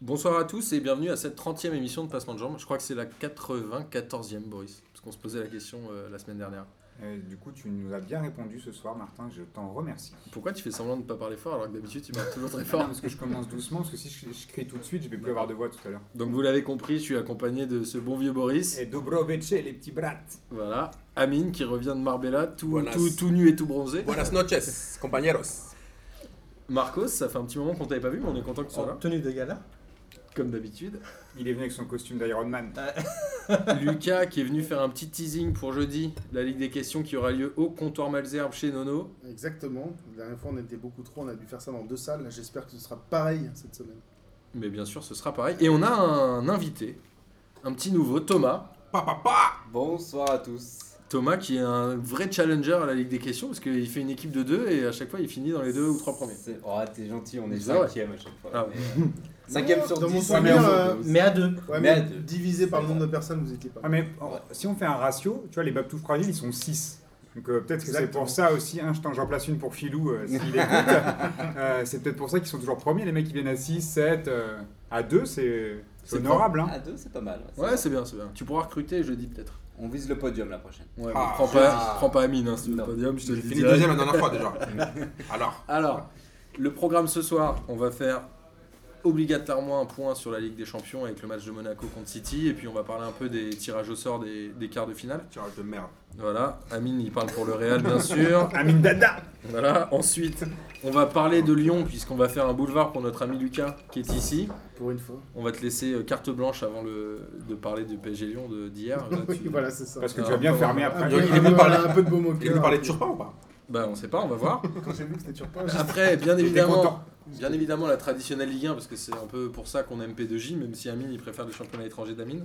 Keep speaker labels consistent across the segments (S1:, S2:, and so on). S1: Bonsoir à tous et bienvenue à cette 30e émission de Passement de Jambes. Je crois que c'est la 94e, Boris, parce qu'on se posait la question euh, la semaine dernière.
S2: Euh, du coup, tu nous as bien répondu ce soir, Martin. Je t'en remercie.
S1: Pourquoi tu fais semblant de ne pas parler fort alors que d'habitude tu parles toujours très
S2: Non,
S1: fort
S2: parce que je commence doucement, parce que si je, je crie tout de suite, je vais plus avoir de voix tout à l'heure.
S1: Donc vous l'avez compris, je suis accompagné de ce bon vieux Boris.
S2: Et dobro vece, les petits brats.
S1: Voilà, Amine qui revient de Marbella, tout,
S3: Buenas.
S1: tout, tout nu et tout bronzé.
S3: Buenas noches, compañeros.
S1: Marcos, ça fait un petit moment qu'on t'avait pas vu, mais on est content que tu sois
S4: En
S1: là,
S4: tenue de gala
S1: comme d'habitude.
S2: Il est venu avec son costume d'Iron Man.
S1: Lucas qui est venu faire un petit teasing pour jeudi, la Ligue des questions qui aura lieu au comptoir Malzerbe chez Nono.
S5: Exactement. La dernière fois, on était beaucoup trop. On a dû faire ça dans deux salles. Là, j'espère que ce sera pareil cette semaine.
S1: Mais bien sûr, ce sera pareil. Et on a un invité, un petit nouveau, Thomas.
S6: Bonsoir à tous.
S1: Thomas qui est un vrai challenger à la Ligue des questions parce qu'il fait une équipe de deux et à chaque fois il finit dans les deux ou trois premiers.
S6: C'est- Oh, t'es gentil, on est
S1: Ah ouais.
S6: cinquième à chaque fois.
S1: Ah ouais.
S6: Mais, euh, Cinquième
S5: Non,
S6: sur
S5: dans mon
S6: dix. Ah,
S5: souvenir,
S6: cinquième
S5: euh,
S6: sur douze.
S4: Mais à deux.
S5: Ouais, mais,
S6: Merde.
S5: divisé par le nombre de personnes, vous étiez pas.
S2: Ah, mais oh, si on fait un ratio, tu vois, les Babtou fragiles, ils sont 6. Donc euh, peut-être que c'est
S5: Exactement.
S2: pour ça aussi, hein, je t'en j'en place une pour Filou, euh, s'il écoute. Euh, c'est peut-être pour ça qu'ils sont toujours premiers, les mecs qui viennent à 6, 7, à 2, c'est c'est
S1: C'est
S2: honorable.
S5: euh,
S2: Hein.
S6: À deux, c'est pas mal. ouais, c'est
S1: Ouais,
S6: vrai.
S1: c'est bien, c'est bien. Tu pourras recruter jeudi peut-être.
S6: On vise le podium la prochaine.
S1: Ouais, mais
S3: Ah,
S1: prends, pas, prends pas Amine, hein, si tu veux le
S6: Non.
S1: podium, je te
S3: J'ai
S1: le dis
S3: fini
S1: direct.
S3: deuxième la dernière fois déjà. Alors,
S1: Alors, le programme ce soir, on va faire obligatoirement un point sur la Ligue des Champions avec le match de Monaco contre City et puis on va parler un peu des tirages au sort des, des quarts de finale.
S3: tirage de merde.
S1: Voilà, Amine il parle pour le Real bien sûr.
S2: Amine Dada
S1: Voilà, ensuite on va parler de Lyon puisqu'on va faire un boulevard pour notre ami Lucas qui est ici.
S5: Pour une fois.
S1: On va te laisser euh, carte blanche avant le, de parler du PSG Lyon de- d'hier. Là,
S5: Oui,
S1: tu-
S5: voilà, c'est ça.
S2: Parce que
S1: Ah,
S2: tu vas bien
S1: bon.
S2: fermer
S5: Un
S2: après.
S5: peu,
S3: il est
S5: un
S3: venu
S5: peu-
S3: parler-
S5: un peu de baume au
S3: Il est venu
S5: cœur.
S3: parler de Turpin ou pas
S1: Bah on sait pas, on va voir.
S5: Quand j'ai vu que c'était Turpin, j'ai-
S1: Après, bien
S2: J'étais
S1: évidemment,
S2: content.
S1: bien évidemment la traditionnelle Ligue 1 parce que c'est un peu pour ça qu'on aime P2J, même si Amine il préfère le championnat étranger d'Amine.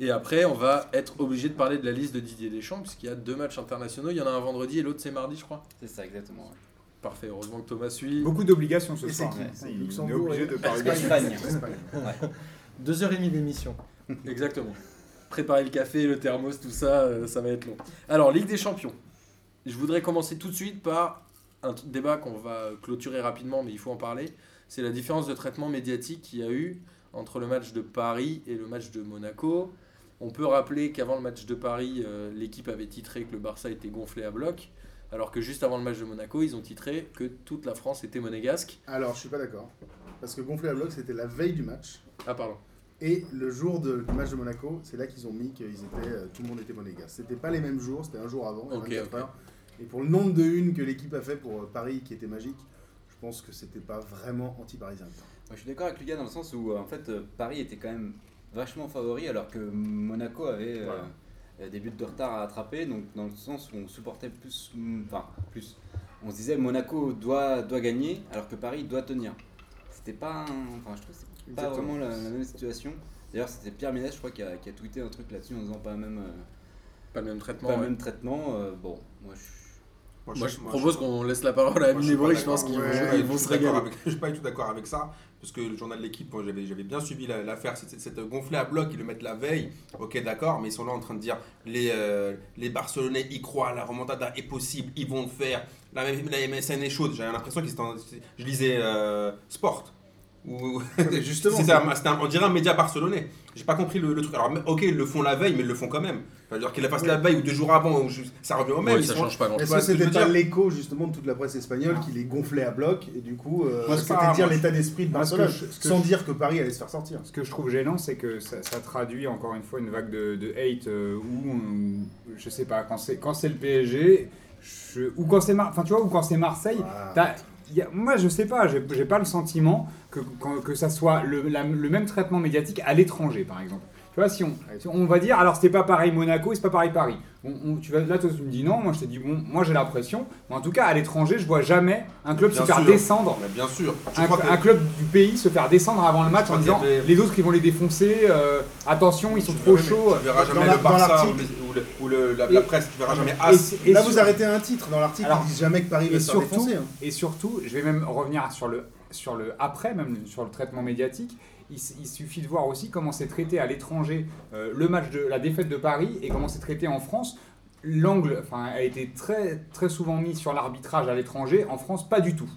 S1: Et après, on va être obligé de parler de la liste de Didier Deschamps puisqu'il y a deux matchs internationaux. Il y en a un vendredi et l'autre c'est mardi, je crois.
S6: C'est ça, exactement. ouais.
S1: Parfait. Heureusement que Thomas suit.
S2: Beaucoup d'obligations ce
S5: Et
S2: soir.
S5: c'est qui
S2: hein.
S5: C'est
S2: Il est
S5: Luxembourg
S2: obligé
S5: et-
S2: de parler.
S6: Espagne.
S5: Espagne.
S4: Deux heures et demie d'émission.
S1: Exactement. Préparer le café, le thermos, tout ça, euh, ça va être long. Alors, Ligue des Champions. Je voudrais commencer tout de suite par un t- débat qu'on va clôturer rapidement, mais il faut en parler. C'est la différence de traitement médiatique qu'il y a eu entre le match de Paris et le match de Monaco. On peut rappeler qu'avant le match de Paris, euh, l'équipe avait titré que le Barça était gonflé à bloc, alors que juste avant le match de Monaco, ils ont titré que toute la France était monégasque.
S5: Alors, je suis pas d'accord. Parce que gonfler à bloc, c'était la veille du match.
S1: Ah, pardon.
S5: Et le jour de- du match de Monaco, c'est là qu'ils ont mis qu'ils étaient, euh, tout le monde était monégasque. C'était pas les mêmes jours, c'était un jour avant,
S1: Ok,
S5: 24
S1: ok.
S5: heures. Et pour le nombre de une que l'équipe a fait pour euh, Paris, qui était magique, je pense que c'était pas vraiment anti-parisien.
S6: Moi, je suis d'accord avec Lucas dans le sens où, euh, en fait, euh, Paris était quand même vachement favori alors que Monaco avait euh,
S5: Voilà.
S6: euh, des buts de retard à attraper. Donc, dans le sens où on supportait plus. mm, Enfin, plus. On se disait Monaco doit, doit gagner alors que Paris doit tenir. C'était pas. un- Enfin, je trouve que c'est pas
S5: Exactement.
S6: vraiment la, la même situation. D'ailleurs, c'était Pierre Ménès, je crois, qui a, qui a tweeté un truc là-dessus en disant pas le même, euh,
S1: Pas le même traitement.
S6: pas le
S1: ouais.
S6: même traitement. euh, bon, moi je.
S1: Moi, je propose qu'on laisse la parole à
S3: Moi,
S1: Amine
S3: suis
S1: et
S3: pas
S1: Boris, je
S3: d'accord.
S1: pense qu'ils
S5: Ouais,
S1: vont-
S5: je
S3: suis
S1: ils vont
S3: pas
S1: se
S3: d'accord
S1: régaler.
S3: avec- Je suis pas du tout d'accord avec ça, parce que le journal de l'équipe, moi, j'avais j'avais bien suivi la- l'affaire, c'était c'était gonflé à bloc, ils le mettent la veille, ok d'accord, mais ils sont là en train de dire les, euh, les Barcelonais y croient, la remontada est possible, ils vont le faire, la, M- la MSN est chaude, j'avais l'impression qu'ils étaient en- Je lisais euh, Sport. Ou,
S5: justement,
S3: c'était un- c'était un- on dirait un média barcelonais. J'ai pas compris le, le truc. Alors, ok, ils le font la veille, mais ils le font quand même. Enfin, dire qu'ils le fassent la veille ou deux jours avant, ou je- ça revient au même.
S1: Ouais,
S3: ils
S1: ça
S3: sont-
S1: change pas grand
S5: Est-ce
S3: vois
S5: que
S3: ce que je
S5: c'était
S3: veux
S5: pas
S3: dire
S5: l'écho justement de toute la presse espagnole qui les gonflait à bloc et du coup euh,
S3: Moi, c'est
S5: c'était
S3: pas-
S5: dire
S3: moi,
S5: l'état d'esprit de
S2: moi, ce que
S5: Barcelone
S2: je- ce que
S5: sans
S2: je-
S5: dire que Paris allait se faire sortir.
S2: Ce que je trouve gênant, c'est que ça, ça traduit encore une fois une vague de, de hate euh, où, on- je sais pas, quand c'est quand c'est le PSG, je- ou quand c'est Mar- enfin tu vois, ou quand c'est Marseille,
S5: Ah.
S2: t'as- y a- moi je sais pas, j'ai j'ai pas le sentiment que quand- que ça soit le, la- le même traitement médiatique à l'étranger par exemple. Tu vois, si on, si on va dire, alors c'était pas pareil Monaco, et c'est pas pareil Paris. On, on- tu vas là, toi, tu me dis non, moi je te dis bon, moi j'ai l'impression, mais en tout cas à l'étranger, je vois jamais un club
S3: Bien
S2: se faire
S3: sûr.
S2: descendre
S3: Mais bien sûr. Je
S2: un,
S3: crois que-
S2: un club du pays se faire descendre avant le match en
S3: crois qu'il y
S2: disant
S3: avait-
S2: les autres qui vont les défoncer, euh, attention ils sont
S3: Tu
S2: trop
S3: verras jamais-
S2: chauds.
S3: Tu verras
S5: Dans
S3: jamais
S5: la-
S3: le
S5: dans
S3: Barça ou,
S5: l'article.
S3: les- ou le- ou le- la, la
S2: Et-
S3: presse, tu verras jamais Ah,
S2: Et,
S3: As.
S2: et
S5: Là
S2: sur-
S5: vous arrêtez un titre dans l'article,
S2: Alors,
S5: ils disent jamais que Paris
S2: et
S5: va se faire
S2: surtout-
S5: défoncer. hein.
S2: et surtout, je vais même revenir sur le, sur le après, même sur le traitement médiatique. Il, s- il suffit de voir aussi comment c'est traité à l'étranger euh, le match de la défaite de Paris et comment c'est traité en France. L'angle enfin, a été très, très souvent mis sur l'arbitrage à l'étranger, en France pas du tout.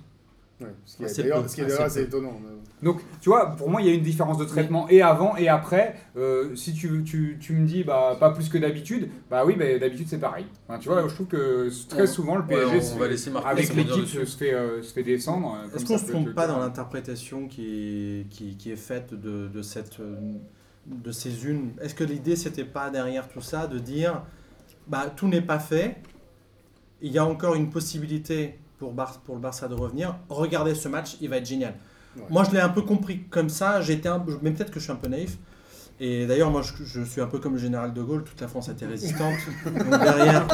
S5: Ouais, ce qui est
S4: Assez
S5: d'ailleurs
S4: peu,
S5: ce qui est
S4: assez
S5: d'ailleurs assez
S4: peu.
S5: étonnant. mais bon.
S2: Donc, tu vois, pour moi, il y a une différence de traitement et avant et après. Euh, si tu, tu, tu me dis, bah, pas plus que d'habitude, bah oui, mais d'habitude, c'est pareil. Enfin, tu vois, je trouve que très souvent, le
S1: Ouais,
S2: PSG, se
S1: on
S2: fait-
S1: va laisser Marcus
S2: avec
S1: rebondir
S2: l'équipe,
S1: dessus.
S2: se, se fait, euh, se fait descendre. euh,
S4: Est-ce
S2: comme
S4: qu'on
S2: ça
S4: se
S2: peut
S4: trompe
S2: être
S4: pas
S2: le
S4: dans
S2: cas.
S4: l'interprétation qui, est- qui, qui est faite de, de cette, euh, de ces unes Est-ce que l'idée, c'était pas derrière tout ça de dire bah, tout n'est pas fait, il y a encore une possibilité pour, Bar- pour le Barça de revenir, regardez ce match, il va être génial.
S5: Ouais.
S4: Moi, je l'ai un peu compris comme ça, j'étais un, mais peut-être que je suis un peu naïf. Et d'ailleurs, moi, je, je suis un peu comme le général de Gaulle, toute la France était résistante. Donc derrière,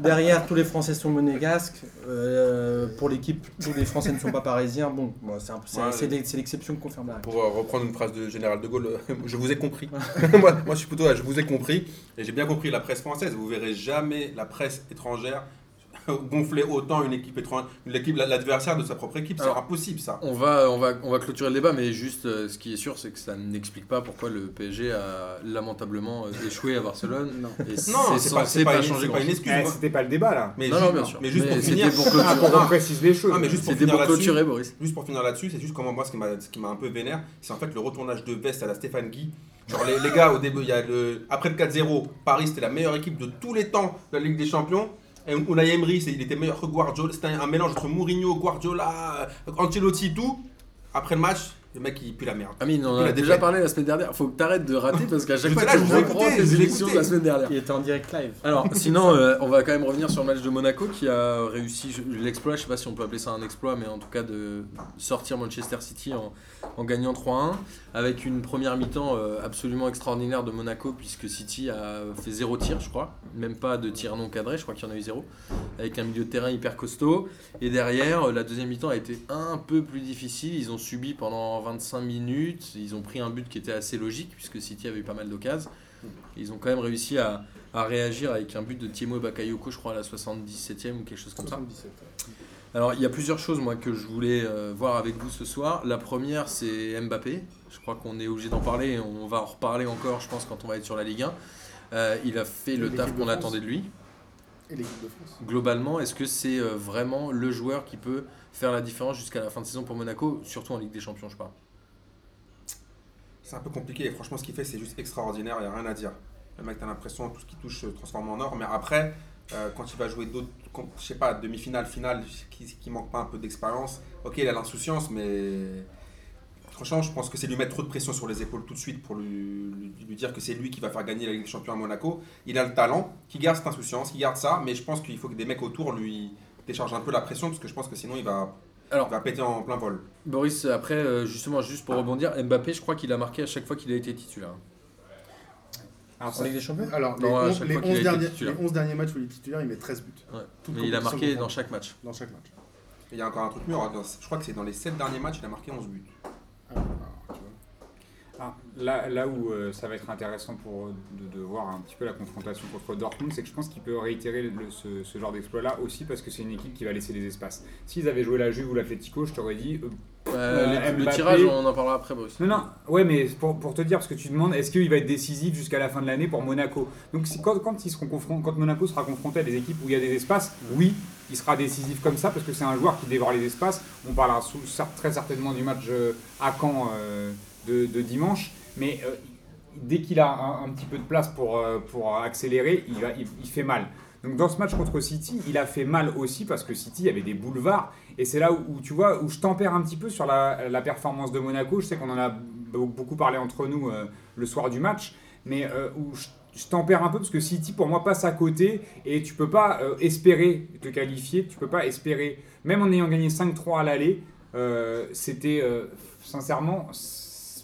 S4: derrière, tous les Français sont monégasques. Euh, pour l'équipe, tous les Français ne sont pas parisiens. Bon, moi, c'est un peu- c'est-
S3: Ouais.
S4: c'est des- c'est l'exception qui confirme la règle.
S3: Pour euh, reprendre une phrase de général de Gaulle, euh, je vous ai compris. moi, moi, je suis plutôt, euh, je vous ai compris. Et j'ai bien compris la presse française. Vous verrez jamais la presse étrangère gonfler autant une équipe étrangère, l'équipe, l'adversaire de sa propre équipe. C'est
S1: Alors,
S3: impossible, ça.
S1: On va, on, va, on va clôturer le débat, mais juste euh, ce qui est sûr, c'est que ça n'explique pas pourquoi le PSG a lamentablement euh, échoué à Barcelone.
S5: Non.
S1: Et
S3: Non, c'est pas, c'est pas, une- c'est pas une
S1: grand-chose.
S3: excuse.
S2: Eh, C'était pas le débat, là.
S3: mais,
S1: Non,
S3: juste,
S1: non, bien sûr.
S3: mais juste
S1: Mais
S3: pour
S1: c'était
S3: finir,
S1: pour
S2: Ah,
S1: clôturer.
S2: pour qu'on
S3: Non,
S2: précise les choses.
S3: non, mais juste pour
S1: C'était
S3: finir
S1: pour
S3: là-dessus.
S1: clôturer, Boris.
S3: Juste pour finir là-dessus, c'est juste comment moi ce qui m'a ce qui m'a un peu vénère, c'est en fait le retournage de veste à la Stéphane Guy. Genre les, les gars au début, il y a le après le 4-0, Paris c'était la meilleure équipe de tous les temps de la Ligue des Champions. Et Unai Emery, c'est- il était meilleur que Guardiola, c'était un, un mélange entre Mourinho, Guardiola, euh, Ancelotti tout. Après le match, le mec il pue la merde.
S1: Amine, on en
S3: La
S1: a
S3: défaite.
S1: déjà parlé la semaine dernière. Faut que t'arrêtes de rater parce qu'à chaque
S3: Je
S1: fois,
S3: sais, là,
S1: tu
S3: je vous ai
S1: reprends
S3: écouté, je
S1: tes
S3: vous ai
S1: élections de
S3: écouté.
S1: la semaine dernière.
S4: Il était en direct live.
S1: Alors, sinon, euh, on va quand même revenir sur le match de Monaco qui a réussi je- l'exploit. Je sais pas si on peut appeler ça un exploit, mais en tout cas de sortir Manchester City en, en gagnant 3-1 avec une première mi-temps euh, absolument extraordinaire de Monaco puisque City a fait zéro tir, je crois, même pas de tir non cadré, je crois qu'il y en a eu zéro, avec un milieu de terrain hyper costaud. Et derrière, euh, la deuxième mi-temps a été un peu plus difficile. Ils ont subi pendant 25 minutes, ils ont pris un but qui était assez logique puisque City avait eu pas mal d'occasions. Ils ont quand même réussi à à réagir avec un but de Timo Bakayoko, je crois, à la 77e ou quelque chose comme ça.
S5: 77.
S1: Alors, il y a plusieurs choses, moi, que je voulais euh, voir avec vous ce soir. La première, c'est Mbappé. Je crois qu'on est obligé d'en parler. et On va en reparler encore, je pense, quand on va être sur la Ligue 1. Euh, il a fait le
S5: L'équipe
S1: taf
S5: de
S1: qu'on
S5: France.
S1: attendait de lui.
S5: Et l'équipe de France.
S1: Globalement, est-ce que c'est euh, vraiment le joueur qui peut faire la différence jusqu'à la fin de saison pour Monaco, surtout en Ligue des Champions, je parle
S3: C'est un peu compliqué et franchement ce qu'il fait c'est juste extraordinaire, il n'y a rien à dire. Le mec t'as l'impression tout ce qu'il touche se transforme en or, mais après euh, quand il va jouer d'autres, quand- je sais pas, demi-finale, finale, qui, qui manque pas un peu d'expérience, ok il a l'insouciance mais franchement je pense que c'est lui mettre trop de pression sur les épaules tout de suite pour lui, lui- lui dire que c'est lui qui va faire gagner la Ligue des Champions à Monaco. Il a le talent, qui garde cette insouciance, qui garde ça, mais je pense qu'il faut que des mecs autour lui déchargent un peu la pression parce que je pense que sinon il va,
S1: Alors,
S3: il va péter en plein vol.
S1: Boris, après, euh, justement, juste
S2: Ah.
S1: pour rebondir, Mbappé, je crois qu'il a marqué à chaque fois qu'il a été titulaire.
S2: Alors,
S4: En Ligue des Champions
S5: Alors, les,
S1: Non, à
S5: on-
S1: chaque
S5: les
S1: fois qu'il a
S5: 11
S1: été
S5: derniers,
S1: titulaire.
S5: les 11 derniers matchs où il est titulaire, il met 13 buts
S1: Ouais.
S5: Toute
S1: Mais il a
S5: compétition
S1: marqué
S5: confondue.
S1: dans chaque match.
S5: dans chaque match.
S3: Et il y a encore un truc mûr, hein, je crois que c'est dans les 7 derniers matchs il a marqué 11 buts.
S5: Alors, tu vois.
S2: Ah, Là, là où euh, ça va être intéressant pour euh, de, de voir un petit peu la confrontation contre Dortmund, c'est que je pense qu'il peut réitérer le- ce, ce genre d'exploit-là aussi parce que c'est une équipe qui va laisser des espaces. S'ils avaient joué la Juve ou l'Atlético, je t'aurais dit. euh,
S1: Euh,
S2: Euh,
S1: les- le
S2: Mbappé.
S1: tirage, on en parlera après, Boris.
S2: non, non, ouais, mais pour, pour te dire, parce que tu demandes, est-ce qu'il va être décisif jusqu'à la fin de l'année pour Monaco Donc si- quand, quand, ils seront confron- quand Monaco sera confronté à des équipes où il y a des espaces, oui, il sera décisif comme ça parce que c'est un joueur qui dévore les espaces. On parlera sous- cer- très certainement du match euh, à Caen euh, de, de dimanche, mais euh, dès qu'il a un, un petit peu de place pour, euh, pour accélérer, il, va, il, il fait mal. Donc dans ce match contre City, il a fait mal aussi parce que City avait des boulevards et c'est là où, où, tu vois où je tempère un petit peu sur la, la performance de Monaco. Je sais qu'on en a be- beaucoup parlé entre nous euh, le soir du match, mais euh, où je, je tempère un peu parce que City pour moi passe à côté et tu peux pas euh, espérer te qualifier, tu peux pas espérer même en ayant gagné 5-3 à l'aller, euh, c'était euh, sincèrement c-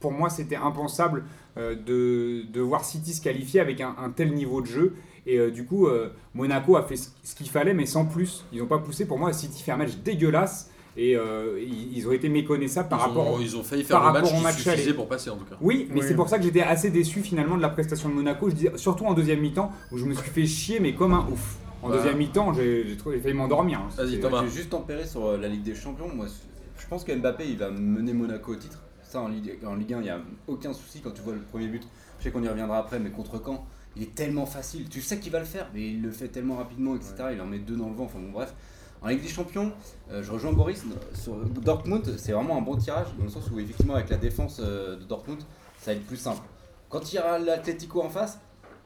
S2: pour moi c'était impensable euh, de, de voir City se qualifier avec un, un tel niveau de jeu. Et euh, du coup, euh, Monaco a fait ce ce qu'il fallait, mais sans plus. Ils n'ont pas poussé. Pour moi, City fait un match dégueulasse. Et euh, ils, ils ont été méconnaissables par
S1: ils,
S2: rapport.
S1: ont,
S2: au-
S1: ils ont failli faire
S2: par
S1: le match
S2: rapport au
S1: qui
S2: match
S1: suffisait
S2: aller.
S1: pour passer en tout cas.
S2: Oui, mais
S5: Oui.
S2: c'est pour ça que j'étais assez déçu finalement de la prestation de Monaco. Je disais, surtout en deuxième mi-temps, où je me suis fait chier, mais comme un ouf. En
S1: Bah.
S2: deuxième mi-temps, j'ai j'ai trouvé- j'ai failli m'endormir. hein.
S1: Vas-y
S2: C'était-
S1: Thomas.
S6: J'ai Euh, juste tempéré sur euh, la Ligue des Champions. Moi, c'est- je pense que Mbappé, il va mener Monaco au titre. Ça, en Ligue, en Ligue 1, il n'y a aucun souci quand tu vois le premier but. Je sais qu'on y reviendra après, mais contre Caen, il est tellement facile. Tu sais qu'il va le faire, mais il le fait tellement rapidement, etc. Il en met deux dans le vent. Enfin bon, bref. En Ligue des Champions, euh, je rejoins Boris sur Dortmund, c'est vraiment un bon tirage dans le sens où effectivement avec la défense euh, de Dortmund, ça va être plus simple. Quand il y aura l'Atlético en face,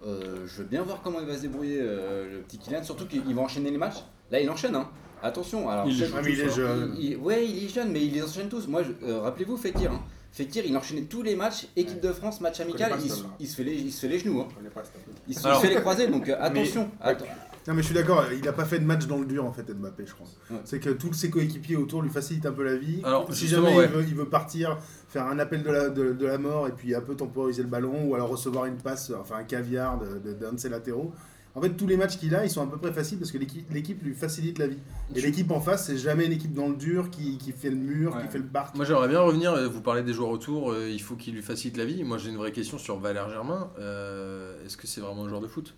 S6: euh, je veux bien voir comment il va se débrouiller euh, le petit Kylian, surtout qu'il va enchaîner les matchs. Là, il enchaîne, hein. Attention, alors
S1: Il
S6: je-
S1: joue
S5: Ah, mais il est jeune.
S6: il- il- ouais, il est jeune, mais il les enchaîne tous. Moi, je- euh, rappelez-vous Fekir. hein. Fekir, il enchaînait tous les matchs, équipe de France, match amical,
S3: connais pas
S6: il,
S3: ce
S6: se-
S3: homme-là.
S6: il se fait les, il se fait les genoux. hein.
S3: On est pas à cette époque.
S6: Il se
S1: Alors-
S6: fait les croisés, donc euh, attention. atten-
S5: Non mais je suis d'accord, il n'a pas fait de match dans le dur en fait Mbappé je crois.
S6: Ouais.
S5: C'est que tous ses coéquipiers autour lui facilitent un peu la vie.
S1: Alors,
S5: si
S1: justement,
S5: jamais
S1: ouais.
S5: il, veut, il veut partir, faire un appel de la, de, de la mort et puis un peu temporiser le ballon ou alors recevoir une passe, enfin un caviar de- de- d'un de, ses latéraux. En fait tous les matchs qu'il a ils sont à peu près faciles parce que l'équipe l'équipe lui facilite la vie. Et
S1: Je-
S5: l'équipe en face c'est jamais une équipe dans le dur qui, qui fait le mur,
S2: Ouais.
S5: qui fait le barque.
S1: Moi j'aimerais bien revenir, euh, vous parlez des joueurs autour, euh, il faut qu'il lui facilite la vie. Moi j'ai une vraie question sur Valère Germain. Euh, Est-ce que c'est vraiment un joueur de foot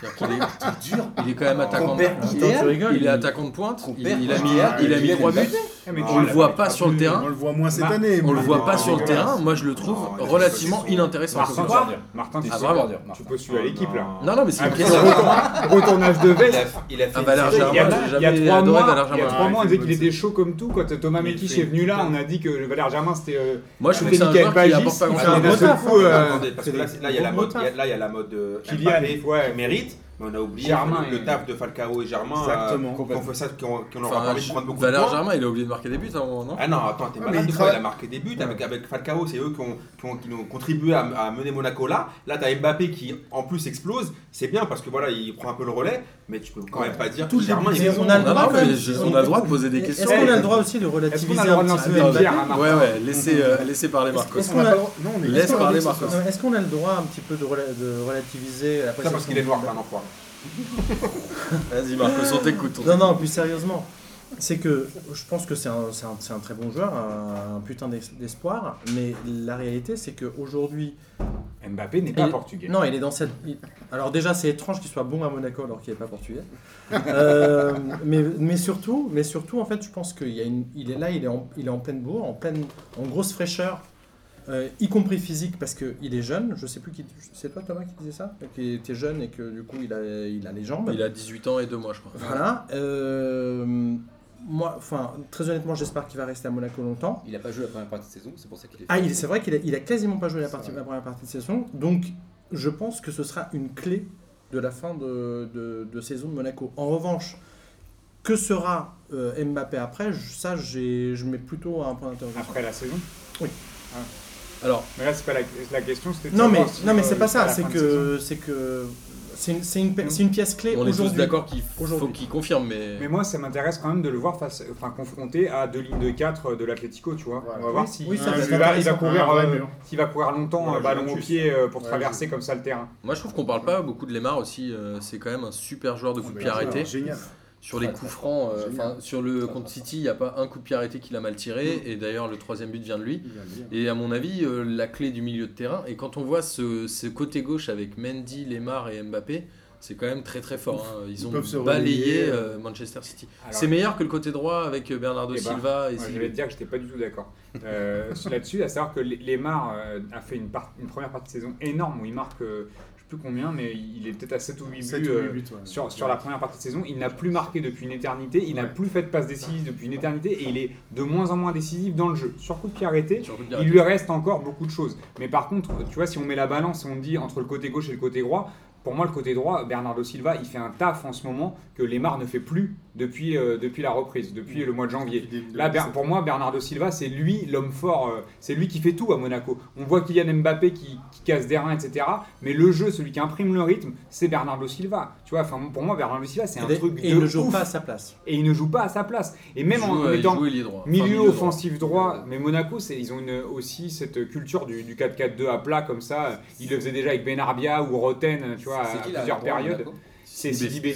S1: C'est-à-dire qu'il est-
S6: C'est dur.
S1: Il est quand même attaquant de
S6: perd
S1: pointe.
S6: idéal.
S4: Attends, tu rigoles,
S1: Oh, Il est
S4: il-
S1: attaquant de pointe.
S6: Qu'on
S1: Il,
S6: perd
S1: il a mis,
S6: idéal.
S1: il a mis
S6: Idéal,
S1: 3
S6: Mbappé.
S1: buts.
S2: Eh,
S1: On le voit pas sur le terrain.
S5: On le voit moins cette
S2: Mar-
S5: année.
S1: On le
S5: mais-
S1: voit pas sur le
S3: dégueulasse.
S1: terrain. Moi je le trouve
S3: Non, il est
S1: relativement
S3: pas du tout.
S1: inintéressant.
S2: Martin,
S1: comme
S2: tu
S1: joueur.
S2: vas dire. Martin, tu
S1: Ah,
S2: vas
S1: vraiment
S6: dire.
S2: dire. Tu postules à l'équipe là.
S1: Non, non, mais c'est
S2: Ah,
S1: une
S2: putain,
S1: question.
S2: retour- Retournage de
S3: Il
S2: veste.
S3: a, il a fait
S1: Ah, Valère
S3: une série.
S2: Il y
S1: Germain,
S2: a, il y a
S1: j'ai jamais
S2: trois
S1: adoré
S2: mois,
S1: Valère
S2: il y a
S1: Germain.
S2: trois
S5: Ouais,
S2: mois, on
S5: c'est
S2: disait
S5: une
S2: qu'il
S5: bonne
S2: était chaud comme tout. Quand Thomas
S3: Il
S2: Mekic
S3: fait-
S2: est venu là, on a dit que le Valère Germain c'était. euh,
S1: Moi je trouve que c'est un
S2: Michael
S1: joueur qui
S2: Bagis,
S1: apporte pas
S2: il
S1: grand
S2: fait un
S1: chose.
S2: bon taf,
S3: Attendez,
S2: euh,
S3: attendez, parce que là, c'est- là, il y a la mode, il y a- là, il y a la mode de
S2: Kylian,
S3: Mbappé
S2: ouais.
S3: qui mérite, mais on a oublié
S2: Germain
S3: le, le
S2: et-
S3: taf de Falcao et Germain.
S5: Exactement.
S3: euh, qu'on fait ça, qu'on qu'on leur a
S1: Enfin,
S3: permis de prendre beaucoup de
S1: Valère
S3: points.
S1: Germain, il a oublié de marquer des buts à un moment, non
S3: Ah non, attends, t'es
S5: Ah,
S3: malade,
S5: mais il
S3: des fois, il a
S5: travaille-
S3: marqué des buts avec, avec Falcao, c'est eux qui ont, qui ont, qui ont contribué à, à mener Monaco là. Là, t'as Mbappé qui en plus explose, c'est bien parce que voilà, il prend un peu le relais, mais tu peux quand même pas dire
S4: Tout
S3: que Germain
S4: le-
S3: il est
S4: mais on
S3: bon.
S4: a le
S1: Non,
S4: droit
S1: non,
S4: quand même.
S1: mais je- on a le droit de poser des
S4: Est-ce
S1: questions.
S4: qu'on a le droit aussi de
S2: Est-ce qu'on
S4: relativiser
S2: a le droit
S4: un
S2: de
S4: petit
S2: lancer
S4: peu
S2: des
S4: Mbappé
S2: pierres à Martin
S1: Ah, Ouais, ouais, laissez, euh, laissez parler Marco.
S4: Est-ce
S5: On
S4: qu'on
S5: n'a
S4: a-
S5: pas le droit- Non, on est
S1: Laisse
S5: pas
S1: parler
S5: obligé
S1: Marco.
S5: ce soir.
S4: Est-ce qu'on a le droit un petit peu de, rela- de relativiser la
S3: Ça
S4: prestation
S3: parce qu'il est noir, pardon, quoi.
S1: Vas-y Marco, on t'écoute. on
S4: Non, non, plus sérieusement, c'est que je pense que c'est un, c'est un- c'est un très bon joueur, un, un putain d'es- d'espoir, mais la réalité c'est qu'aujourd'hui,
S2: Mbappé n'est pas
S4: Et-
S2: portugais.
S4: non, il est dans cette. il- Alors déjà, c'est étrange qu'il soit bon à Monaco alors qu'il n'est pas portugais. Euh, mais, mais surtout, mais surtout, en fait, je pense qu'il y a une, il est là, il est en, il est en pleine bourre, en pleine, en grosse fraîcheur, euh, y compris physique parce que il est jeune. Je sais plus qui, c'est toi Thomas qui disait ça, qui était jeune et que du coup il a, il a les jambes.
S1: Il a 18 ans et 2 mois, je crois.
S4: Voilà. euh, moi, enfin, très honnêtement, j'espère qu'il va rester à Monaco longtemps.
S6: Il a pas joué la première partie de saison, c'est pour ça qu'il est.
S4: Ah,
S6: fait.
S4: il- c'est vrai qu'il a, il a quasiment pas joué la, partie, la première partie de saison. Donc, je pense que ce sera une clé de la fin de, de- de saison de Monaco. En revanche, que sera euh, Mbappé après je- Ça, j'ai- je mets plutôt un point d'interrogation.
S2: Après la saison.
S1: Alors,
S2: Mais là, c'est pas la, la question, c'était. de
S4: Non, mais,
S2: savoir si,
S4: non, mais
S2: euh,
S4: c'est pas
S2: jusqu'à
S4: ça.
S2: la
S4: C'est
S2: fin de saison. Mm.
S4: que c'est que c'est une, c'est une, pi- c'est une pièce clé
S1: on est tous
S4: aujourd'hui.
S1: d'accord qu'il faut
S4: Aujourd'hui.
S1: qu'il confirme, mais.
S2: Mais moi, ça m'intéresse quand même de le voir face, enfin, confronté à deux lignes de 4 de l'Atlético, tu vois.
S5: Ouais.
S2: On va voir si
S4: Oui, ça
S2: parce
S4: va être
S2: que là, il va
S4: intéressant.
S2: courir,
S5: Ouais,
S2: euh,
S5: ouais, mur.
S2: s'il va courir longtemps,
S3: Ouais,
S2: euh, ballon au
S3: Juventus.
S2: pied euh, pour
S5: Ouais,
S2: traverser comme ça le terrain.
S1: Moi, je trouve qu'on parle pas beaucoup de Lemar aussi. euh, c'est quand même un super joueur
S5: Ah,
S1: de coup de pied arrêté.
S5: Génial.
S1: Sur les coups francs, euh,
S5: Génial.
S1: enfin, sur le contre City, il n'y a pas un coup de pied arrêté qu'il a mal tiré. Et d'ailleurs, le troisième but vient de lui. Et à mon avis, euh, la clé du milieu de terrain. Et quand on voit ce, ce côté gauche avec Mendy, Lemar et Mbappé, c'est quand même très très fort. hein. Ils ont
S5: peuvent se
S1: balayé
S5: relayer.
S1: euh, Manchester City.
S2: Alors,
S1: C'est meilleur que le côté droit avec euh, Bernardo
S2: Eh ben,
S1: Silva et
S2: Moi, je
S1: Silva.
S2: vais te dire que j'étais pas du tout d'accord euh, sur- là-dessus, à savoir que Lemar euh, a fait une, part- une première partie de saison énorme où il marque, euh, je sais plus combien, mais il est peut-être à 7 ou 8 buts. euh, sur, sur la première partie de saison, il n'a plus marqué depuis une éternité, il n'a
S5: Ouais.
S2: plus fait de passe décisive depuis une éternité et il est de moins en moins décisif dans le jeu. Sur coup de pied arrêté,
S1: Sur le coup de pied
S2: il
S1: arrêté.
S2: lui reste encore beaucoup de choses. Mais par contre, tu vois, si on met la balance et on dit entre le côté gauche et le côté droit, pour moi, le côté droit, Bernardo Silva, il fait un taf en ce moment que Lemar ne fait plus depuis, euh, depuis la reprise, depuis le mois de janvier. Là, Ber- pour moi, Bernardo Silva, c'est lui l'homme fort, euh, c'est lui qui fait tout à Monaco. On voit Kylian Mbappé qui, qui casse des reins, etc. Mais le jeu, celui qui imprime le rythme, c'est Bernardo Silva. Tu vois, enfin, pour moi, Bernardo Silva, c'est un
S4: Et,
S2: truc
S4: et
S2: de
S4: il ne joue
S2: ouf.
S4: pas à sa place.
S2: Et il ne joue pas à sa place. Et même
S1: Il
S2: en,
S1: joue, euh, il
S2: étant
S1: joue ailier droit. Enfin,
S2: milieu,
S1: droit.
S2: offensif droit, mais Monaco, c'est- ils ont une, aussi cette culture du, du 4-4-2 à plat comme ça. Ils le faisaient déjà avec Benarbia ou Roten, tu vois, à
S6: qui,
S2: plusieurs
S6: là, le droit à
S2: périodes.
S6: Monaco
S2: C'est Sidi Bé.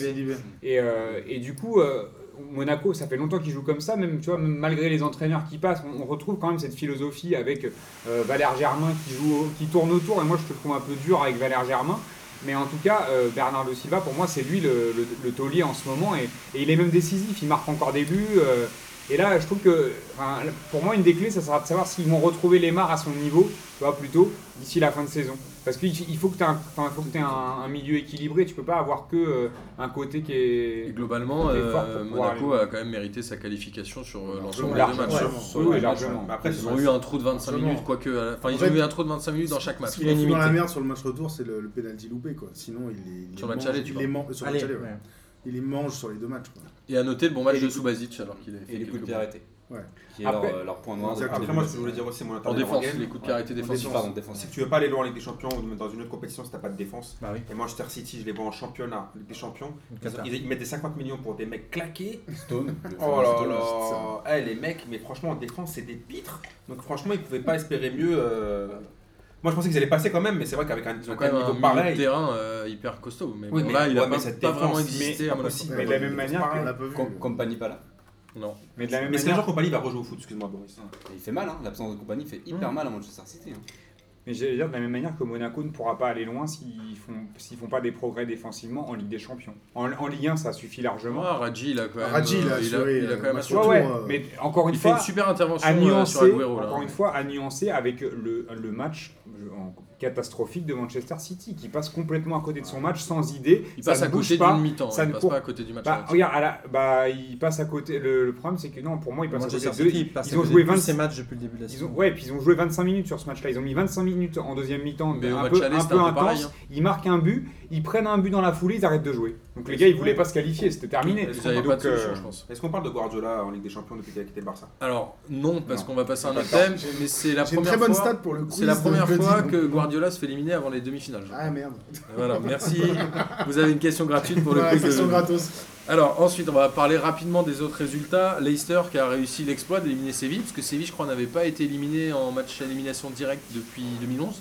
S2: Et, euh, et du coup, euh, Monaco, ça fait longtemps qu'ils jouent comme ça, même, tu vois, même malgré les entraîneurs qui passent, on, on retrouve quand même cette philosophie avec euh, Valère Germain qui, joue, au- qui tourne autour, et moi je te trouve un peu dur avec Valère Germain. Mais en tout cas, euh, Bernardo Silva, pour moi, c'est lui le, le, le taulier en ce moment, et, et il est même décisif, il marque encore des buts. euh, Et là, je trouve que, enfin, pour moi, une des clés, ça sera de savoir s'ils vont retrouver Lemar à son niveau, tu vois, plutôt, d'ici la fin de saison. Parce qu'il il faut que tu aies, un, enfin, il faut que t'aies un- un milieu équilibré, tu peux pas avoir que euh, un côté qui
S1: Et
S2: est...
S1: globalement,
S2: Des
S1: euh,
S2: forts pour pouvoir
S1: Monaco a quand même mérité sa qualification sur euh, l'ensemble des deux
S2: Largement,
S1: matchs.
S5: ouais.
S2: Oui, oui, largement.
S3: Mais Après,
S1: Ils ont eu un trou de 25
S5: Absolument.
S1: minutes, quoique. à la- Enfin, ils
S5: En
S1: ont
S5: fait,
S1: eu un trou de 25 minutes dans chaque match.
S5: Ce qui me fout dans la merde sur le match retour, c'est le, le penalty loupé quoi. Sinon, il les, il
S1: Sur
S5: les
S1: le match
S5: mange-
S1: aller,
S5: il
S1: tu
S5: les man- sur le match
S4: Allez,
S5: aller, ouais.
S4: ouais.
S5: Il les mange sur les deux matchs quoi.
S1: Et à noter le bon match
S6: Et
S1: de
S6: les coups-
S1: Subasic alors qu'il est.
S6: Et les coups de pied arrêtés.
S5: Ouais.
S6: Qui est
S2: Après-
S6: leur, euh, leur point noir.
S5: Exactement.
S3: Après, moi, ce que je voulais dire aussi, mon
S1: En
S3: intervention
S1: défense, les coups de pied arrêtés défensifs.
S6: Pardon,
S3: Si
S6: défensif.
S3: tu veux pas aller loin en Ligue des Champions ou dans une autre compétition si t'as pas de défense,
S4: Bah oui.
S3: et Manchester City, je les vois en championnat, Ligue des Champions,
S4: le
S3: ils,
S4: Qatar.
S3: ils- ils mettent des 50 millions pour des mecs claqués.
S6: Stone. le
S3: Oh là
S6: Stone,
S3: là Eh, Les mecs, mais franchement, en défense, c'est des pitres. Donc franchement, ils pouvaient pas espérer mieux. euh. Moi, je pensais qu'ils allaient passer quand même, mais c'est vrai qu'avec un,
S1: Ils ont
S3: un
S1: quand même un
S3: niveau
S1: milieu de
S3: pareil.
S1: terrain euh, hyper costaud. Mais
S3: Oui,
S1: bon,
S3: mais-
S1: là, il a
S3: ouais, mais
S1: pas,
S3: cette
S1: pas vraiment
S3: défense,
S1: existé
S3: mais
S1: à Monaco.
S3: impossible.
S2: Mais de la même manière
S5: On
S2: que...
S5: l'a pas vu.
S6: c'est- Com- Compagnie pas là.
S1: Non.
S2: Mais de la même
S3: Mais c'est un
S2: manière...
S3: jour Compagnie va rejouer au foot, excuse-moi, Boris.
S6: Et Il fait mal, hein. l'absence de compagnie fait hyper
S5: Mm.
S6: mal à Manchester City. hein.
S2: Mais j'allais dire de la même manière que Monaco ne pourra pas aller loin s'ils font s'ils font pas des progrès défensivement en Ligue des Champions. En, en Ligue 1, ça suffit largement.
S1: Ah, Raji, il a quand même.
S5: Radji, il a
S1: euh, il a,
S5: assuré,
S1: il a
S5: euh,
S1: quand même
S5: moi,
S1: assuré.
S5: je-
S2: Ouais,
S5: Surtout,
S2: ouais,
S5: euh,
S2: mais encore une
S1: Il fait
S2: fois,
S1: une super intervention
S2: à
S1: euh, sur
S2: nuancer,
S1: Agüero. là.
S2: encore une fois, à nuancer avec le, le match je- en- catastrophique de Manchester City qui passe complètement à côté de son match sans idée.
S1: Il
S2: ça
S1: passe
S2: ne
S1: à
S2: bouge
S1: côté
S2: pas.
S1: d'une mi-temps.
S2: ça
S1: Il
S2: ne
S1: passe
S2: court-
S1: pas à côté du match.
S2: Bah,
S1: aller.
S2: regarde, à la- bah, il passe à côté. Le, le problème, c'est que non, pour moi, il passe
S4: Manchester
S2: à côté de deux.
S4: City passe
S2: Ils ont
S4: à côté
S2: joué
S4: de tous
S2: 25
S4: ces matchs depuis le début de la
S2: Ils ont,
S4: saison.
S2: ouais, puis ils ont joué 25 minutes sur ce match-là. Ils ont mis 25 minutes en deuxième mi-temps,
S1: Mais au
S2: un
S1: match
S2: peu,
S1: aller,
S2: un
S1: c'était
S2: peu
S1: un peu
S2: intense.
S1: pareil, hein.
S2: Ils marquent un but, ils prennent un but dans la foulée, ils arrêtent de jouer. Donc les gars, ils voulaient pas se qualifier, c'était terminé.
S3: Ils
S1: Ils avaient pas de
S2: Donc, euh,
S1: solution, je pense.
S3: Est-ce qu'on parle de Guardiola en Ligue des Champions depuis qu'il a quitté le Barça
S1: Alors, non, parce
S2: Non.
S1: qu'on va passer à un autre
S5: D'accord.
S1: thème, mais c'est la
S5: J'ai une
S1: première
S5: très bonne
S1: fois.
S5: stat pour le coup.
S1: C'est la première fois que Guardiola se fait éliminer avant les demi-finales.
S5: Ah merde.
S1: Voilà, merci. Vous avez une question gratuite pour le
S5: Voilà,
S1: quiz de-
S5: section gratos.
S1: Alors ensuite, on va parler rapidement des autres résultats. Leicester qui a réussi l'exploit d'éliminer Séville, parce que Séville, je crois, n'avait pas été éliminé en match à élimination directe depuis 2011,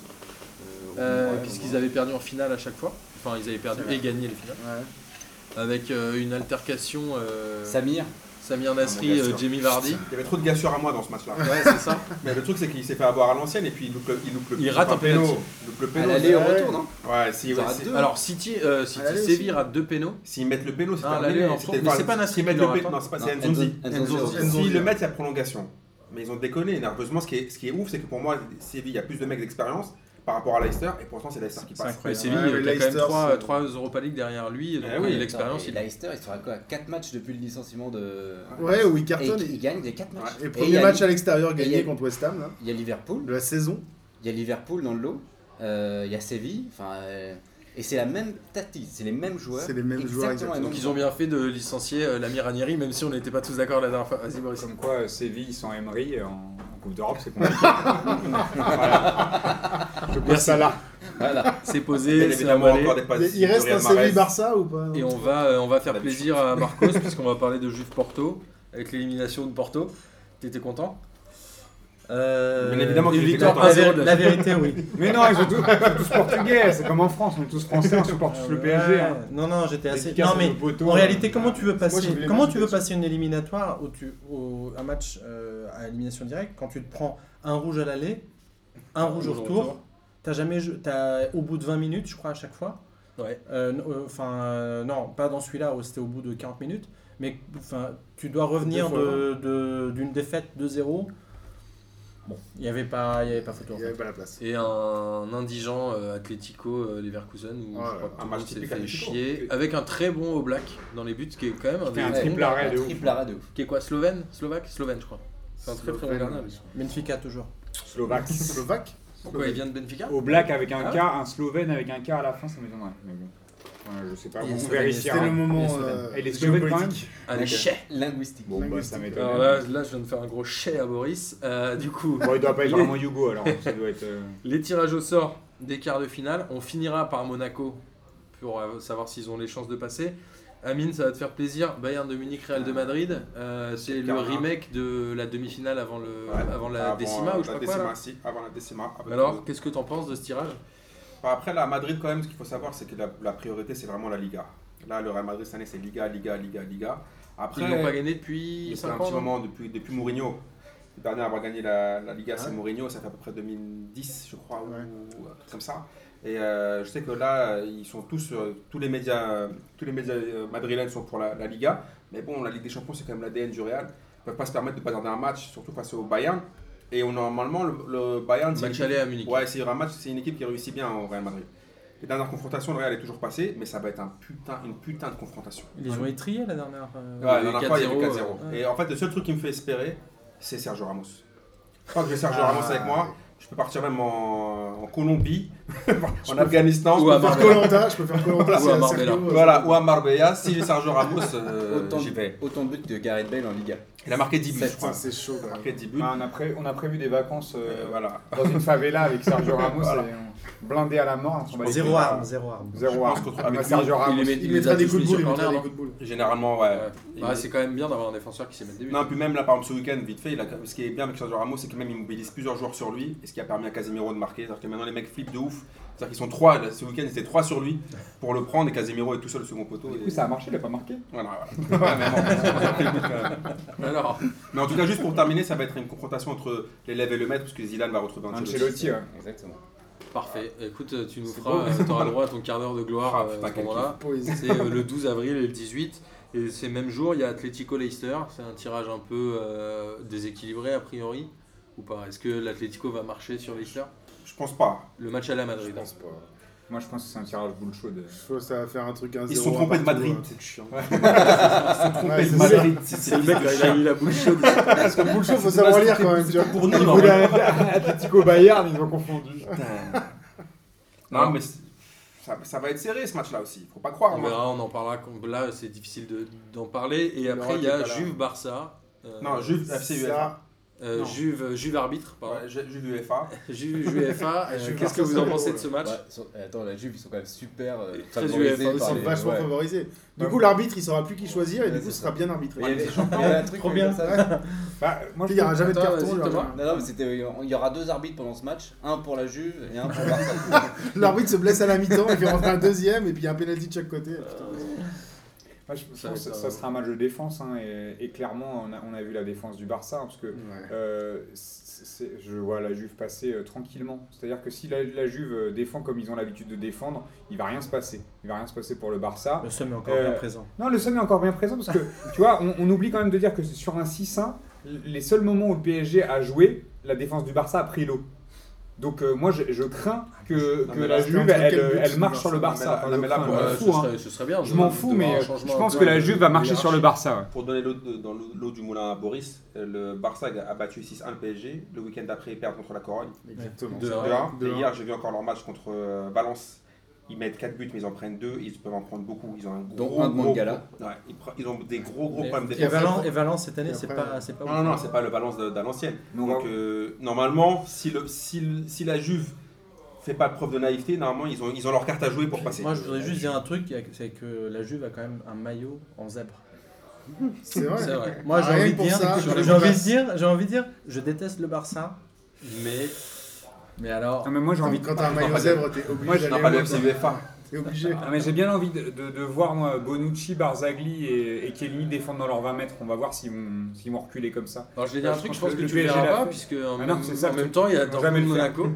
S1: euh,
S6: Ouais,
S1: puisqu'ils avaient perdu en finale à chaque fois. Enfin, ils avaient perdu
S5: C'est vrai.
S1: et gagné les finales.
S5: Ouais.
S1: Avec euh, une altercation euh,
S6: Samir,
S1: Samir
S3: Ah, mon
S1: Nasri,
S3: gars,
S1: euh,
S3: sûr.
S1: Jamie Vardy.
S3: Il y avait trop de gars sûrs à moi dans ce match-là.
S1: Ouais, c'est ça.
S3: Mais le truc, c'est qu'il s'est fait avoir à l'ancienne et puis il loupe le, il loupe le
S1: Il rate
S3: enfin,
S1: un penalty.
S3: péno. Il loupe le
S6: à
S3: péno.
S6: l'aller au
S5: ouais.
S6: retour, non
S3: Ouais, si,
S6: Il
S3: ouais,
S6: rate
S3: si-
S6: deux.
S1: Alors City, euh, City
S5: Ah, là,
S1: Séville rate deux pénaux.
S3: S'ils mettent le péno, c'est
S1: Ah,
S3: terminé.
S1: l'aller, on retrouve. Mais c'est pas Nasri
S3: S'ils mettent
S1: qui
S3: le
S1: le
S3: péno,
S1: rate,
S3: non,
S1: hein.
S3: c'est
S5: Ah,
S3: pas, c'est
S6: Non,
S3: Nzonzi.
S6: Enzo- Enzo-
S1: Enzo-
S6: Enzo-
S3: S'ils le mettent, il y a prolongation. Mais ils ont déconné. Nerveusement, ce qui est, ce qui est ouf, c'est que pour moi, Séville, il y a plus de mecs d'expérience par rapport à Leicester et pourtant, c'est Leicester qui
S1: C'est
S3: passe.
S1: incroyable.
S5: Ouais, mais
S1: Séville, il a quand même
S5: Leicester,
S1: 3,
S5: c'est-
S1: Europa League derrière lui, et donc
S3: Eh
S1: Ah oui,
S3: oui,
S1: l'expérience.
S6: Et
S1: il-
S6: Leicester, ils sont à quoi 4 matchs depuis le licenciement de.
S5: Ouais, où il
S6: Et
S5: cartonne.
S6: ils gagnent les 4 matchs.
S5: Et
S6: il y
S5: premier
S6: a-
S5: match à l'extérieur
S6: et il y
S5: gagné
S6: a-
S5: contre West Ham là,
S6: Il y a Liverpool,
S5: de la saison.
S6: il y a Liverpool dans le lot, euh, il y a Séville, enfin. euh, Et c'est la même tactique, c'est les mêmes joueurs.
S5: C'est les mêmes joueurs, exactement.
S6: les mêmes
S1: Donc ils ont bien fait de licencier euh, l'ami Ranieri, même si on n'était pas tous d'accord la dernière fois. Vas-y, Boris.
S2: Comme quoi, euh, Séville sans Emery euh, en, en Coupe d'Europe, c'est compliqué.
S5: Je place ça là.
S6: Voilà.
S1: C'est
S3: Bien
S1: posé, c'est
S3: évidemment,
S1: avalé.
S3: encore des passes.
S5: Il reste un
S3: Mahrez.
S5: Séville Barça ou pas
S1: Et on va, euh, on va faire
S3: Bah,
S1: plaisir à Marcos, puisqu'on va parler de Juve Porto, avec l'élimination de Porto. T'étais content
S4: Euh,
S3: Bien évidemment
S1: et
S3: qu'il était
S1: Victor
S3: content.
S4: la,
S1: Pazzo,
S4: vé-
S1: de la-
S4: la vérité, oui.
S2: Mais non, ils sont tous, tous portugais, c'est comme en France, on est tous français, on supporte tous le PSG. hein.
S4: Non, non, j'étais assez.
S2: Dédicace
S4: Non,
S2: à
S4: mais
S2: nos potos,
S4: en
S2: hein.
S4: réalité, comment tu veux
S5: Moi,
S4: passer,
S5: j'ai vu les
S4: comment
S5: matchs
S4: tu veux
S5: de
S4: passer une éliminatoire où tu, où- un match euh, à élimination directe quand tu te prends un rouge à l'aller, un rouge au
S1: rouge au
S4: retour
S1: retour.
S4: T'as jamais, jou- t'as au bout de 20 minutes, je crois à chaque fois.
S1: Ouais.
S4: Euh, n- euh, Enfin, euh, non, pas dans celui-là où c'était au bout de 40 minutes, mais enfin, tu dois revenir
S5: fois,
S4: de-
S2: hein.
S4: de- d'une défaite 2-0. Bon, il n'y avait pas, il y avait pas photo. en
S5: Il n'y
S4: fait.
S5: avait pas la place.
S1: Et un indigent euh, Atlético euh, Leverkusen, où
S5: Ouais,
S1: je crois que
S3: un
S1: tout le
S3: match
S1: monde s'est
S3: typique
S1: fait
S3: Atlético.
S1: chier, avec un très bon Oblak dans les buts, qui est quand même un
S2: Fait un
S1: des...
S6: Ouais,
S2: triple
S6: un
S2: arrêt de ouf.
S6: Triple arrêt de ouf.
S1: Qui est quoi Slovène Slovaque Slovène, je crois. C'est un très très bon
S5: Slovène.
S1: gardien.
S4: Benfica toujours.
S2: Slovaque.
S5: Slovaque
S1: Pourquoi il vient de Benfica
S2: Au black avec un
S1: Ah.
S2: K, un Slovène avec un K à la fin, ça m'étonnerait. Mais bon, Ouais, je sais pas,
S4: Et
S2: on
S4: Slovène,
S2: vérifiera.
S5: C'était le moment.
S4: Slovène.
S5: euh,
S2: Et les Slovènes quand même
S1: Allez,
S6: Lingu-
S1: chais
S6: Linguistique.
S2: Bon, bah,
S5: Linguistique.
S2: ça m'étonne.
S1: Alors là, là, je viens de faire un gros chais à Boris. Euh, du coup,
S2: Bon, il doit pas être vraiment Hugo alors, ça doit être. euh,
S1: Les tirages au sort des quarts de finale. On finira par Monaco pour euh, savoir s'ils ont les chances de passer. Amine, ça va te faire plaisir. Bayern de Munich, Real de Madrid. Euh, c'est
S3: C'est
S1: le
S3: carrément.
S1: remake de la demi-finale avant, le, avant la décima
S3: euh,
S1: ou je sais
S3: la
S1: pas quoi.
S3: décima,
S1: Là.
S3: si, avant la décima. Avec le-
S1: Alors, qu'est-ce que t'en penses de ce tirage
S3: Bah, Après, là, à Madrid, quand même, ce qu'il faut savoir, c'est que la, la priorité, c'est vraiment la Liga. Là, le Real Madrid cette année, c'est Liga, Liga, Liga, Liga. Après,
S1: Ils n'ont pas gagné
S3: depuis
S1: depuis 5
S3: un
S1: ans. hein.
S3: petit
S1: non
S3: moment, depuis, depuis Mourinho. Le dernier à avoir gagné la, la Liga, c'est
S1: Ouais.
S3: Mourinho, ça fait à peu près 2010, je crois, ou-
S5: Ouais.
S3: ou un truc comme ça. Et euh, je sais que là, ils sont tous, euh, tous les médias, tous les médias euh, madrilènes sont pour la, la Liga. Mais bon, la Ligue des Champions, c'est quand même l'ADN du Real. peuvent pas se permettre de pas perdre un match, surtout face au Bayern. Et on, normalement, le, le Bayern, c'est
S1: Match aller à Munich.
S3: Ouais, c'est un match, c'est une équipe qui réussit bien au Real Madrid. Les dernières confrontations, le Real est toujours passé, mais ça va être un putain, une putain de confrontation.
S4: Ils ont étrié la dernière. euh,
S3: Ouais, la
S1: Il y a
S3: dernière fois, il y avait
S1: 4-0,
S3: 4-0.
S4: ouais.
S3: Et en fait, le seul truc qui me fait espérer, c'est Sergio Ramos. Je crois que j'ai Sergio Ramos avec moi. Je peux partir même en, en Colombie, en Afghanistan,
S1: Ou à
S5: Faire
S1: Marbella.
S5: Colanta, je peux faire Colanta.
S1: Ou à Marbella.
S3: voilà, ou à Marbella. Si j'ai Sergio Ramos, euh,
S6: Autant,
S3: j'y vais.
S6: autant de buts que Gareth Bale en Liga.
S3: Il a marqué 10 buts, je
S5: Putain,
S3: crois.
S5: c'est chaud.
S3: Il a
S5: quand même.
S3: marqué 10 buts.
S2: Bah, on, a pré- on a prévu des vacances euh,
S3: Euh, voilà.
S2: dans une favela avec Sergio Ramos
S3: Voilà.
S2: et on- blindé à la mort. on s'en bat les
S4: Zéro
S3: bah,
S2: couilles.
S4: arme, zéro arme.
S2: Zéro
S3: Je pense
S2: arme.
S3: qu'autre- avec
S2: Ah, Sergio Ramos.
S1: les met-
S5: Il
S1: les a
S5: mettra des
S1: tous
S5: coups de
S1: mis
S5: boule, il
S1: sur
S5: mettra
S1: corner,
S5: des
S1: non
S5: coups de boule.
S3: Généralement, ouais.
S1: Ouais.
S3: Il-
S1: Ouais, c'est quand même bien d'avoir un défenseur qui sait mettre des buts.
S3: Non, puis même là, par exemple, ce week-end, vite fait, il a- ce qui est bien avec Sergio Ramos, c'est que même il mobilise plusieurs joueurs sur lui, et ce qui a permis à Casemiro de marquer. C'est-à-dire que maintenant les mecs flippent de ouf. C'est-à-dire qu'ils sont trois, là, ce week-end, ils étaient trois sur lui pour le prendre, et Casemiro est tout seul au second poteau.
S2: Du
S3: et-
S2: coup, ça a marché, il a pas marqué.
S3: Voilà, voilà. Ouais, mais bon, ça fait le but, quand même.
S1: Alors,
S3: Mais en tout cas, juste pour terminer, ça va être une confrontation entre l'élève et le maître, parce que Zidane va retrouver Ancelotti.
S2: Ancelotti, ouais.
S6: Exactement.
S1: parfait. Écoute, tu nous
S2: C'est
S1: feras,
S2: beau.
S1: euh, t'auras le droit à ton quart d'heure de gloire
S3: Ah,
S1: euh,
S3: putain,
S1: à ce
S3: quel
S1: moment-là.
S5: Poésie.
S1: C'est euh, le 12 avril et le 18. Et ces mêmes jours, il y a Atlético Leicester. C'est un tirage un peu euh, déséquilibré a priori. Ou pas Est-ce que l'Atlético va marcher sur Leicester
S3: Je pense pas.
S1: Le match à la
S5: Je
S1: Madrid.
S5: pense pas.
S2: Moi, je pense que c'est un tirage boule chaude.
S5: Je pense que ça va faire un truc 1-0.
S3: Ils se sont trompés de Madrid.
S5: un truc chiant.
S3: Mais
S5: Ouais, c'est ça.
S3: Madrid, c'est c'est le mec
S1: Il a eu la bouche chaude.
S5: Parce que boule chaude, faut savoir lire quand même, tu vois.
S3: pour nous.
S2: Ils
S3: non,
S2: voulaient
S3: mais-
S2: Atlético Bayern, ils ont confondu.
S3: Non, mais c'est- ça, ça va être serré ce match-là aussi. Faut pas croire. hein.
S1: On
S3: moi.
S1: verra, on en parlera. quand- Là, c'est difficile de- d'en parler. Et après,
S3: Laurent
S1: il y
S3: qui est
S1: a
S3: pas là.
S1: Juve-Barça. Euh,
S3: Non, Juve FC UEFA.
S5: Ça,
S1: euh,
S3: non.
S1: Juve, Juve arbitre, pardon.
S3: Ouais, Ju- Juve UEFA.
S1: Juve, Juve UEFA. euh,
S5: Juve
S1: Qu'est-ce que
S5: Barça,
S1: vous en
S5: c'est
S1: pensez de
S5: drôle.
S1: ce match
S6: Ouais, sur- euh, attends, la Juve, ils sont quand même super euh,
S1: Ah, Très
S6: favorisés
S1: UEFA,
S6: par
S5: ils sont
S6: les-
S5: vachement
S6: ouais.
S5: favorisés. Du
S2: Ouais.
S5: coup, l'arbitre, il saura plus qui choisir et
S6: Ouais,
S5: du coup,
S6: c'est
S5: ce sera bien arbitré.
S6: Mais il y avait-
S5: Il
S6: il y avait un truc
S4: Trop
S6: comme
S4: bien.
S6: ça.
S2: Bah, moi, je
S5: y aura jamais de
S1: Attends,
S5: carton.
S1: vas-y,
S5: il y aura
S1: Thomas.
S5: jamais-
S6: Non, non, mais c'était, il y aura deux arbitres pendant ce match, un pour la Juve et un pour Barça.
S5: L'arbitre se blesse à la mi-temps, il fait rentrer un deuxième et puis il y a un pénalty de chaque côté.
S2: Moi, je
S1: Ça
S2: pense
S1: va
S2: que
S1: être
S2: ça
S1: un-
S2: sera un match de défense, hein, et, et clairement, on a, on a vu la défense du Barça, hein, parce que euh, c'est- c'est- je vois la Juve passer euh, tranquillement. C'est-à-dire que si la, la Juve euh, défend comme ils ont l'habitude de défendre, il va rien se passer. Il va rien se passer pour le Barça.
S4: Le sommet est encore
S2: Euh,
S4: bien présent.
S2: Non, le somme est encore bien présent parce que, tu vois, on, on oublie quand même de dire que sur un 6-1, les seuls moments où le PSG a joué, la défense du Barça a pris l'eau. Donc euh, moi, je, je crains que,
S3: Non,
S2: que
S3: mais
S2: la
S5: là, c'était
S2: Juve,
S5: entre quel
S2: elle,
S5: but
S2: elle
S5: du
S2: marche sur le
S3: Barça
S2: Barça.
S3: Non,
S2: Enfin,
S3: mais là,
S2: je
S1: Ouais,
S3: pour-
S2: m'en
S3: euh,
S1: ce,
S2: fous, hein.
S1: serait, ce serait bien.
S2: Je
S1: de-
S2: m'en fous,
S1: de voir
S2: mais
S1: un
S2: euh,
S1: changement
S2: je
S1: un
S2: pense
S1: peu
S2: que
S1: de-
S2: la Juve va
S1: de
S2: marcher sur le
S1: hiérarchie.
S2: Barça.
S3: Pour donner l'eau de- dans l'eau l'eau du moulin à Boris, euh, le Barça a battu 6-1 le PSG. Le week-end d'après, ils perdent contre la Corogne.
S5: Exactement.
S1: De-
S3: De
S1: Ah Ouais,
S3: un.
S5: de
S3: Et
S5: un.
S3: hier, j'ai vu encore leur match contre euh, Valence. Ils mettent 4 buts, mais ils en prennent 2. Ils peuvent en prendre beaucoup. Ils ont un gros,
S6: Dont un de
S3: gros-
S6: Mangala.
S3: Ouais, ils, pre- ils ont des gros, gros
S1: Mais-
S3: problèmes
S1: Et
S4: Et
S3: défensifs.
S4: Valence, et Valence, cette année,
S5: Et
S4: c'est
S5: après-
S4: pas, c'est pas.
S3: Non, non, non, c'est pas le balance de- d'ancienne.
S2: Non,
S3: Donc, euh, normalement, si, le, si, le- si la Juve fait pas preuve de naïveté, normalement, ils ont, ils ont leur carte à jouer pour passer.
S4: Moi, je voudrais juste dire un truc, c'est que la Juve a quand même un maillot en zèbre.
S5: C'est
S1: C'est
S5: vrai.
S1: vrai.
S4: Moi, j'ai
S5: Ah, Rien
S4: envie
S5: que
S4: de
S5: pour
S4: dire,
S5: ça,
S4: j'ai
S5: je le
S4: j'ai envie de
S5: passe.
S4: dire, j'ai envie de dire, je déteste le Barça,
S1: Mais
S4: mais alors.
S2: Non, mais moi, j'ai envie de...
S5: Quand t'as un maillot
S3: pas
S5: zèbre, t'es
S2: Moi,
S5: obligé
S2: je
S3: Non,
S5: d'aller
S3: pas
S5: au
S3: le
S5: match.
S3: FC UEFA.
S5: T'es obligé.
S2: Ah, mais j'ai bien envie de, de- de voir moi, Bonucci, Barzagli et, et Kelly défendre dans leurs 20 mètres. On va voir s'ils vont, s'ils vont reculer comme ça.
S1: Alors je vais dire un
S2: Je
S1: truc, je
S2: pense
S1: pense que
S2: que le
S1: tu le
S2: PSG l'a
S1: verras pas,
S2: fait.
S1: puisque en,
S2: Ah non,
S1: même,
S2: c'est ça,
S1: en
S2: le
S1: même temps il y a
S2: Ils vont jamais
S1: Dortmund
S2: le faire. Ah
S1: Monaco.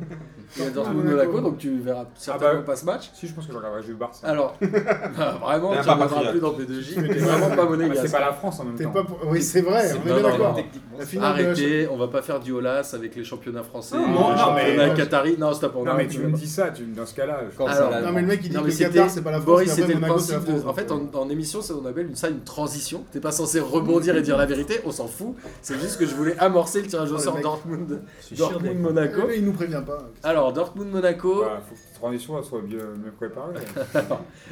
S1: Il y a Dortmund
S5: Monaco.
S1: Monaco, donc tu verras certainement
S2: bah,
S1: pas ce match.
S2: Si, je pense que je regarderai Juve Barça.
S1: Alors, bah, vraiment,
S3: Même
S1: tu
S3: pas
S1: ne reviendras
S3: patriote.
S1: plus dans P2J, mais Ah, t'es vraiment pas
S2: Ah, c'est
S1: monégasque.
S2: pas la France en même
S5: T'es
S2: temps.
S5: pas pour- Oui, c'est vrai,
S1: C'est-
S5: on est
S1: non,
S5: bien
S1: non,
S5: d'accord.
S1: non.
S6: Techniquement,
S5: La
S6: c'est-
S5: finale de la
S1: Arrêtez, on va pas faire du Olas avec les championnats français,
S2: Non,
S1: les
S2: non,
S1: championnats
S5: mais-
S1: qataris. Non, stop, on
S2: Non, mais
S1: arrête,
S2: tu
S1: on va
S2: me
S1: pas.
S2: dis ça, tu, dans ce cas-là. je-
S6: Quand
S1: Alors,
S6: c'est la-
S5: Non mais le mec il dit
S1: Non,
S5: que
S1: mais
S5: le
S1: c'était-
S5: Qatar c'est pas la France.
S1: Boris,
S5: mais après,
S1: c'était le
S5: Monaco, c'est
S1: principe
S5: la
S1: de.
S5: France,
S1: En fait,
S5: donc,
S1: en, en émission, ça, on appelle une, ça une transition. T'es pas censé rebondir et dire la vérité, on s'en fout. C'est juste que je voulais amorcer le tirage
S5: Oh,
S1: au
S5: le
S1: sort
S5: mec.
S1: Dortmund-
S4: c'est chier, mec.
S5: euh,
S1: Dortmund-Monaco.
S5: mais il nous prévient pas.
S1: Alors, Dortmund-Monaco,
S2: Bah, faut que cette transition elle soit bien, bien préparée.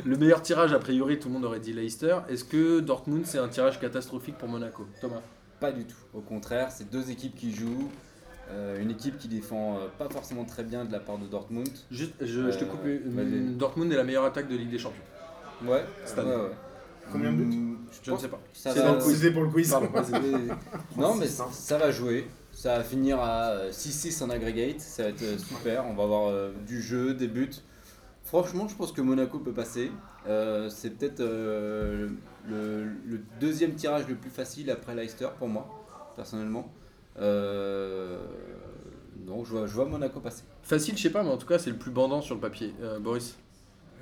S1: le meilleur tirage, a priori, tout le monde aurait dit Leicester. Est-ce que Dortmund, c'est un tirage catastrophique pour Monaco Thomas
S6: Pas du tout. Au contraire, c'est deux équipes qui jouent. euh, une équipe qui défend euh, pas forcément très bien de la part de Dortmund.
S1: Juste, je, je te coupe.
S6: Euh,
S1: une-
S6: vas-y.
S1: Dortmund est la meilleure attaque de Ligue des Champions.
S6: Ouais,
S1: Cette année.
S6: ouais, ouais.
S5: Combien de buts
S6: Hmm,
S1: Je ne sais pas.
S6: ça
S1: Ah, C'est
S6: va-
S1: dans le quiz.
S5: C'était pour le quiz.
S1: Pardon, vas-y.
S6: Mais- non, mais ça, ça va jouer. Ça va finir à euh, 6-6 en aggregate. Ça va être euh, super. On va avoir euh, du jeu, des buts. Franchement, je pense que Monaco peut passer. Euh, c'est peut-être euh, le, le deuxième tirage le plus facile après Leicester pour moi, personnellement. Euh, non, je vois, je vois Monaco passer.
S1: Facile, je sais pas, mais en tout cas, c'est le plus bandant sur le papier. Euh, Boris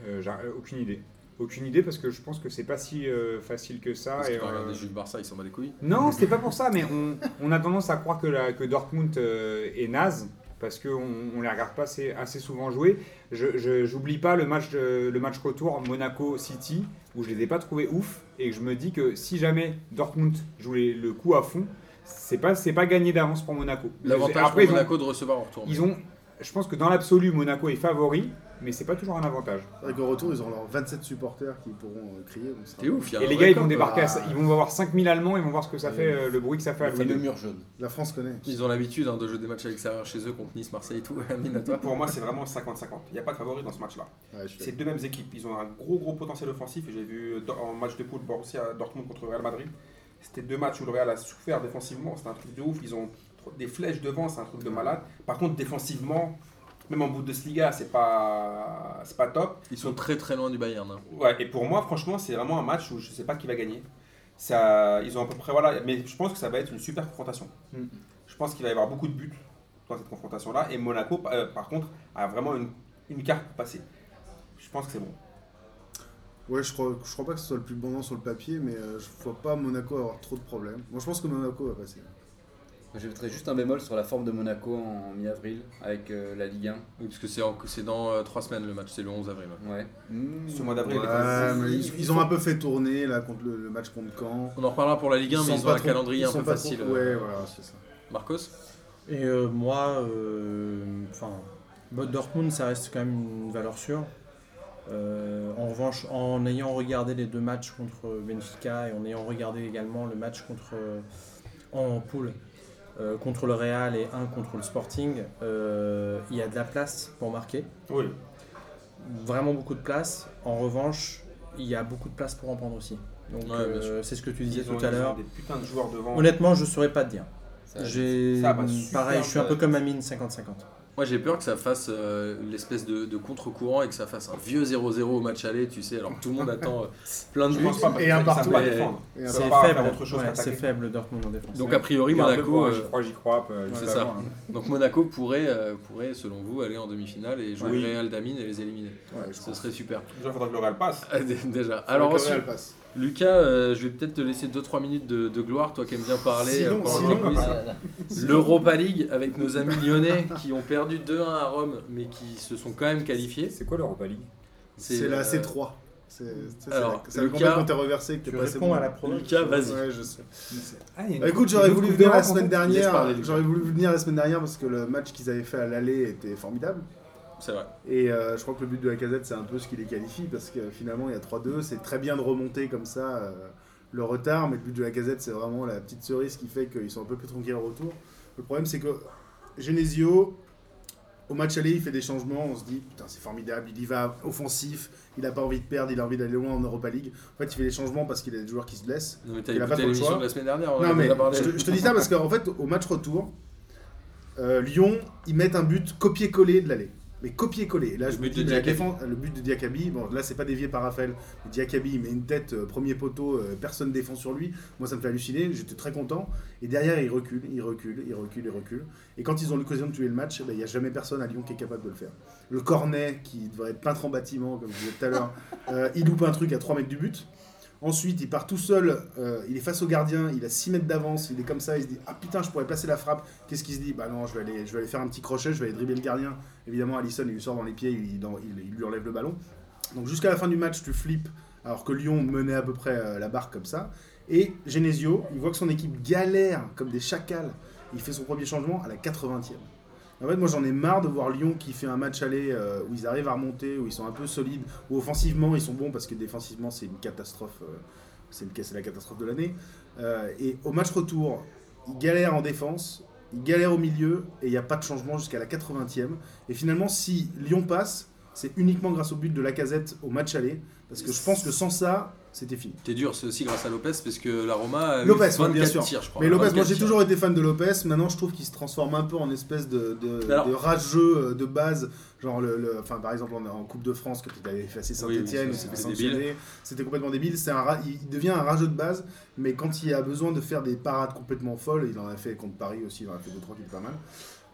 S2: Euh, j'ai euh, aucune idée. Aucune idée parce que je pense que c'est pas si euh, facile que ça.
S1: Parce que
S2: et,
S1: quand on
S2: euh,
S1: regarde les Jules Barça, ils s'en bat les couilles.
S2: Non, c'est pas pour ça, mais on, on a tendance à croire que, la- que Dortmund euh, est naze parce qu'on on les regarde pas assez, assez souvent jouer. Je je- j'oublie pas le match, euh, le match retour Monaco City où je les ai pas trouvés ouf et que je me dis que si jamais Dortmund jouait le coup à fond, c'est pas c'est pas gagné d'avance pour Monaco.
S1: L'avantage pour
S2: Après, ils ont-
S1: Monaco de recevoir en retour.
S2: ils ont, je pense que dans l'absolu Monaco est favori, mais c'est pas toujours un avantage.
S5: Avec au retour, ils auront leurs 27 supporters qui pourront euh, crier. donc ça-
S1: T'es ouf, y a
S2: Et
S1: un
S2: les
S1: vrai
S2: gars, ils vont
S1: club.
S2: débarquer, à,
S5: bah.
S2: ils vont voir 5000 Allemands, ils vont voir ce que ça fait, euh, le bruit que ça fait à
S6: Le fameux
S2: Louis
S6: mur jaune.
S5: La France connaît.
S1: Ils ont l'habitude hein, de jouer des matchs à l'extérieur chez eux contre Nice, Marseille et tout. Amine, à toi.
S3: Pour moi, c'est vraiment 50-50. Il n'y a pas de favori dans ce match-là.
S5: Ouais, je suis
S3: C'est deux mêmes équipes. Ils ont un gros gros potentiel offensif. J'ai vu euh, dans- en match de poule Borussia Dortmund contre Real Madrid. C'était deux matchs où le Real a souffert défensivement. C'était un truc de ouf. Ils ont trop- des flèches devant. C'est un truc de malade. Par contre, défensivement, même en Bundesliga, c'est pas c'est pas top.
S1: Ils sont très très loin du Bayern. hein.
S3: Ouais, et pour moi, franchement, c'est vraiment un match où je sais pas qui va gagner. Ça, ils ont à peu près voilà, mais je pense que ça va être une super confrontation.
S2: Mm.
S3: Je pense qu'il va y avoir beaucoup de buts dans cette confrontation-là, et Monaco, pa- euh, par contre, a vraiment une, une carte pour passer. Je pense que c'est bon.
S5: Ouais, je crois, je crois pas que ce soit le plus bon nom sur le papier, mais euh, je vois pas Monaco avoir trop de problèmes. Moi, je pense que Monaco va passer.
S6: Je mettrais juste un bémol sur la forme de Monaco en mi-avril avec euh, la Ligue 1.
S1: Oui, parce que c'est en- c'est dans 3 semaines le match, c'est le 11 avril. hein.
S6: Ouais.
S3: Ce mois d'avril, il est pas-
S5: Ouais, mais ils, ils ont un peu fait tourner là contre le, le match contre Caen.
S1: On en reparlera pour la Ligue 1, mais
S5: sont
S1: ils ont
S5: pas
S1: un
S5: trop-
S1: calendrier
S5: ils
S1: un
S5: sont
S1: peu
S5: pas
S1: facile.
S5: trop-
S1: euh,
S5: Ouais, voilà, c'est ça.
S1: Marcos
S4: Et euh, moi, euh, enfin, bah, Dortmund, ça reste quand même une valeur sûre. Euh, en revanche, en ayant regardé les deux matchs contre Benfica et en ayant regardé également le match contre euh, en poule euh, contre le Real et un contre le Sporting, euh, il y a de la place pour marquer,
S3: Oui,
S4: vraiment beaucoup de place. En revanche, il y a beaucoup de place pour en prendre aussi. Donc
S1: Ouais, bien
S4: euh, c'est ce que tu disais
S3: ils ont,
S4: tout à
S3: ils ont
S4: l'heure.
S3: des putains de joueurs devant.
S4: Honnêtement, je saurais pas te dire.
S6: Ça va vite.
S4: J'ai
S3: Ça va super
S4: pareil, je suis un peu
S6: bien.
S4: comme Amine 50-50.
S1: Moi j'ai peur que ça fasse euh, l'espèce de, de contre-courant et que ça fasse un vieux 0-0 au match aller, tu sais, alors que tout le monde attend euh, plein de
S3: Je
S1: buts.
S3: pense pas, parce
S5: Et
S3: qu'ils
S5: un
S3: savent
S5: partout,
S3: pas
S1: mais-
S3: défendre.
S5: Et
S3: Ça
S5: après-
S4: C'est
S3: va
S4: faible,
S3: faire autre chose
S4: ouais,
S3: qu'attaquer.
S4: c'est faible Dortmund en défense.
S1: Donc a priori
S2: Garde le
S1: Monaco,
S2: point,
S1: euh,
S2: J'y crois, j'y crois. euh,
S1: c'est
S2: jusqu'à
S1: ça.
S2: la fin, hein.
S1: donc Monaco pourrait, euh, pourrait selon vous aller en demi-finale et jouer
S2: Oui.
S1: le Real d'Amine et les éliminer.
S5: Ouais, je
S1: Ce
S5: pense.
S1: serait super.
S3: Déjà, il faudra que le Real passe.
S1: Déjà. Alors
S5: Faudrait que le
S1: ensuite,
S5: Real passe.
S1: Lucas, euh, je vais peut-être te laisser 2-3 minutes de, de gloire, toi qui aimes bien parler
S5: Sinon-
S1: euh, pendant
S5: sinon-
S1: le quiz.
S6: Ah là là.
S1: L'Europa League avec nos amis lyonnais qui ont perdu 2-1 à Rome mais qui se sont quand même qualifiés.
S2: C'est quoi l'Europa League
S5: C'est la
S1: euh,
S5: C3. C'est c'est- c'est
S1: alors,
S5: la- c'est la
S1: Lucas,
S5: compétition quand t'es reversé que t'es
S4: Tu
S5: passé
S4: réponds à la première.
S1: Lucas, vas-y.
S5: Ouais, je sais.
S2: Ah, il y a une
S5: Bah,
S2: coupe-
S5: écoute, j'aurais
S2: une
S5: voulu
S2: coupe
S5: venir la
S2: d'Europe, en
S5: semaine
S2: fait.
S1: Laisse
S5: dernière.
S1: parler, Lucas.
S5: J'aurais voulu venir la semaine dernière parce que le match qu'ils avaient fait à l'aller était formidable.
S1: C'est vrai.
S5: Et euh, je crois que le but de la casette, c'est un peu ce qui les qualifie, parce que euh, finalement, il y a 3-2, c'est très bien de remonter comme ça euh, le retard, mais le but de la casette, c'est vraiment la petite cerise qui fait qu'ils sont un peu plus tranquilles au retour. Le problème, c'est que Genesio, au match aller, il fait des changements, on se dit, putain, c'est formidable, il y va offensif, il a pas envie de perdre, il a envie d'aller loin en Europa League. En fait, il fait des changements parce qu'il a des joueurs qui se blessent.
S1: Non mais t'as
S5: Il a pas
S1: écouté
S5: trop le
S1: l'émission
S5: choix.
S1: de la semaine dernière. on en
S5: Non,
S1: a
S5: mais
S1: déjà parlé.
S5: je te, je te dis ça parce qu'en fait, au match retour, euh, Lyon, ils mettent un but copier-coller de l'aller. Mais copier-coller. Là, je
S1: Le
S5: me
S1: but
S5: dis,
S1: de
S5: mais la
S1: Diakaby.
S5: défense- le but de Diakabi, bon, là, c'est pas dévié par Raphaël. Mais Diakabi, il met une tête, euh, premier poteau, euh, personne défend sur lui. Moi, ça me fait halluciner. J'étais très content. Et derrière, il recule, il recule, il recule, il recule. Et quand ils ont l'occasion de tuer le match, eh ben, il n'y a jamais personne à Lyon qui est capable de le faire. Le cornet, qui devrait être peintre en bâtiment, comme je disais tout à l'heure, euh, il loupe un truc à 3 mètres du but. Ensuite, il part tout seul, euh, il est face au gardien, il a 6 mètres d'avance, il est comme ça, il se dit Ah putain, je pourrais placer la frappe. Qu'est-ce qu'il se dit Bah non, je vais, aller, je vais aller faire un petit crochet, je vais aller dribbler le gardien. Évidemment, Allison, il lui sort dans les pieds, il, dans- il- il lui enlève le ballon. Donc jusqu'à la fin du match, tu flippes, alors que Lyon menait à peu près euh, la barre comme ça. Et Genesio, il voit que son équipe galère comme des chacals. Il fait son premier changement à la 80e. En fait, moi j'en ai marre de voir Lyon qui fait un match aller euh, où ils arrivent à remonter, où ils sont un peu solides, où offensivement ils sont bons parce que défensivement c'est une catastrophe, euh, c'est une- c'est la catastrophe de l'année. Euh, et au match retour, ils galèrent en défense, ils galèrent au milieu et il n'y a pas de changement jusqu'à la 80e. Et finalement, si Lyon passe, c'est uniquement grâce au but de la casette au match aller parce que je pense que sans ça, c'était fini.
S1: T'es dur, c'est aussi grâce à Lopez parce que la Roma a eu
S5: Lopez,
S1: 24
S5: bien sûr.
S1: tirs, je crois.
S5: Mais Lopez,
S1: 24
S5: moi j'ai
S1: tirs.
S5: toujours été fan de Lopez. Maintenant, je trouve qu'il se transforme un peu en espèce de, de,
S1: Alors-
S5: de rageux euh, de base. Genre, le, le- enfin, par exemple, en, en Coupe de France, quand il avait effacé
S1: Oui, oui,
S5: Saint-Etienne,
S1: ça,
S5: c'était
S1: c'était débile.
S5: sanctionné. C'était complètement débile. C'est un ra- il, il devient un rageux de base, mais quand il a besoin de faire des parades complètement folles, il en a fait contre Paris aussi, il en a fait deux, trois qui étaient pas mal.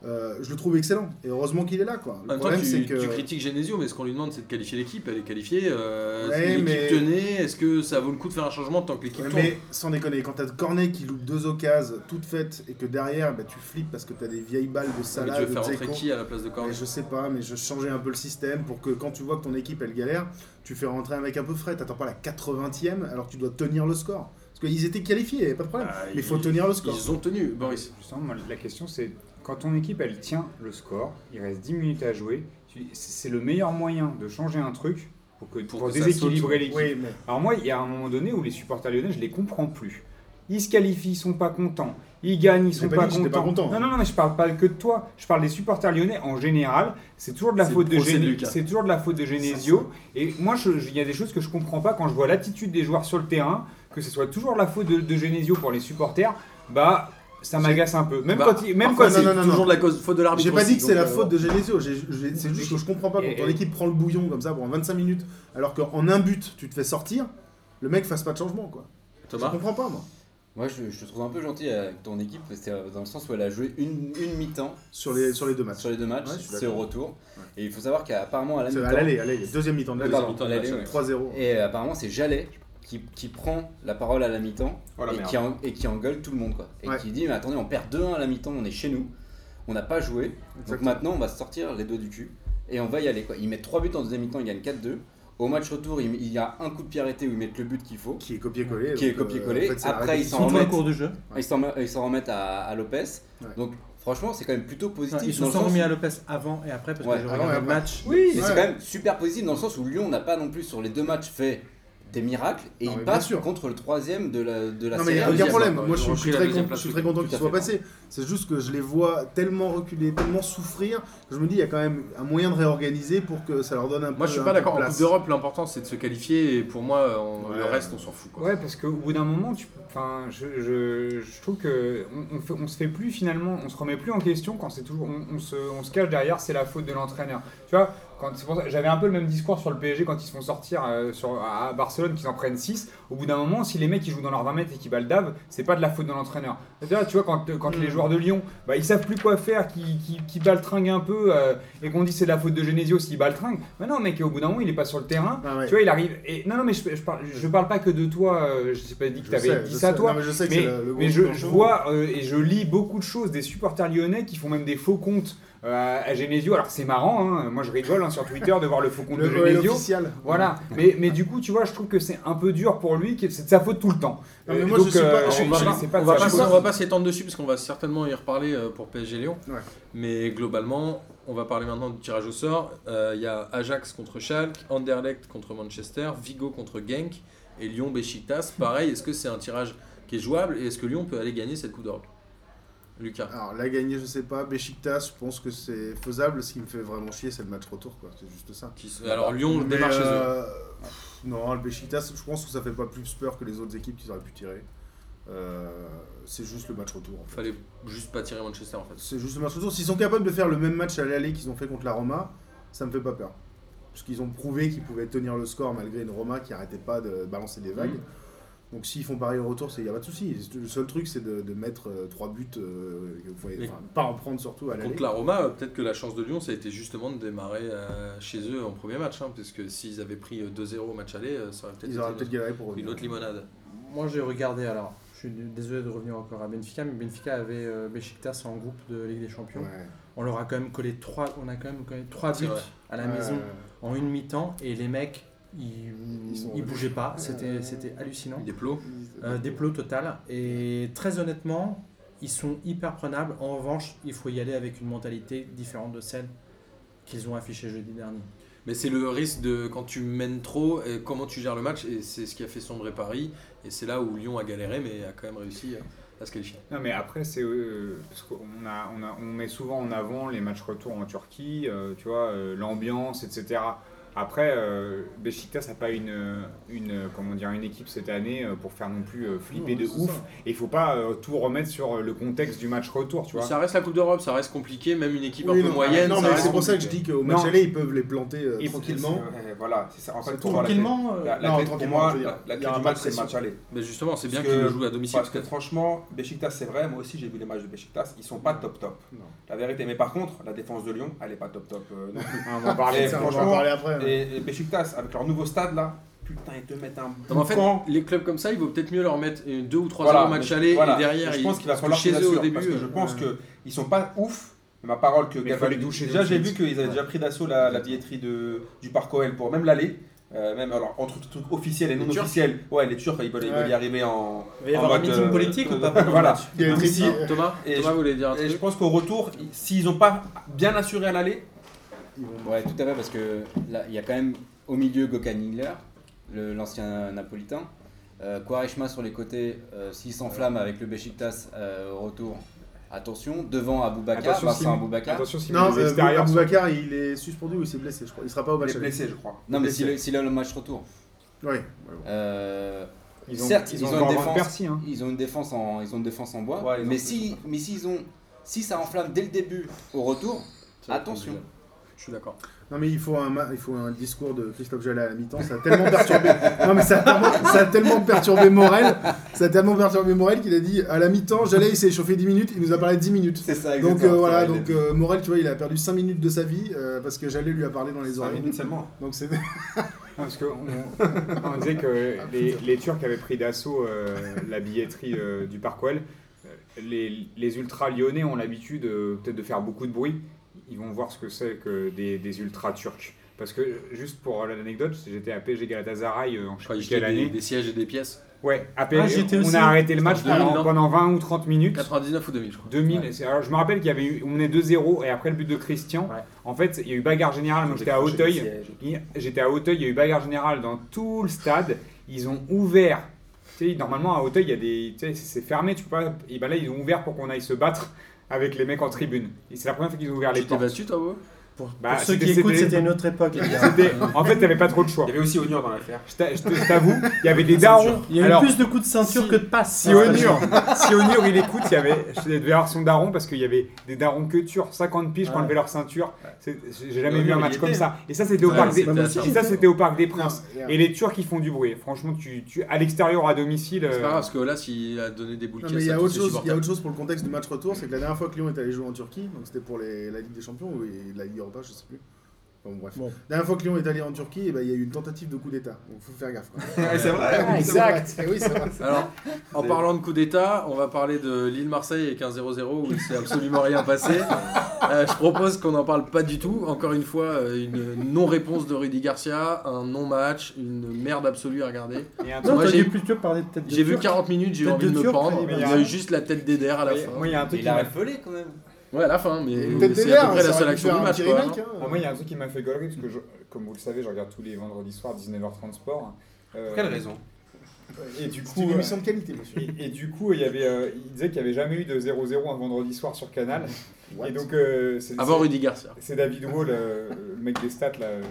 S5: euh, je le trouve excellent. Et heureusement qu'il est là, quoi.
S1: En
S5: Le
S1: même temps,
S5: problème, c'est
S1: tu,
S5: que.
S1: tu critiques Genesio, mais ce qu'on lui demande, c'est de qualifier l'équipe. Elle est qualifiée. euh,
S5: Ouais,
S1: l'équipe
S5: mais-
S1: tenait. Est-ce que ça vaut le coup de faire un changement tant que l'équipe
S5: Ouais,
S1: tourne
S5: mais sans déconner, quand t'as Cornet qui loupe deux occasions toutes faites et que derrière bah, tu flippes parce que t'as des vieilles balles de
S1: Mais
S5: Salah,
S1: Tu veux
S5: de
S1: faire rentrer
S5: Dzeko.
S1: qui à la place de
S5: Mais
S1: Cornet
S5: je sais pas, mais je changeais un peu le système pour que quand tu vois que ton équipe elle galère, tu fais rentrer un mec un peu frais. T'attends pas la 80e alors que tu dois tenir le score. Parce qu'ils étaient qualifiés, y avait pas de problème.
S6: Ah,
S1: Bah,
S5: mais
S1: ils-
S5: Ah, faut tenir le score.
S1: Ils ont tenu, Boris.
S2: Justement, moi, la question c'est quand ton équipe elle tient le score, il reste 10 minutes à jouer, tu- c'est le meilleur moyen de changer un truc pour, que,
S1: Pour
S2: pour,
S1: que ça
S2: déséquilibrer l'équipe.
S5: Oui, mais
S2: Alors moi, il y a un moment donné où les supporters lyonnais, je les comprends plus. Ils se qualifient, ils sont pas contents. Ils gagnent, ils
S5: J'ai
S2: sont
S5: pas
S2: pas,
S5: dit que j'étais
S2: contents.
S5: pas content, hein.
S2: Non, non, non, mais je parle pas que de toi. Je parle des supporters lyonnais en général. C'est toujours de la
S1: C'est
S2: faute
S1: le
S2: de
S1: procès de
S2: Gene-
S1: Lucas.
S2: C'est toujours de la faute de Genesio. Et moi, je- je- il y a des choses que je comprends pas quand je vois l'attitude des joueurs sur le terrain, que ce soit toujours la faute de, de Genesio pour les supporters. Bah, ça m'agace un peu. Même
S1: Bah,
S2: quand, il, même
S1: Parfois,
S2: quand
S5: non,
S1: c'est
S5: non, non,
S1: toujours
S5: non.
S1: de la cause, faute de
S6: Ah,
S1: l'arbitre.
S5: j'ai pas
S1: aussi,
S5: dit que c'est
S1: donc,
S5: la
S1: euh,
S5: faute de Genesio. j'ai- j'ai- C'est juste que je comprends pas quand ton équipe prend le bouillon comme ça pendant 25 minutes alors qu'en un but tu te fais sortir, le mec fasse pas de changement quoi. Je
S6: Bah.
S1: Thomas,
S5: comprends pas moi.
S6: Moi, je, je te trouve un peu gentil avec ton équipe, c'est euh, dans le sens où elle a joué une, une mi-temps
S5: Sur les, sur les deux matchs.
S6: sur les deux matchs,
S5: Ouais, je suis
S6: c'est
S5: d'accord.
S6: au retour.
S5: Ouais.
S6: Et il faut savoir qu'apparemment, à la
S5: C'est
S6: mi-temps.
S5: à l'aller, à l'aller. Deuxième mi-temps de
S6: Ouais,
S5: la
S6: pardon,
S1: mi-temps
S6: à
S1: de
S6: l'aller,
S1: match,
S6: ouais.
S5: 3-0.
S6: Et euh, apparemment, c'est Jallet qui, qui prend la parole à la mi-temps
S3: Oh la
S6: et,
S3: merde.
S6: qui en- et qui engueule tout le monde. Quoi. Et
S5: Ah, Ouais.
S6: qui dit Mais attendez, on perd 2-1 à la mi-temps, on est chez nous, on n'a pas joué, donc
S5: Exactement.
S6: maintenant on va se sortir les doigts du cul et on va y aller. Quoi. Ils mettent 3 buts en deuxième mi-temps, ils gagnent 4-2. Au match retour, il, il y a un coup de pied arrêté où ils mettent le but qu'il faut.
S5: Qui est copié-collé.
S6: Qui est
S5: donc, euh,
S6: copié-collé.
S5: en fait, c'est la
S6: Après,
S5: répétition.
S6: ils s'en
S4: Surtout en
S6: remettent.
S4: cours de jeu.
S6: Ils s'en ils s'en remettent à, à Lopez.
S5: Ouais.
S6: Donc franchement, c'est quand même plutôt positif.
S4: Ils
S6: dans
S4: se
S6: le
S4: sont
S6: sens
S4: remis
S6: où-
S4: à Lopez avant et après parce
S6: Ouais,
S4: que j'ai
S5: avant
S4: regardé
S5: et
S4: le
S5: après.
S4: match.
S2: Oui,
S6: Mais
S5: Ouais.
S6: c'est quand même super positif dans le sens où Lyon n'a pas non plus sur les deux matchs fait des miracles et
S5: Non, mais
S6: il
S5: bien
S6: passe
S5: sûr.
S6: contre le troisième de la,
S1: Bah,
S6: de la
S5: Non mais
S6: série.
S5: il n'y
S6: A
S5: a aucun
S6: deuxième.
S5: problème,
S1: quoi.
S5: moi
S1: hein. Ils
S5: je
S1: ont repris
S5: suis,
S1: la
S5: très,
S1: deuxième
S5: con- je
S1: place,
S5: suis
S1: oui.
S5: très content
S6: Tout
S5: qu'il
S6: à
S5: soit
S6: fait.
S1: hein.
S5: passé. C'est juste que je les vois tellement reculer, tellement souffrir, que je me dis il y a quand même un moyen de réorganiser pour que ça leur donne un peu
S1: moi je suis
S5: un
S1: pas
S5: peu de
S1: d'accord. En
S5: place.
S1: Coupe d'Europe, l'important c'est de se qualifier et pour moi, on- le
S5: Ouais.
S1: reste, on s'en fout. Quoi.
S2: Ouais, parce qu'au bout d'un moment, tu... enfin, je, je, je trouve que on, on fait- on se fait plus finalement, on se remet plus en question quand c'est toujours, on, on se, on se cache derrière, c'est la faute de l'entraîneur. Tu vois, quand c'est pour ça- j'avais un peu le même discours sur le PSG quand ils se font sortir euh, sur, à Barcelone, qu'ils en prennent 6. Au bout d'un moment, si les mecs ils jouent dans leur 20 mètres et qu'ils baldavent, c'est pas de la faute de l'entraîneur. C'est-à-dire, Tu vois, quand, quand les joueurs de Lyon, bah, ils savent plus quoi faire, qu'ils qu'ils- qu'ils baltringuent un peu euh, et qu'on dit c'est de la faute de Genesio s'ils baltringuent, mais non, mec, au bout d'un moment, il est pas sur le terrain.
S5: Ah ouais.
S2: Tu vois, il arrive. Et non, non, mais je, je parle, je parle pas que de toi. euh, Je sais pas dit que
S5: Je
S2: t'avais
S5: sais,
S2: dit
S5: je
S2: ça
S5: sais.
S2: toi.
S5: Non, mais je sais que
S2: mais
S5: c'est le- le
S2: mais
S5: gros
S2: je,
S5: plan.
S2: je vois euh, et je lis beaucoup de choses des supporters lyonnais qui font même des faux comptes euh, à Genesio. Alors c'est marrant, hein, moi je rigole hein, sur Twitter de voir le faux compte
S5: le
S2: de
S5: OL
S2: Genesio.
S5: officiel.
S2: Voilà, mais, mais du coup, tu vois, je trouve que c'est un peu dur pour lui, que c'est de sa faute tout le temps.
S5: Non, mais
S2: Euh,
S5: moi, je suis pas-
S2: euh,
S5: je suis-
S1: on, va
S5: je
S1: pas,
S2: c'est
S1: on
S2: de
S1: va
S2: sa
S1: pas-
S2: faute.
S1: on va pas s'étendre dessus parce qu'on va certainement y reparler euh, pour PSG Lyon.
S5: Ouais.
S1: Mais globalement, on va parler maintenant du tirage au sort. Euh, Il y a Ajax contre Schalke, Anderlecht contre Manchester, Vigo contre Genk et Lyon Besiktas. Pareil, est-ce que c'est un tirage qui est jouable et est-ce que Lyon peut aller gagner cette Coupe d'Europe Lucas.
S5: Alors la gagner, je sais pas. Besiktas, je pense que c'est faisable. Ce qui me fait vraiment chier, c'est le match retour, quoi. C'est juste ça.
S1: Qui se- Alors Lyon
S5: Mais,
S1: démarre chez eux.
S5: euh, pff, Non, le Besiktas, je pense que ça fait pas plus peur que les autres équipes qu'ils auraient pu tirer. Euh, c'est juste le match retour. En fait.
S1: Fallait juste pas tirer Manchester en fait.
S5: C'est juste le match retour. S'ils sont capables de faire le même match à l'aller qu'ils ont fait contre la Roma, ça me fait pas peur. Parce qu'ils ont prouvé qu'ils pouvaient tenir le score malgré une Roma qui arrêtait pas de balancer des vagues. Donc s'ils font pareil au retour, il n'y a pas de souci. Le seul truc, c'est de, de mettre euh, trois buts, euh, que vous pouvez-
S1: Mais-
S5: enfin, pas en prendre surtout à l'aller.
S1: Contre la Roma, euh, peut-être que la chance de Lyon, ça a été justement de démarrer euh, chez eux en premier match. hein, parce que s'ils avaient pris euh, 2-0 au match aller, euh, ça aurait peut-être
S5: Ils auraient
S1: été
S5: peut-être galéré pour
S1: une
S5: revenir.
S1: autre limonade.
S4: Moi j'ai regardé alors. Je suis désolé de revenir encore à Benfica, mais Benfica avait euh, Besiktas en groupe de Ligue des Champions.
S5: Ouais.
S4: On leur a quand même collé trois, on a quand même collé trois
S1: C'est
S4: buts
S1: vrai.
S4: à la
S5: Ouais.
S4: maison
S3: Euh,
S4: en une mi-temps et les mecs ils,
S5: Ils sont
S4: ils
S5: revenus.
S4: bougeaient pas. C'était c'était
S5: Hein
S4: hallucinant.
S1: Des plots.
S4: Euh, des plots total. Et très honnêtement, ils sont hyper prenables. En revanche, il faut y aller avec une mentalité différente de celle qu'ils ont affichée jeudi dernier.
S1: Mais c'est le risque de quand tu mènes trop, et comment tu gères le match, et c'est ce qui a fait sombrer Paris, et c'est là où Lyon a galéré, mais a quand même réussi euh, à se qualifier.
S2: Non mais après c'est euh, parce qu'on a, on a- on met souvent en avant les matchs retour en Turquie, euh, tu vois euh, l'ambiance etc. Après, euh, Besiktas n'a pas une, euh, une, euh, comment dire, une équipe cette année euh, pour faire non plus euh, flipper
S6: Non,
S2: de
S6: c'est
S2: ouf.
S6: ça.
S2: Et il faut pas euh, tout remettre sur euh, le contexte du match retour, tu vois.
S1: Ça reste la Coupe d'Europe, ça reste compliqué, même une équipe
S5: Oui,
S1: un peu
S5: non,
S1: moyenne.
S5: non,
S1: ça
S5: mais
S1: reste
S5: c'est pour ça que je
S1: compliqué.
S5: dis qu'au match
S2: Non.
S5: aller, ils peuvent les planter euh,
S2: Et-
S5: tranquillement.
S3: Euh, Voilà, c'est ça. En fait,
S5: C'est
S3: pour moi, la clé-
S4: Tranquillement, euh,
S3: La, la
S5: Non,
S3: clé, pour
S5: tranquillement,
S3: moi,
S5: je veux dire,
S3: la, la
S5: il y
S3: clé
S5: aura
S3: du
S5: pas
S3: match,
S5: de
S3: c'est le match
S5: pression.
S3: aller.
S1: Mais justement, c'est bien
S3: Parce
S1: qu'ils
S3: que-
S1: le jouent à domicile.
S3: Parce
S1: Parce
S3: que franchement, Besiktas, c'est vrai, moi aussi j'ai vu les matchs de Besiktas, ils sont pas top top.
S5: Non.
S3: La vérité, mais par contre, la défense de Lyon, elle est pas top top. euh, non plus.
S2: Hein, on va en parler.
S3: Et
S5: Ça, on va en
S3: franchement,
S5: parler après. ouais.
S3: Et, et Besiktas, avec leur nouveau stade là, putain, ils te mettent un
S1: Non, mais en fait,
S3: boucan.
S1: les clubs comme ça, il vaut peut-être mieux leur mettre une- deux ou trois
S3: Voilà,
S1: heures au match
S3: mais-
S1: aller
S3: voilà,
S1: et derrière,
S3: mais je
S1: ils-
S3: pense qu'il va
S1: parce que
S3: falloir
S1: chez
S3: qu'ils
S1: eux au
S3: assurent,
S1: début.
S3: parce que je
S1: euh,
S3: pense que ils sont pas ouf. mais Ma parole que
S2: Mais faut les doucher
S3: Déjà,
S2: tout de
S3: j'ai vu
S2: suite.
S3: qu'ils avaient déjà pris d'assaut la, la billetterie de, du parc OL pour même l'aller. Euh, même alors entre trucs officiels et non
S1: Les Turcs
S3: officiels, ouais, les Turcs ils veulent, ils veulent y
S5: Ouais.
S3: arriver en.
S4: Il va y
S3: en
S4: avoir un
S3: mode,
S4: meeting
S3: euh,
S4: politique ou pas pendant le
S3: Voilà.
S4: match
S5: Il y a
S1: Thomas,
S5: une triste-
S1: euh, Thomas,
S3: Et
S1: Thomas
S3: je-
S1: voulait dire un
S3: Et je
S1: truc.
S3: pense qu'au retour, s'ils n'ont pas bien assuré à l'aller,
S5: ils vont-
S6: Ouais, tout à fait, parce que là, il y a quand même au milieu Gökhan Miller, le- l'ancien napolitain. Euh, Quaresma sur les côtés, euh, s'il s'enflamme avec le Besiktas euh, au retour, attention. Devant Aboubacar,
S2: Attention,
S6: Vincent
S2: Simi.
S6: Aboubacar.
S2: Attention, si
S5: Non,
S2: les
S5: euh,
S2: extérieurs sont-
S5: Aboubacar, il est suspendu ou il s'est blessé, je crois. Il sera pas au
S3: il
S5: match
S3: est
S5: aller.
S3: blessé, je crois.
S6: Non, mais
S5: blessé.
S6: s'il a- s'il a le match retour.
S5: Ouais, ouais, bon.
S6: Euh,
S2: ils ont,
S6: certes,
S2: ils
S6: ils
S2: ont
S6: ont
S2: encore
S6: une
S2: Van
S6: défense.
S2: Persie, hein.
S6: Ils ont une défense en, ils ont une défense en bois.
S3: Ouais, ils ont-
S6: mais si, mais s'ils ont, si ça enflamme dès le début au retour,
S1: Ça va être
S6: attention.
S1: compliqué. Je suis d'accord.
S5: Non mais il faut un ma- il faut un discours de Christophe Jallet à la mi-temps, ça a tellement perturbé. non mais ça a tellement, ça a tellement perturbé Morel, ça a tellement perturbé Morel qu'il a dit à la mi-temps Jallet il s'est échauffé 10 minutes, il nous a parlé 10 minutes.
S6: C'est ça.
S5: Donc euh, voilà, donc euh, Morel tu vois il a perdu 5 minutes de sa vie euh, parce que Jallet lui a parlé dans les
S3: Cinq
S5: oreilles.
S3: minutes seulement.
S5: Donc c'est
S2: Non, Parce qu'on on disait que les, les Turcs avaient pris d'assaut euh, la billetterie euh, du Parc OL. Les, les ultras lyonnais ont l'habitude euh, peut-être de faire beaucoup de bruit. Ils vont voir ce que c'est que des, des ultras turcs. Parce que, juste pour l'anecdote, j'étais à PSG Galatasaray euh, en je sais
S1: Quand
S2: plus
S1: ils
S2: quelle
S1: jetaient des,
S2: année.
S1: des sièges et des pièces.
S2: Ouais, à
S4: Ah,
S2: PSG,
S4: j'étais
S2: on
S4: aussi.
S2: a arrêté le match
S1: C'était en 2000,
S2: pendant,
S1: non
S2: pendant 20 ou 30 minutes.
S1: 99 ou 2000, je crois.
S2: 2000, c'est- alors je me rappelle qu'il y avait eu, on est 2-0 et après le but de Christian,
S4: Ouais.
S2: en fait il y a eu bagarre générale, moi j'étais à
S3: Décrocher des
S2: Auteuil,
S3: sièges.
S2: il- J'étais à Auteuil, il y a eu bagarre générale dans tout le stade. Ils ont ouvert. Tu sais, normalement à Auteuil, il y a des, tu sais, c'est c'est fermé, tu peux pas. Et ben là, ils ont ouvert pour qu'on aille se battre avec les mecs en tribune. Et c'est la première fois qu'ils ont ouvert les
S1: Tu t'es
S2: portes.
S1: battu, toi, Bobo
S4: Pour, pour
S2: Bah,
S4: ceux qui
S2: c'était-
S4: écoutent,
S2: c'était-
S4: c'était une autre époque. les gars.
S2: C'était- En fait, t'avais pas trop de choix.
S3: Il y avait aussi Ognor dans l'affaire.
S2: Je t'a- je te- je t'avoue, il y avait des darons.
S4: Il y a eu
S2: Alors,
S4: plus de coups de ceinture
S2: si-
S4: que de passes.
S2: si Onur, si Onur, il écoute, il y avait, je devais avoir son daron parce qu'il y avait des darons que turcs, 50 piges qui
S4: Ouais.
S2: enlevaient leur ceinture. C'est- J'ai jamais
S3: Et
S2: vu un
S3: Onur,
S2: match
S3: il
S2: comme
S3: était.
S2: ça. Et ça, c'était au
S1: Ouais,
S2: parc des,
S1: c'était à ça.
S2: et ça, c'était au parc des Princes.
S5: Non,
S2: Et les Turcs ils font du bruit. Franchement, tu, tu à l'extérieur, à domicile.
S1: C'est pas
S2: euh,
S1: grave, parce que là, s'il a donné des boules
S5: Non,
S1: de
S5: mais il
S1: caisse
S5: y, a
S1: à
S5: autre
S1: tous ses
S5: chose, il y a
S1: supporters.
S5: autre chose pour le contexte du match retour, c'est que la dernière fois que Lyon est allé jouer en Turquie, donc c'était pour les- la Ligue des Champions ou la Ligue Europa, je sais plus. Bon, bref.
S4: Bon.
S5: La dernière fois que Lyon est allé en Turquie, eh ben, il y a eu une tentative de coup d'État. Donc faut faire gaffe. quoi.
S3: Ouais, c'est vrai.
S2: Ah, exact.
S5: Eh oui, c'est vrai.
S1: Alors, en parlant de coup d'État, on va parler de Lille-Marseille avec un 0-0 où il s'est absolument rien passé. Euh, je propose qu'on n'en parle pas du tout. Encore une fois, euh, une non-réponse de Rudy Garcia, un non-match, une merde absolue à regarder.
S2: et un
S4: Non,
S2: truc-
S1: Moi,
S4: toi,
S1: j'ai-
S4: j'ai plutôt parlé de tête de
S1: J'ai vu
S4: Turc.
S1: 40 minutes, j'ai eu
S4: Tête
S1: envie
S4: de
S1: de me
S4: Turc,
S1: pendre.
S4: mais
S1: Il y
S2: il y
S1: a
S2: a-
S1: eu juste la tête d'Eder à la fin.
S2: Moi, il y a un truc
S6: Il
S2: qui
S6: a
S2: m'a
S6: raffolé quand même.
S1: Ouais, à la fin, mais
S5: Peut-être
S1: c'est
S5: Eder,
S1: à peu près
S5: ça
S1: la seule
S5: aurait pu
S1: action
S5: faire
S1: du
S5: un
S1: match.
S5: petit
S1: quoi,
S5: remake,
S1: hein.
S5: hein.
S2: Ah, moi, il y a un truc qui m'a fait gueuler parce que, je- comme vous le savez, je regarde tous les vendredis soirs 19h30 sport. Euh,
S3: Pour quelle raison
S2: Et du
S5: C'est
S2: coup,
S5: une
S2: euh,
S5: émission de qualité, monsieur.
S2: et, et du coup, il y avait, euh, il disait qu'il n'y avait jamais eu de 0-0 un vendredi soir sur Canal. Et donc, euh, c'est-
S1: Avant
S2: c'est-
S1: Rudy Garcia.
S2: C'est David Wall, euh, le mec des stats, là, euh,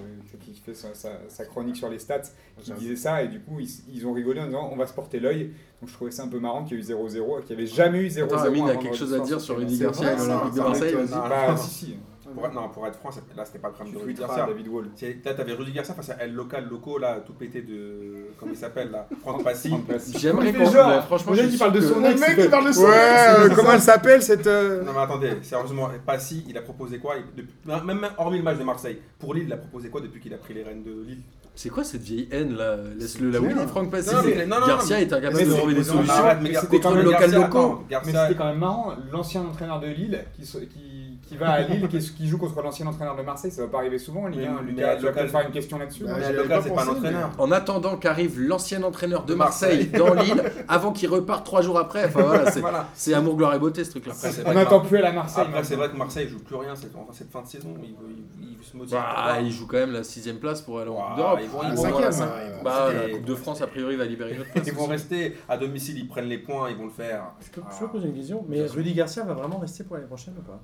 S2: qui fait sa, sa- sa chronique sur les stats, qui disait ça, et du coup, ils, ils ont rigolé en disant on va se porter l'œil. Donc je trouvais ça un peu marrant qu'il y ait eu 0-0, qu'il n'y avait jamais eu 0-0.
S1: Attends, Amine
S2: un
S1: a quelque chose à
S2: vendredi
S1: dire
S2: soir
S1: sur
S2: le
S1: Rudy
S2: Canada.
S1: Garcia et
S5: vrai,
S1: l'Olympique de
S5: ça,
S1: Marseille.
S5: ça,
S1: vas-y.
S3: ça.
S2: Bah, si, si,
S3: Pour- Non, pour être franc, c'est- là c'était pas le
S2: tu
S3: problème de Rudy
S2: tweeteras
S3: Garcia.
S2: David Wall.
S3: C'est- Là t'avais Rudy Garcia face à El Local Loco, là tout pété de. Comment il s'appelle là Franck Passy.
S2: Prends le place.
S1: J'aimerais
S2: Il
S1: qu'on.
S2: fait genre,
S1: bah, Franchement,
S2: le
S1: je
S2: mec
S1: suis
S2: qui parle de
S1: sûr
S2: son
S1: que-
S5: Le
S2: ex.
S5: mec
S2: il fait-
S5: qui parle de son
S2: Ouais,
S5: ex,
S2: euh,
S5: c'est
S2: comment
S5: ça.
S2: elle s'appelle cette. euh,
S3: Non mais attendez, sérieusement, Passy, il a proposé quoi il- depuis- Même même hormis le match de Marseille, pour Lille, il a proposé quoi depuis qu'il a pris les rênes de Lille
S1: C'est quoi cette vieille haine là Laisse-le là où
S5: clair.
S1: il est, Franck Passy.
S3: Non, mais-
S1: C'est-
S3: non, non,
S1: Garcia est incapable
S5: mais
S1: de
S5: c'est-
S1: trouver des
S5: c'est-
S1: solutions.
S3: arrête,
S2: mais
S3: gars,
S2: c'était
S1: quand même le
S3: Garcia,
S1: local loco.
S3: attends,
S2: Mais
S3: Garcia,
S2: c'était quand même marrant, l'ancien entraîneur de Lille qui, se- qui, qui va à Lille, qui, qui joue contre l'ancien entraîneur de Marseille, ça va pas arriver souvent, les
S3: Mais-
S2: gars.
S3: mais
S2: Lucas, tu vas
S3: local-
S2: peut-être faire une question là-dessus.
S5: Bah,
S3: mais
S5: j'y
S3: El
S5: avais
S3: Ah, Local
S5: pas
S3: c'est pas un
S5: pensé,
S3: entraîneur.
S1: En attendant qu'arrive l'ancien entraîneur de
S3: De
S1: Marseille dans
S3: Marseille.
S1: l'île, avant qu'il reparte trois jours après. Enfin voilà, c'est-
S3: Voilà.
S1: c'est amour, gloire et beauté ce truc-là.
S3: Après, c'est
S2: On
S3: vrai que
S2: n'attend
S3: Mar-
S2: plus à la Marseille.
S3: après, c'est vrai que Marseille joue plus rien cette, enfin, cette fin de saison. Il, veut- il, il veut se motive.
S1: Bah, il joue quand même la sixième place pour aller en
S3: Ouah,
S1: Coupe d'Europe.
S3: ils vont-
S1: Ils
S5: La
S1: vont-
S5: cinquième,
S1: voilà,
S5: ouais.
S1: cinq-
S5: ouais.
S1: Bah, la
S3: Et-
S1: Coupe de France, a priori, va libérer une autre place.
S3: Ils vont rester à domicile, ils prennent les points, ils vont le faire.
S4: Je peux, je
S3: Ah.
S4: peux poser une question, mais Rudy Garcia va vraiment rester pour l'année prochaine ou pas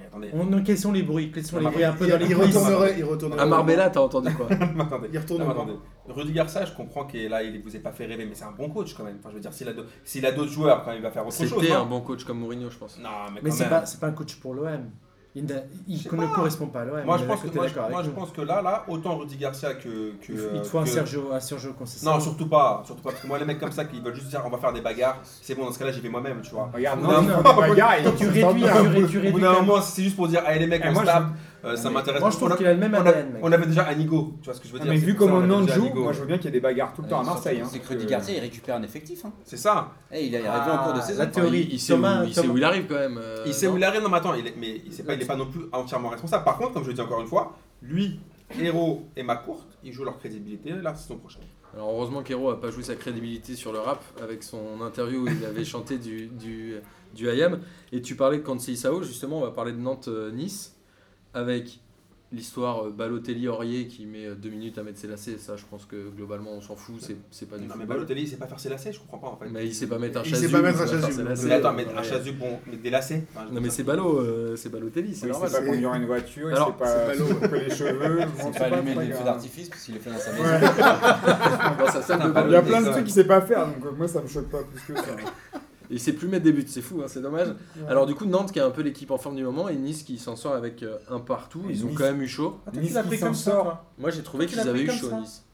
S3: Mais attendez.
S4: On, non, quels sont les bruits Quels sont les bruits un peu
S5: Il,
S4: dans les
S5: il
S4: coulisses
S5: retournerait, il retournerait.
S1: À Marbella, t'as entendu quoi
S3: attendez.
S5: Il retourne
S3: Non,
S5: au
S3: attendez. Rudy Garcia, je comprends qu'il est là, il vous est pas fait rêver, mais c'est un bon coach quand même. Enfin, je veux dire, s'il a, de- s'il a d'autres joueurs, quand même, il va faire autre chose.
S1: C'était
S3: non
S1: un bon coach comme Mourinho, je pense.
S3: Non, mais,
S4: Mais
S3: quand
S4: c'est
S3: même.
S4: pas, c'est pas un coach pour l'OM. Il, n'a- il
S3: sais
S4: ne
S3: pas.
S4: correspond pas à l'OM.
S3: Moi,
S4: mais
S3: je pense, que,
S4: d'accord,
S3: moi,
S4: t'es
S3: je,
S4: d'accord avec
S3: moi, je
S4: nous.
S3: pense que là, là, autant Rudy Garcia que. que
S4: Il faut- il te faut un
S3: que-
S4: Sergio, un Sergio Conceição.
S3: Non, surtout pas, surtout pas, parce que moi, les mecs comme ça qui veulent juste dire on va faire des bagarres, c'est bon, dans ce cas-là, j'y vais moi-même, tu vois.
S2: Regarde,
S4: Non,
S2: non,
S4: non, Tu
S2: tu
S4: réduis,
S5: hein.
S4: tu réduis, tu
S3: Au bout
S4: réduis.
S3: d'un
S4: quand même.
S3: moment, si c'est juste pour dire, allez les mecs,
S2: Eh,
S3: on
S2: moi,
S3: se
S2: je-
S3: tape, euh, ça
S2: mais-
S3: m'intéresse
S4: Moi, je trouve
S3: on, a-
S4: qu'il a le même
S3: on a-
S4: ADN. mec. Ah,
S3: on avait déjà Anigo, tu vois ce que je veux dire.
S2: Mais
S3: c'est
S2: vu
S3: pour ça,
S2: comment
S3: on avait
S2: Nantes
S3: déjà
S2: joue,
S3: Anigo.
S2: moi je veux bien qu'il y ait des bagarres tout le temps à Marseille. hein.
S6: C'est que Rudy
S2: Euh,
S6: Garcia, il récupère un effectif. hein.
S3: C'est ça.
S6: Eh, il est arrivé en cours de
S4: Ah,
S6: saison.
S4: la
S6: Enfin,
S4: théorie.
S1: Il, il sait,
S4: Thomas-
S1: où, il sait
S4: Thomas-
S1: où il arrive quand même. euh,
S3: il sait
S1: non
S3: où il arrive, non mais attends, il est, mais il sait pas, il est pas non plus entièrement responsable. Par contre, comme je le dis encore une fois, lui, Hero et McCourt, ils jouent leur crédibilité la saison prochaine.
S1: Alors heureusement qu'Hero a pas joué sa crédibilité sur le rap avec son interview où il avait chanté du, du, du IAM. Et tu parlais de Kansei Sao, justement, on va parler de Nantes-Nice avec l'histoire euh, Balotelli-Aurier qui met euh, deux minutes à mettre ses lacets. Ça, je pense que globalement, on s'en fout, c'est, c'est pas Ah, du
S3: Non mais
S1: football.
S3: Balotelli, il sait pas faire ses lacets, je comprends pas en fait.
S1: Mais il sait pas mettre un
S5: Il sait
S1: chasuble.
S5: pas mettre un
S1: il va faire
S5: chasuble.
S1: ses lacets.
S3: Mais attends, mais un
S1: Ouais.
S3: chasu, bon, mais des lacets. Enfin, je veux
S1: Non mais
S3: dire,
S1: c'est Ballot, euh, c'est Balotelli, c'est
S2: Il sait
S1: normal.
S2: pas conduire une voiture, il
S1: Alors,
S2: sait pas
S5: c'est pas
S2: couper les cheveux, bon,
S6: C'est
S2: c'est
S6: pas
S2: pas
S6: allumer
S2: très
S6: les feux
S2: grave.
S6: d'artifice parce qu'il le fait dans sa maison.
S2: Ouais.
S1: Dans sa salle de
S2: Il y a
S1: bain.
S2: plein de trucs qu'il sait pas faire, donc euh, moi ça me choque pas plus que ça.
S1: Il sait plus mettre des buts, c'est fou, hein, c'est dommage. Alors du coup, Nantes qui est un peu l'équipe en forme du moment et Nice qui s'en sort avec euh, un partout. Ils ont
S2: Nice.
S1: quand même eu chaud.
S4: Ah, toi, tu
S2: Nice
S4: l'as
S2: qui
S4: pris
S2: s'en
S4: comme ça,
S2: sort.
S4: toi.
S1: Moi j'ai trouvé
S4: Tu
S1: qu'ils
S4: l'as pris
S1: avaient eu
S4: comme
S1: chaud
S4: ça
S1: Nice.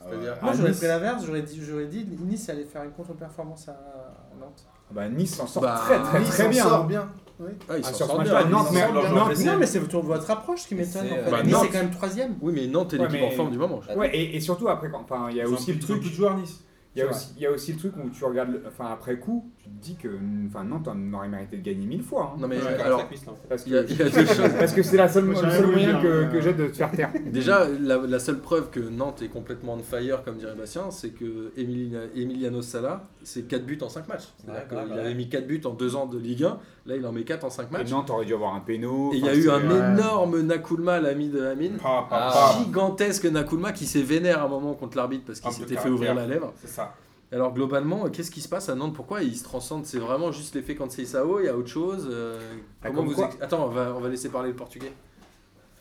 S1: C'est-à-dire-
S4: Moi,
S2: Ah,
S4: j'aurais
S2: Nice.
S4: pris l'inverse. J'aurais dit, j'aurais dit Nice allait faire une contre-performance à à Nantes.
S2: Bah, Nice s'en sort
S1: Bah,
S2: très très
S5: Nice
S2: très
S5: s'en
S2: bien.
S5: sort
S2: hein.
S5: bien. Oui.
S1: Ah, ils s'en
S2: Ah, sur ce
S1: sortent bien.
S2: match-là,
S1: hein.
S2: Nantes,
S3: Ils
S2: mais-
S3: s'en sortent
S2: Nantes,
S3: bien.
S2: Nantes,
S4: Non, mais c'est votre, votre approche qui m'étonne.
S6: C'est,
S4: en fait.
S6: euh,
S1: bah,
S4: nice
S1: Nantes.
S4: est quand même troisième.
S1: Oui, mais Nantes est l'équipe
S2: Ouais,
S1: en
S2: mais-
S1: forme du moment. je crois.
S2: Ouais, et, et surtout après, quand- enfin, il y a
S3: Ils ont
S2: aussi le
S3: plus- ils ont
S2: truc,
S3: plus de joueurs Nice.
S2: il y a
S6: C'est
S2: aussi, il y a aussi le truc où tu regardes, le- enfin après coup, tu te dis que, enfin Nantes on aurait mérité de gagner mille fois. hein.
S1: Non mais
S3: Ouais,
S1: euh,
S3: comme
S1: alors,
S3: ça, Chris, non.
S2: parce
S1: il y, a-
S2: que,
S1: il y a deux choses.
S2: parce que c'est la seule,
S5: Moi, j'ai
S2: le
S5: rien
S2: seul
S5: voulu
S2: moyen
S5: dire,
S2: que,
S5: mais,
S2: que
S5: euh,
S2: j'ai de te faire taire.
S1: Déjà, la, la seule preuve que Nantes est complètement on fire, comme dirait Bastien, c'est que Emilia- Emiliano Sala, c'est 4 buts en 5 matchs. C'est-à-dire
S3: Ouais,
S1: qu'il
S3: ouais, ouais.
S1: avait mis 4 buts en 2 ans de Ligue 1, là il en met 4 en 5
S2: Et
S1: matchs.
S2: Nantes aurait dû avoir un péno.
S1: Et il y
S2: enfin,
S1: a eu
S2: c'est-
S1: un
S5: ouais.
S1: énorme Nakulma, l'ami de Amine.
S3: Pa, pa,
S6: Ah.
S3: pa.
S1: Gigantesque Nakulma qui s'est vénère à un moment contre l'arbitre parce qu'il
S3: Un peu
S1: s'était fait
S3: caractère.
S1: ouvrir la lèvre.
S3: C'est ça.
S1: Alors globalement, euh, qu'est-ce qui se passe à Nantes Pourquoi ils se transcendent C'est vraiment juste l'effet quand c'est Sao, il y a autre chose euh,
S2: Ah,
S1: comment
S2: comme
S1: vous
S2: quoi.
S1: ex- Attends, on va, on va laisser parler le portugais.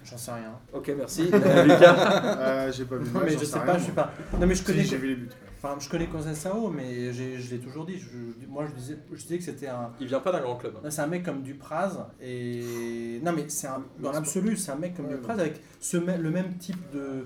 S4: J'en sais rien.
S1: Ok, merci. Euh, Lucas,
S5: Euh, j'ai pas vu. le
S4: Non,
S5: match,
S4: mais
S5: j'en
S4: je sais
S5: rien,
S4: pas,
S5: moi.
S4: je suis pas. Non, mais je
S5: Si,
S4: connais.
S5: j'ai vu les buts.
S4: Enfin, je connais Sao, mais j'ai- je l'ai toujours dit. Je- moi, je disais, je disais que c'était un.
S1: il vient pas d'un grand club. hein.
S4: Là, c'est un mec comme Dupraz et non mais c'est un dans l'absolu, c'est un mec comme
S5: Ouais,
S4: Dupraz avec ce mê- le même type de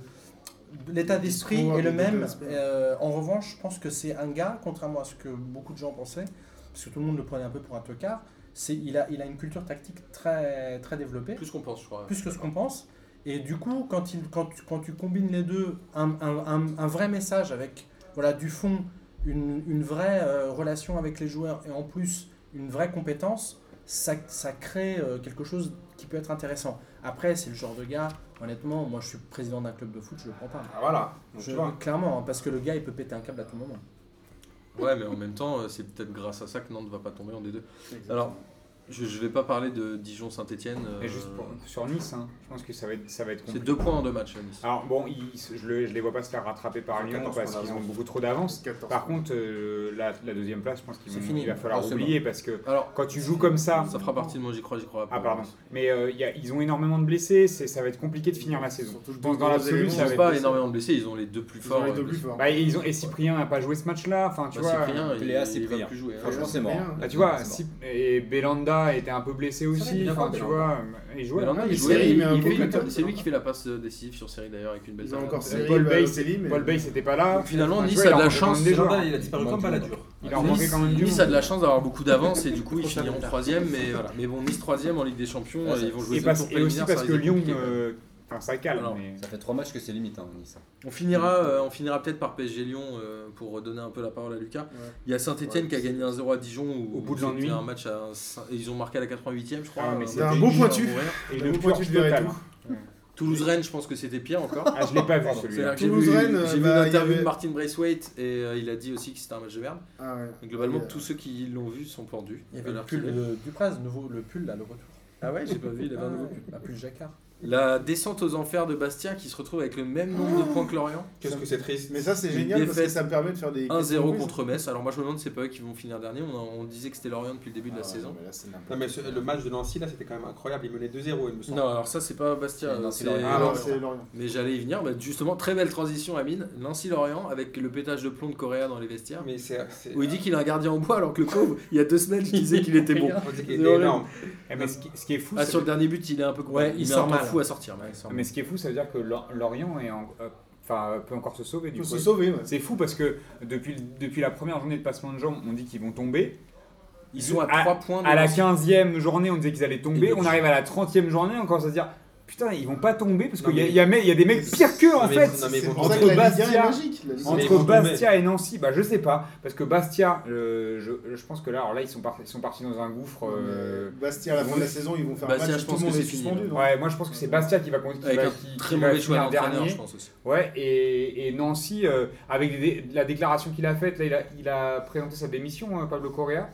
S4: l'état d'esprit
S5: Discours,
S4: est le
S5: l'état
S4: même.
S5: d'esprit.
S4: Euh, en revanche, je pense que c'est un gars, contrairement à ce que beaucoup de gens pensaient, parce que tout le monde le prenait un peu pour un tocard. C'est il a il a une culture tactique très très développée
S1: Plus qu'on pense, je crois.
S4: plus que ce qu'on pense. Et du coup, quand, il, quand, tu- quand tu combines les deux, un, un- un- un vrai message avec voilà, du fond, une, une vraie euh, relation avec les joueurs et en plus une vraie compétence, ça, ça crée euh, quelque chose qui peut être intéressant. Après, c'est le genre de gars, honnêtement, moi je suis président d'un club de foot, je le prends pas.
S3: Ah, voilà. Donc,
S4: Je-
S3: tu vois.
S4: clairement, hein, parce que le gars il peut péter un câble à tout moment.
S1: Ouais, mais en même temps, euh, c'est peut-être grâce à ça que Nantes va pas tomber en D2. Alors, je, je vais pas parler de Dijon-Saint-Etienne.
S2: Et juste pour- sur Nice, hein, je pense que ça va être, ça va être
S1: C'est
S2: compliqué.
S1: deux points en deux matchs, à Nice.
S2: Alors bon, ils- ils- je, le- je les vois pas se faire rattraper par
S3: Ils ont
S2: Lyon
S3: 14
S2: parce
S3: points
S2: qu'ils ont
S3: d'avance.
S2: beaucoup trop d'avance.
S5: 14.
S2: Par contre, euh, la, la deuxième place, je pense qu'il
S4: C'est
S2: vont-
S4: fini.
S2: il va falloir
S6: Ah, c'est
S2: oublier parce que
S1: Alors,
S2: quand tu joues comme ça,
S1: ça fera partie de mon j'y crois, j'y crois pas.
S2: Ah pardon. Mais euh, il y a- ils ont énormément de blessés, c'est, ça va être compliqué de finir la saison.
S5: Surtout le
S2: Je pense
S5: deux
S2: dans
S5: gros
S2: l'absolu,
S5: éléments,
S1: Ils
S2: ça
S1: n'ont
S2: va être...
S1: pas énormément de blessés, ils ont les deux plus
S5: Ils ont
S1: forts.
S5: les deux
S1: euh,
S5: plus forts.
S2: Bah, et ils ont... Et Cyprien n'a pas joué ce match-là, enfin tu
S1: Bah,
S2: vois... euh,
S1: Cyprien, il,
S6: Péléa,
S1: il va
S6: Cyprien.
S1: plus jouer. hein.
S6: Franchement, c'est mort.
S5: Rien.
S2: Bah, tu vois,
S6: C'est mort.
S2: Cyp- et Belanda était un peu blessé
S1: il
S2: aussi,
S1: vient
S2: enfin
S1: pas,
S2: tu
S1: Belanda.
S2: vois... euh, Il jouait.
S1: Belanda,
S5: Ouais,
S1: il
S5: mais
S1: jouait,
S5: Seri,
S1: il-
S5: mais un
S1: il
S5: peu
S1: fait-
S5: plus tard.
S1: c'est lui qui fait la passe euh, décisive sur série d'ailleurs avec une belle
S5: Ils ont
S1: passe.
S5: encore
S2: Paul
S5: Seri,
S2: Bay-
S5: Balotelli, mais
S2: Paul Bay, c'était pas
S1: Donc,
S2: là.
S1: finalement,
S2: Enfin, tu
S1: Nice
S2: vois, il
S1: a de
S2: en
S1: la
S2: manque
S1: chance.
S2: quand même des
S3: C'est
S2: joueurs.
S3: gentil, il a disparu
S6: Il
S3: comme
S6: manque
S3: pas la
S6: tout.
S3: dure.
S2: Il en manquait
S1: Nice,
S2: quand même du
S1: Nice
S2: monde.
S1: a de la chance d'avoir beaucoup d'avance et du coup ils
S4: Trop
S1: finiront
S4: tard.
S1: troisième mais voilà mais bon Nice troisième en Ligue des Champions
S6: Ouais,
S1: euh, ils vont jouer
S2: Et,
S1: deux
S2: parce-
S1: tours
S2: et aussi
S1: préliminaires,
S2: parce
S1: ça
S2: que
S1: risque d'être
S2: Lyon...
S1: compliqué, quoi.
S2: euh, Enfin ça calme,
S1: Alors,
S2: mais...
S6: Ça fait trois matchs que c'est limite, hein, Nice.
S1: On finira, euh, on finira peut-être par PSG Lyon euh, pour redonner un peu la parole à Lucas. Il y a Saint-Etienne
S5: Ouais.
S1: qui a gagné 1-0 à Dijon où
S2: Au bout de
S1: c'était
S2: l'ennui.
S1: un match à un cin- et ils ont marqué à la 88e je crois.
S2: Ah, mais
S1: euh,
S2: c'était
S5: un bon
S1: une heure
S5: pointu.
S1: pour rire.
S2: Et
S5: Vous
S2: le
S5: pouvez
S2: purge
S5: tout faire et
S2: total.
S5: tout.
S1: Toulouse-Rennes je pense que c'était pire encore.
S2: Ah, je l'ai pas vu
S1: C'est-à-dire
S2: celui-là.
S1: que j'ai vu,
S5: Toulouse-Rennes, euh,
S1: j'ai vu
S5: bah, il y
S1: l'interview de
S5: avait-
S1: Martin Braithwaite et euh, il a dit aussi que c'était un match de merde.
S5: Ah ouais.
S1: Et globalement
S5: Et, euh,
S1: tous ceux qui l'ont vu sont pendus.
S4: Il y avait le
S1: Alors
S4: pull
S1: qu'il est-
S4: de Dupraz, nouveau le pull là, le retour.
S1: Ah ouais, j'ai pas vu, il avait un nouveau pull.
S4: Bah, plus le jacquard.
S1: La descente aux enfers de Bastia qui se retrouve avec le même nombre de points que Lorient.
S3: Qu'est-ce que c'est triste.
S5: Mais ça, c'est
S1: Une
S5: génial parce que
S1: défaite.
S5: ça me permet de faire des.
S1: 1-0 contre Metz. Alors moi je me demande c'est pas eux qui vont finir dernier. On, a- on disait que c'était Lorient depuis le début de
S5: Ah,
S1: la saison.
S3: Non, mais ce- le match de Nancy, là, c'était quand même incroyable. Ils menaient 2-0, il me semble.
S1: Non alors ça c'est pas Bastia. euh,
S6: Non,
S1: c'est
S6: c'est Lorient.
S5: Ah non,
S1: Lorient.
S5: c'est Lorient.
S1: Mais j'allais y venir. Bah, justement très belle transition Amine. Nancy Lorient avec le pétage de plomb de Correa dans les vestiaires.
S3: Mais c'est. c'est-
S1: Où il dit qu'il a un gardien en bois alors que le pauvre il y a deux semaines il disait qu'il était bon.
S3: On dit qu'il
S1: C'est
S3: était
S1: horrible.
S3: énorme.
S2: Eh, mais ce qui, ce qui est fou,
S1: Ah
S2: c'est-
S1: sur le dernier but il est un peu
S4: Ouais, il
S1: met
S4: sort
S1: un temps
S4: mal.
S1: fou à sortir. mais-
S2: mais ce qui est fou, ça veut dire que Lor- Lorient est en- euh, enfin, euh, peut encore se sauver du
S5: Pour
S2: coup.
S5: se sauver, ouais.
S2: C'est fou parce que depuis, le- depuis la première journée de passement de jambes, on dit qu'ils vont tomber.
S1: Ils sont à
S2: À-
S1: 3 points. de
S2: À la
S1: Nancy.
S2: 15e journée, on disait qu'ils allaient
S1: Et
S2: tomber.
S1: donc-
S2: On arrive à la 30e journée, on commence à se dire Putain, ils vont pas tomber parce
S3: Non,
S2: qu'il y, a-
S3: mais-
S2: il y a me- il y a des mecs pires qu'eux en
S3: mais-
S2: fait.
S3: non, mais
S5: C'est
S3: bon,
S5: pour
S2: entre
S5: ça que la Ligue 1 est
S2: Bastia-
S5: magique. la Ligue 1.
S3: Mais ils
S2: Entre
S3: vont
S2: Bastia et Nancy, bah je sais pas, parce que Bastia, euh, je, je pense que là, alors là ils sont, partis, ils sont partis dans un gouffre. euh,
S5: Bastia, à la fin de la saison, ils vont faire un
S1: Bastia,
S5: match
S1: je
S5: où
S1: pense
S5: tout le
S1: que
S5: monde est
S1: c'est fini,
S5: suspendu.
S1: là.
S5: donc.
S2: Ouais, moi je pense que c'est Bastia qui va con- qui
S1: Avec
S2: va-
S1: un
S2: qui-
S1: très
S2: qui va
S1: mauvais choix
S2: finir
S1: d'entraîneur
S2: dernier.
S1: je pense aussi.
S2: Ouais, et, et Nancy, euh, avec des- la déclaration qu'il a faite, là il a, il a présenté sa démission, hein, Pablo Correa.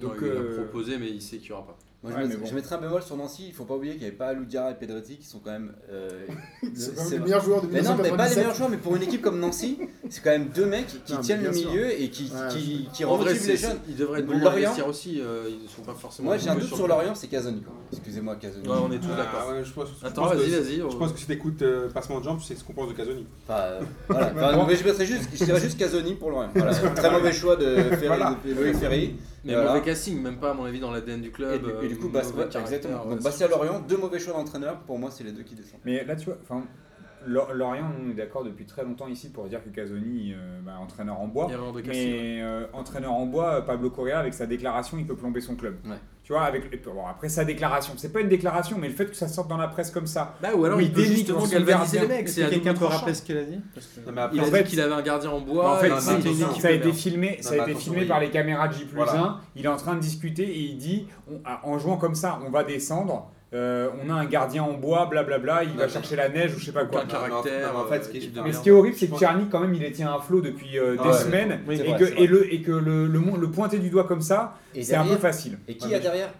S1: Donc
S2: Donc,
S1: il
S2: euh,
S1: a proposé mais il sait qu'il y aura pas.
S6: Moi, je,
S2: Ouais,
S6: mettrais-
S2: mais bon.
S6: je mettrais un bémol sur Nancy. Il faut pas oublier qu'il n'y avait pas Aloudia et Pedretti qui sont quand même. euh, le-
S5: C'est quand
S6: c'est-
S5: même le meilleur joueur de
S6: mais non, mais pas les
S5: 1997.
S6: meilleurs joueurs, mais pour une équipe comme Nancy, c'est quand même deux mecs qui
S5: Non, mais
S6: tiennent le
S5: bien sûr.
S6: milieu et qui,
S5: Ouais,
S6: qui, qui
S1: En vrai,
S6: remotivent les jeunes.
S1: ils devraient être bons
S6: Lorient-
S1: dans les vestiaires aussi. euh, ils ne sont pas forcément.
S6: Moi, j'ai un
S1: bons
S6: doute sur,
S1: le-
S6: Lorient, c'est Casoni. quoi. Excusez-moi, Casoni.
S1: Ouais, on est tous
S3: Ah,
S1: d'accord.
S3: ouais, je pense- je
S1: Attends,
S3: pense que
S1: vas-y,
S3: c'est-
S1: vas-y.
S3: Je
S1: on-
S3: pense que si t'écoutes euh, Passement de Jambes, tu sais ce qu'on pense de Casoni.
S6: Enfin, euh, voilà. Enfin, mais je passerai juste, je dirais juste Casoni pour Lorient. Voilà. Très mauvais choix de, Ferry,
S3: Voilà.
S6: de Loïc Ferry.
S1: Mais
S6: Voilà.
S1: mauvais casting, même pas à mon avis dans l'ADN du
S6: Et,
S1: club.
S6: du- et du
S1: euh,
S6: coup,
S1: mauvais
S6: Bastia,
S1: caractère,
S6: exactement.
S1: ouais,
S6: Donc,
S1: c'est-
S6: Bastia Lorient, deux mauvais choix d'entraîneur. Pour moi, c'est les deux qui descendent.
S2: Mais là, tu vois, enfin, Lo- Lorient, on est d'accord depuis très longtemps ici pour dire que Casoni, euh, bah, entraîneur en bois.
S1: Erreur de casting.
S2: Mais euh, entraîneur en bois, euh, Pablo Correa, avec sa déclaration, il peut plomber son club.
S6: Ouais.
S2: Tu vois, avec, et puis, bon, après sa déclaration, c'est pas une déclaration, mais le fait que ça sorte dans la presse comme ça.
S1: Bah, ou alors
S2: Oui,
S1: il peut
S2: déni
S1: justement
S2: pour son
S1: galvaniser les
S2: gardien.
S1: mecs.
S4: Est-ce
S1: C'est
S4: que
S1: à
S4: quelqu'un
S1: double
S4: peut
S1: tranchant.
S4: rappeler ce qu'il a dit Parce que-
S3: Non, mais après,
S1: Il
S2: En
S1: a
S2: fait,
S1: dit qu'il avait un gardien en
S2: en
S1: bois.
S2: fait,
S1: il a
S2: si,
S1: marqué une
S3: ça
S1: équipe
S2: Ça a
S1: de
S2: été
S1: merde.
S2: filmé, ça
S3: mais
S2: a été
S3: attention,
S2: filmé
S3: il-
S2: par les caméras de J plus
S3: Voilà.
S2: 1. Il est en train de discuter et il dit on- ah, en jouant comme ça, on va descendre. euh, on a un gardien en bois, blablabla, il
S3: Non,
S2: va
S3: mais-
S2: chercher la neige ou je sais pas quoi.
S1: Aucun
S3: Non, mais en-
S1: caractère.
S3: non, mais en fait, ce qui est-
S1: équipe de
S2: Mais ce
S1: merde.
S2: qui est horrible, c'est que
S3: Je pense-
S2: Tcherny, quand même, il les tient à flot depuis euh,
S6: Ah
S2: des
S6: ouais.
S2: semaines.
S6: Oui, c'est
S2: et,
S6: vrai,
S2: que,
S6: c'est vrai.
S2: et le, et que le, le mon- le pointer du doigt comme ça,
S6: Et
S2: c'est un peu
S6: derrière-
S2: facile.
S6: Et qui y a derrière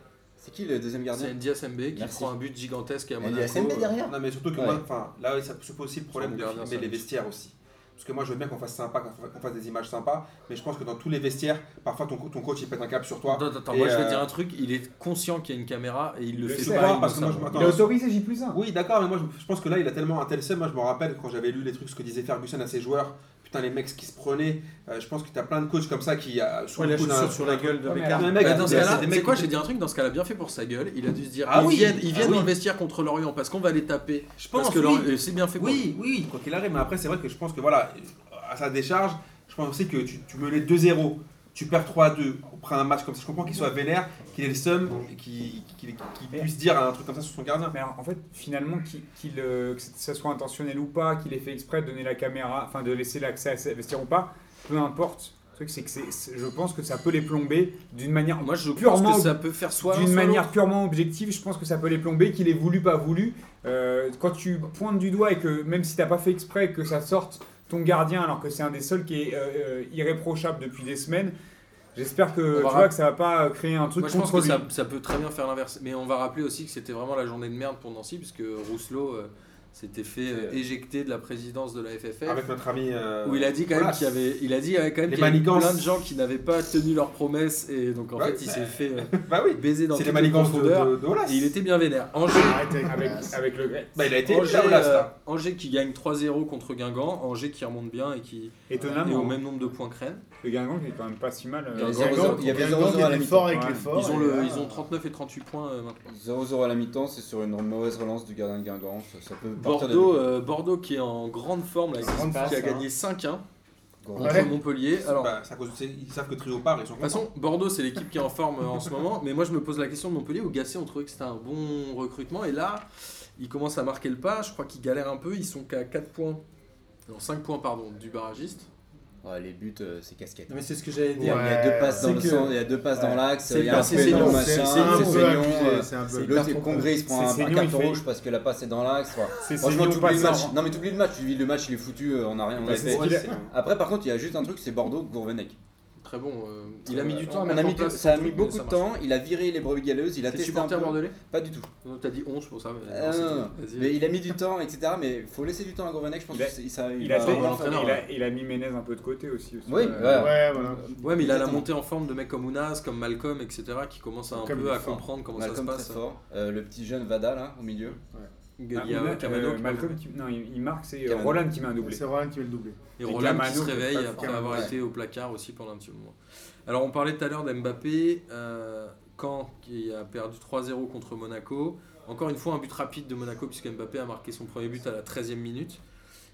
S6: C'est qui le deuxième
S1: C'est
S6: gardien
S1: Ndias Mb qui
S6: Merci.
S1: prend un but gigantesque à
S6: Et Il y a
S1: Monaco. euh.
S6: SMB derrière
S3: Non, mais surtout que
S6: Ouais.
S3: moi, enfin, là, ça se pose aussi le problème
S1: Sans
S3: de
S1: gardien, ça
S3: filmer les
S1: marche.
S3: vestiaires aussi. Parce que moi, je veux bien qu'on fasse sympa, qu'on fa- qu'on fasse des images sympas, mais je pense que dans tous les vestiaires, parfois ton, co- ton coach il pète un cap sur toi.
S1: Attends, attends,
S3: Et,
S1: moi je vais
S3: euh,
S1: dire un truc. Il est conscient qu'il y a une caméra et il le
S2: Je
S1: fait
S2: sais
S1: pas.
S3: pas,
S1: il
S3: parce
S1: le
S3: que moi,
S1: sait.
S3: je m'attends-
S2: Il a autorisé J plus 1.
S3: Oui, d'accord, mais moi je, je pense que là, il a tellement un tel seum. Moi, je me rappelle quand j'avais lu les trucs, ce que disait Ferguson à ses joueurs. Putain, les mecs ce qui se prenaient. euh, je pense que t'as plein de coachs comme ça qui. euh, sous
S4: Ouais,
S3: le
S4: la
S3: coup d'un-
S4: chaussure sur la gueule de
S2: Ouais, mais
S4: Beckham.
S3: Non, mais mec,
S1: Bah, dans ce
S3: c'est-
S1: cas-là,
S3: c'est des
S1: mais
S3: mecs
S1: quoi,
S3: qui-
S1: j'ai dit un truc, dans ce cas-là, bien fait pour sa gueule, il a dû se dire,
S3: Ah
S1: ils
S3: oui.
S1: viennent, ils viennent
S3: Ah
S1: dans
S3: oui.
S1: le vestiaire contre Lorient parce qu'on va les taper.
S3: Je pense
S1: Parce que
S3: oui.
S1: Lorient- euh, c'est bien fait pour eux.
S3: Oui, oui, quoi qu'il arrive, mais après, c'est vrai que je pense que voilà, euh, à sa décharge, je pense aussi que tu, tu menais 2-0, tu perds 3-2, on prend un match comme ça. Je comprends qu'il soit vénère, qu'il ait le seum, et qu'il qu'il- qu'il puisse dire un truc comme ça sur son gardien.
S2: Mais en en fait, finalement, qu'il- qu'il, euh, que ça soit intentionnel ou pas, qu'il ait fait exprès de donner la caméra, enfin de laisser l'accès à ces vestiaires ou pas, peu importe. Le truc, c'est que c'est- c'est- je pense que ça peut les plomber d'une manière,
S1: Moi, je pense
S2: Purement
S1: que ça peut faire soit. un,
S2: d'une
S1: soit
S2: manière purement objective. Je pense que ça peut les plomber, qu'il ait voulu, pas voulu. Euh, quand tu pointes du doigt et que même si t'as pas fait exprès, que ça sorte ton gardien, alors que c'est un des seuls qui est euh, euh, irréprochable depuis des semaines. J'espère
S1: On
S2: que tu
S1: va
S2: vois que ça va pas euh, créer un truc
S1: Moi, je pense
S2: contre
S1: que
S2: lui.
S1: ça, ça peut très bien faire l'inverse. Mais on va rappeler aussi que c'était vraiment la journée de merde pour Nancy, puisque Rousselot euh, s'était fait euh,
S6: C'est-
S1: éjecter de la présidence de la FFF.
S3: Avec notre ami. euh,
S1: Où il a dit quand même
S3: voilà.
S1: qu'il y avait, il a dit euh, quand même
S3: Les
S1: qu'il y avait
S3: manigances.
S1: plein de gens qui n'avaient pas tenu leurs promesses et donc en
S3: Ouais,
S1: fait il
S3: bah.
S1: s'est fait euh,
S3: Bah oui,
S1: baiser dans
S3: c'est
S1: toutes
S3: les
S1: les
S3: manigances de,
S1: profondeurs.
S3: de- de Aulas.
S1: Et il était bien vénère. Angers,
S5: Arrêtez avec
S2: Avec,
S5: Aulas.
S2: avec le grec.
S3: Bah, il a été
S1: Angers,
S3: là, Aulas,
S1: euh,
S3: là.
S1: Angers qui gagne 3-0 contre Guingamp, Angers qui remonte bien et qui est au
S2: Étonnamment,
S1: même nombre de points que Rennes.
S2: le Guingamp qui est quand même pas si mal. euh,
S6: Il y a
S1: Guingamp,
S6: zéro- zéro- il y avait 0-0 à la
S5: des
S6: mi-temps.
S5: forts avec
S2: Ouais.
S5: les forts.
S1: ils, ont
S5: et
S1: le,
S5: Oh, là,
S1: ils ont 39 et 38 points euh, maintenant.
S6: 0-0 à la mi-temps, c'est sur une mauvaise relance du gardien de Guingamp. Ça, ça peut partir de-
S1: Bordeaux, euh, Bordeaux qui est en grande forme, là, qui,
S5: Grande
S1: qui a
S5: passe, hein.
S1: gagné 5-1
S6: Gros-
S1: contre
S5: Ouais.
S1: Montpellier. euh, Alors,
S3: Bah, c'est à cause de- c'est- ils savent que Trio part, ils sont
S1: de toute façon, Bordeaux, c'est l'équipe qui est en forme euh, en ce moment. Mais moi, je me pose la question de Montpellier où Gasset, on trouvait que c'était un bon recrutement. Et là, ils commencent à marquer le pas. Je crois qu'ils galèrent un peu. Ils sont qu'à 4 points. Non, 5 points, pardon, du barragiste.
S6: Ouais, les buts, euh, c'est casquette.
S4: Non, mais c'est ce que j'allais
S6: Il y
S4: dire.
S6: a- il y a
S5: Ouais,
S6: deux passes dans
S4: c'est
S6: le
S4: que-
S6: sens, il y a deux passes dans l'axe,
S1: c'est
S6: il y a un
S1: pas- c'est Seignon,
S6: pénon,
S5: C'est
S6: machin,
S5: c'est
S1: un peu
S5: un peu
S6: Seignon, euh,
S5: abusé. C'est un peu.
S6: L'autre est congrès, il se prend
S2: C'est
S6: un, un
S2: Seignon,
S6: carton
S2: il fait-
S6: rouge parce que la passe est dans l'axe. Enfin,
S2: C'est
S6: Franchement,
S2: Seignon
S6: tu oublies le
S2: passeur.
S6: match. Non, mais tu oublies le match, tu vis le match, il est foutu, euh, on n'a rien. on a
S2: Ouais, Bah, c'est
S6: fait.
S2: ce qu'il a-
S3: contents.
S6: Après, par contre, il y a juste un truc, c'est Bordeaux-Gourvenec.
S1: Très bon. euh, il a mis du temps à
S6: On
S1: mettre
S6: a mis
S1: en
S6: du-
S1: place
S6: ça a
S1: ce
S6: mis
S1: truc, mais
S6: beaucoup
S1: ça
S6: de
S1: marche.
S6: temps, il a viré les brebis galeuses, il a
S1: T'es
S6: testé un
S1: supporter
S6: peu.
S1: bordelais
S6: Pas du tout.
S1: Non, T'as dit 11 pour ça. mais non,
S6: Ah,
S1: c'était-
S6: non, non.
S1: vas-y.
S6: Mais il a mis du temps, etc. Mais il faut laisser du temps à Gourvenek, je pense
S2: Il a-
S6: que c'est- ça,
S2: Il
S6: va-
S2: a, fait-
S1: avoir l'entraîneur,
S2: il a-
S1: ouais.
S2: il a mis Ménez un peu de côté aussi. euh, aussi.
S6: Oui,
S2: Ouais.
S6: voilà.
S5: Ouais, voilà.
S1: Ouais, mais il a la
S6: Exactement.
S1: montée en forme de mecs comme Ounas, comme Malcolm, etc., qui commencent à un
S5: Comme
S1: peu à
S5: Lefort.
S1: comprendre comment
S6: Malcolm
S1: ça
S6: très
S1: se passe.
S6: fort. Euh, le petit jeune Vada là au milieu.
S1: Il
S2: Ah,
S1: y a
S2: Ménez,
S1: euh,
S2: euh,
S1: Camano qui-
S2: Malcolm, qui- non, il, il marque, c'est euh,
S6: Camano.
S2: Roland qui met un doublé.
S5: C'est Roland qui met le doublé.
S1: et
S2: Et
S1: Roland qui
S2: Camano,
S1: se
S2: qui est
S1: réveille
S2: pas
S1: après
S2: fort.
S1: avoir
S6: Ouais.
S1: été au placard aussi pendant un petit moment. Alors on parlait tout à l'heure d'Mbappé, euh, Caen qui a perdu 3-0 contre Monaco. Encore une fois un but rapide de Monaco puisque Mbappé a marqué son premier but à la 13e minute.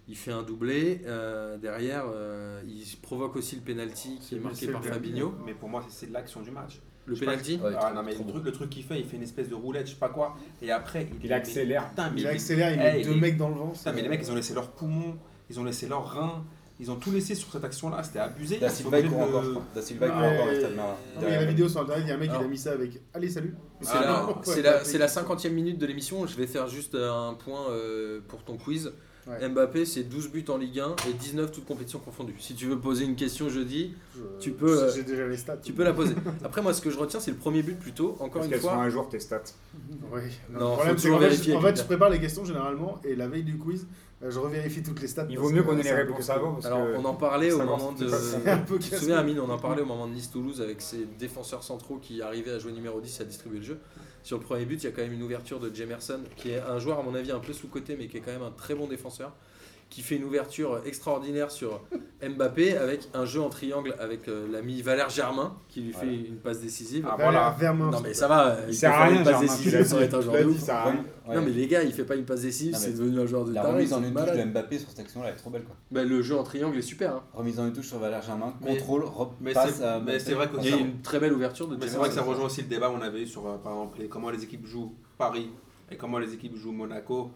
S1: Il fait un doublé. euh, derrière, euh, il provoque aussi le penalty qui est
S5: C'est-
S1: marqué
S5: c'est
S1: par
S5: le dernier.
S1: Fabinho.
S3: Mais pour moi, c'est- c'est l'action du match.
S1: Le
S3: Je sais pas
S1: penalty
S6: Ouais,
S3: Ah
S6: trop-
S3: non, mais
S6: trop
S3: le
S6: bon.
S3: truc, le truc qu'il fait, il fait une espèce de roulette, je sais pas quoi, et après
S2: Il accélère.
S3: Putain, mais,
S5: Il
S3: mais-
S5: accélère, il
S3: Eh,
S5: met
S3: il
S5: deux
S3: est-
S5: mecs dans le vent.
S3: putain,
S5: c'est-
S3: mais les mecs, ils ont laissé leurs poumons, ils ont laissé leurs reins, ils ont tout laissé sur cette action-là, c'était abusé.
S6: Da
S3: Ils sont
S6: Silva il
S3: obligés
S6: court
S3: de-
S6: encore. je crois. Da Silva il court
S5: Ouais.
S6: encore le stade Marin.
S5: Non, mais il y a la vidéo sur internet, il y a un mec qui
S1: Alors.
S5: a mis ça avec Allez, salut.
S1: C'est
S3: Ah
S1: la-
S3: non,
S5: Ouais,
S1: c'est la,
S5: Mbappé.
S1: c'est la 50e minute de l'émission. Je vais faire juste un point euh, pour ton quiz.
S5: Ouais.
S1: Mbappé, c'est 12 buts en Ligue 1 et 19 toutes compétitions confondues. Si tu veux poser une question jeudi,
S5: Je-
S1: Tu peux, euh,
S5: J'ai déjà les stats.
S1: tu peux la poser. Après, moi, ce que je retiens, c'est le premier but plutôt. Encore
S2: Parce
S1: une
S2: qu'elles sont
S1: fois,
S2: un jour tes stats.
S5: Oui.
S1: Non, faut
S5: Le problème, c'est
S1: toujours
S5: qu'en fait,
S1: vérifier,
S5: je- en fait,
S1: putain.
S5: je prépare les questions généralement et la veille du quiz, euh, je revérifie toutes les stats.
S2: Il
S5: parce
S2: vaut mieux
S5: que,
S2: qu'on
S5: euh,
S2: ait les
S5: c'est un peu
S2: réponses
S5: casse-cou.
S2: avant. Parce
S1: alors
S2: que...
S1: on en parlait au
S2: savoir
S1: moment
S2: ce qui
S1: de.
S2: se passe.
S5: C'est un peu
S1: Tu te
S5: casse-cou.
S1: souviens, Amine, on en parlait au moment de Nice-Toulouse avec ces défenseurs centraux qui arrivaient à jouer numéro 10 à distribuer le jeu. Sur le premier but, il y a quand même une ouverture de Jemerson, qui est un joueur, à mon avis, un peu sous-côté, mais qui est quand même un très bon défenseur, qui fait une ouverture extraordinaire sur Mbappé avec un jeu en triangle avec euh, l'ami Valère Germain, qui lui fait
S6: Voilà.
S1: une passe décisive.
S3: Ah,
S5: Valère
S3: Voilà.
S5: Vermin.
S1: non, mais ça va,
S2: Il
S1: peut
S2: sert à
S1: faire
S2: rien,
S1: une passe
S2: Germain, tu
S1: décisive
S2: l'as
S1: sans
S2: dit,
S1: être un
S2: tu
S1: joueur
S2: l'as
S1: de
S2: dit,
S1: ouf.
S2: ça sert à rien.
S6: Ouais.
S1: Non, mais les gars, il fait pas une passe décisive,
S6: Non, mais
S1: c'est devenu un joueur de
S6: La
S1: talent.
S6: remise
S1: ils
S6: en
S1: sont
S6: une touche
S1: malades.
S6: de Mbappé sur cette action-là elle est trop belle quoi.
S1: Bah, le jeu en triangle est super. hein.
S6: Remise en une touche sur Valère Germain,
S1: Mais-
S6: contrôle, repasse
S3: mais c'est-
S6: à
S3: mais c'est vrai que-
S1: Il y a une très belle ouverture de
S3: Mais c'est
S1: Jemerson.
S3: vrai que ça rejoint aussi le débat qu'on avait eu sur, euh, par exemple, les- comment les équipes jouent Paris et comment les équipes jouent Monaco.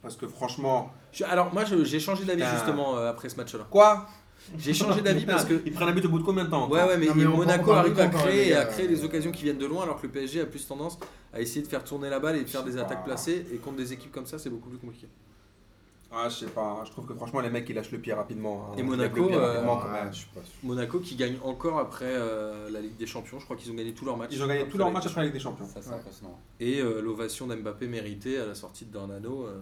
S3: Parce que franchement,
S1: Je- alors moi je- j'ai changé d'avis
S3: Putain.
S1: justement euh, après ce match-là.
S3: quoi
S1: J'ai changé d'avis parce que
S3: Ils prennent un but au bout de combien de temps
S1: ouais ouais mais,
S5: Non, mais on va- on
S1: Monaco
S5: parle
S1: arrive
S5: de
S1: à
S5: temps, quand même,
S1: créer
S5: les
S1: et à
S5: gars.
S1: créer des occasions qui viennent de loin alors que le PSG a plus tendance à essayer de faire tourner la balle et de faire
S3: Je sais
S1: des
S3: pas.
S1: attaques placées et contre des équipes comme ça c'est beaucoup plus compliqué.
S3: Ah, je sais pas, je trouve que franchement, les mecs ils lâchent le pied rapidement. hein.
S1: Et
S3: Ils lâchent
S1: Monaco,
S3: le pied
S1: euh,
S3: rapidement, quand
S5: Ouais,
S3: même.
S5: je suis pas sûr.
S1: Monaco qui gagne encore après euh, la Ligue des Champions, je crois qu'ils ont gagné tous leurs matchs.
S3: Ils ont gagné
S1: Après
S3: tous leurs
S1: la
S3: matchs
S1: Ligue
S3: après la Ligue des Champions.
S6: Ça c'est
S5: Ouais.
S6: impressionnant.
S1: des Champions. Et euh, l'ovation d'Mbappé méritée à la sortie d'un anneau, euh,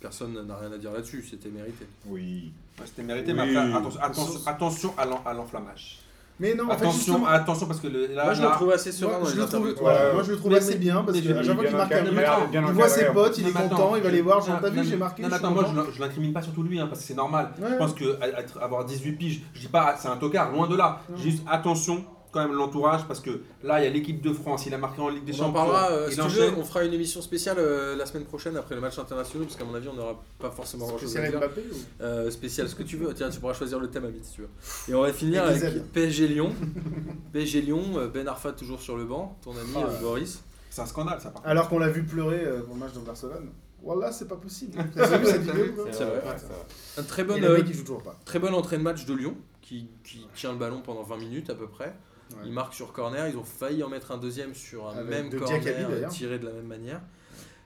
S1: personne n'a rien à dire là-dessus, c'était mérité.
S2: Oui.
S3: Ouais, C'était mérité, mais
S2: Oui.
S3: après, attention, attention, attention à l'en- à l'enflammage.
S5: Mais non, en fait,
S3: attention,
S5: justement,
S3: attention, parce que le- là,
S1: moi je
S3: là-
S1: le trouve assez serein
S5: moi,
S1: dans
S5: je
S1: les
S5: le trouve,
S1: interviews.
S5: voilà,
S2: Ouais.
S5: moi, je le trouve
S3: Mais-
S5: assez bien parce
S3: mais-
S5: que
S3: mais-
S5: à chaque fois qu'il marque un but, il voit
S2: hein.
S5: ses potes, il
S3: Non,
S5: est
S3: mais attends,
S5: content, il va les voir,
S3: non,
S5: genre t'as
S3: non,
S5: vu, j'ai marqué.
S3: Non,
S5: je
S3: mais
S5: suis
S3: attends, moi
S5: content.
S3: je, le- je l'incrimine pas sur tout lui, hein, parce que c'est normal.
S5: Ouais.
S3: Je pense que à- être- avoir 18 piges, je dis pas ah, c'est un tocard, loin de là.
S5: Non.
S3: Juste attention quand même l'entourage, parce que là il y a l'équipe de France, il a marqué en Ligue des
S1: on en
S3: Champions.
S1: parlera, euh,
S3: il
S1: si tu veux,
S3: enchaîne.
S1: on fera une émission spéciale euh, la semaine prochaine après le match international, parce qu'à mon avis, on n'aura pas forcément grand chose à
S5: Spécial
S1: dire.
S5: Mbappé ou-
S1: Euh, spécial, ce que tu veux, tiens, tu pourras choisir le thème, Amit, si tu veux. Et on va finir
S5: Avec des
S1: avec
S5: ailes.
S1: PSG Lyon. PSG Lyon, euh, Ben Arfa toujours sur le banc, ton
S5: Ah
S1: ami euh, Boris.
S3: C'est un scandale ça par contre.
S5: Alors qu'on l'a vu pleurer euh, pour le match de Barcelone. Wallah, c'est pas possible. T'as vu cette vidéo quoi
S1: C'est vrai.
S5: Ouais.
S1: Un très
S5: Et
S1: bon,
S5: le
S1: euh,
S5: mec, il joue toujours pas.
S1: très bon entrée de match de Lyon, qui, qui tient le ballon pendant 20 minutes à peu près.
S5: Ouais.
S1: Ils marquent sur corner, ils ont failli en mettre un deuxième sur un
S5: Avec
S1: même
S5: de
S1: corner
S5: Diakaby, d'ailleurs.
S1: tiré de la même manière.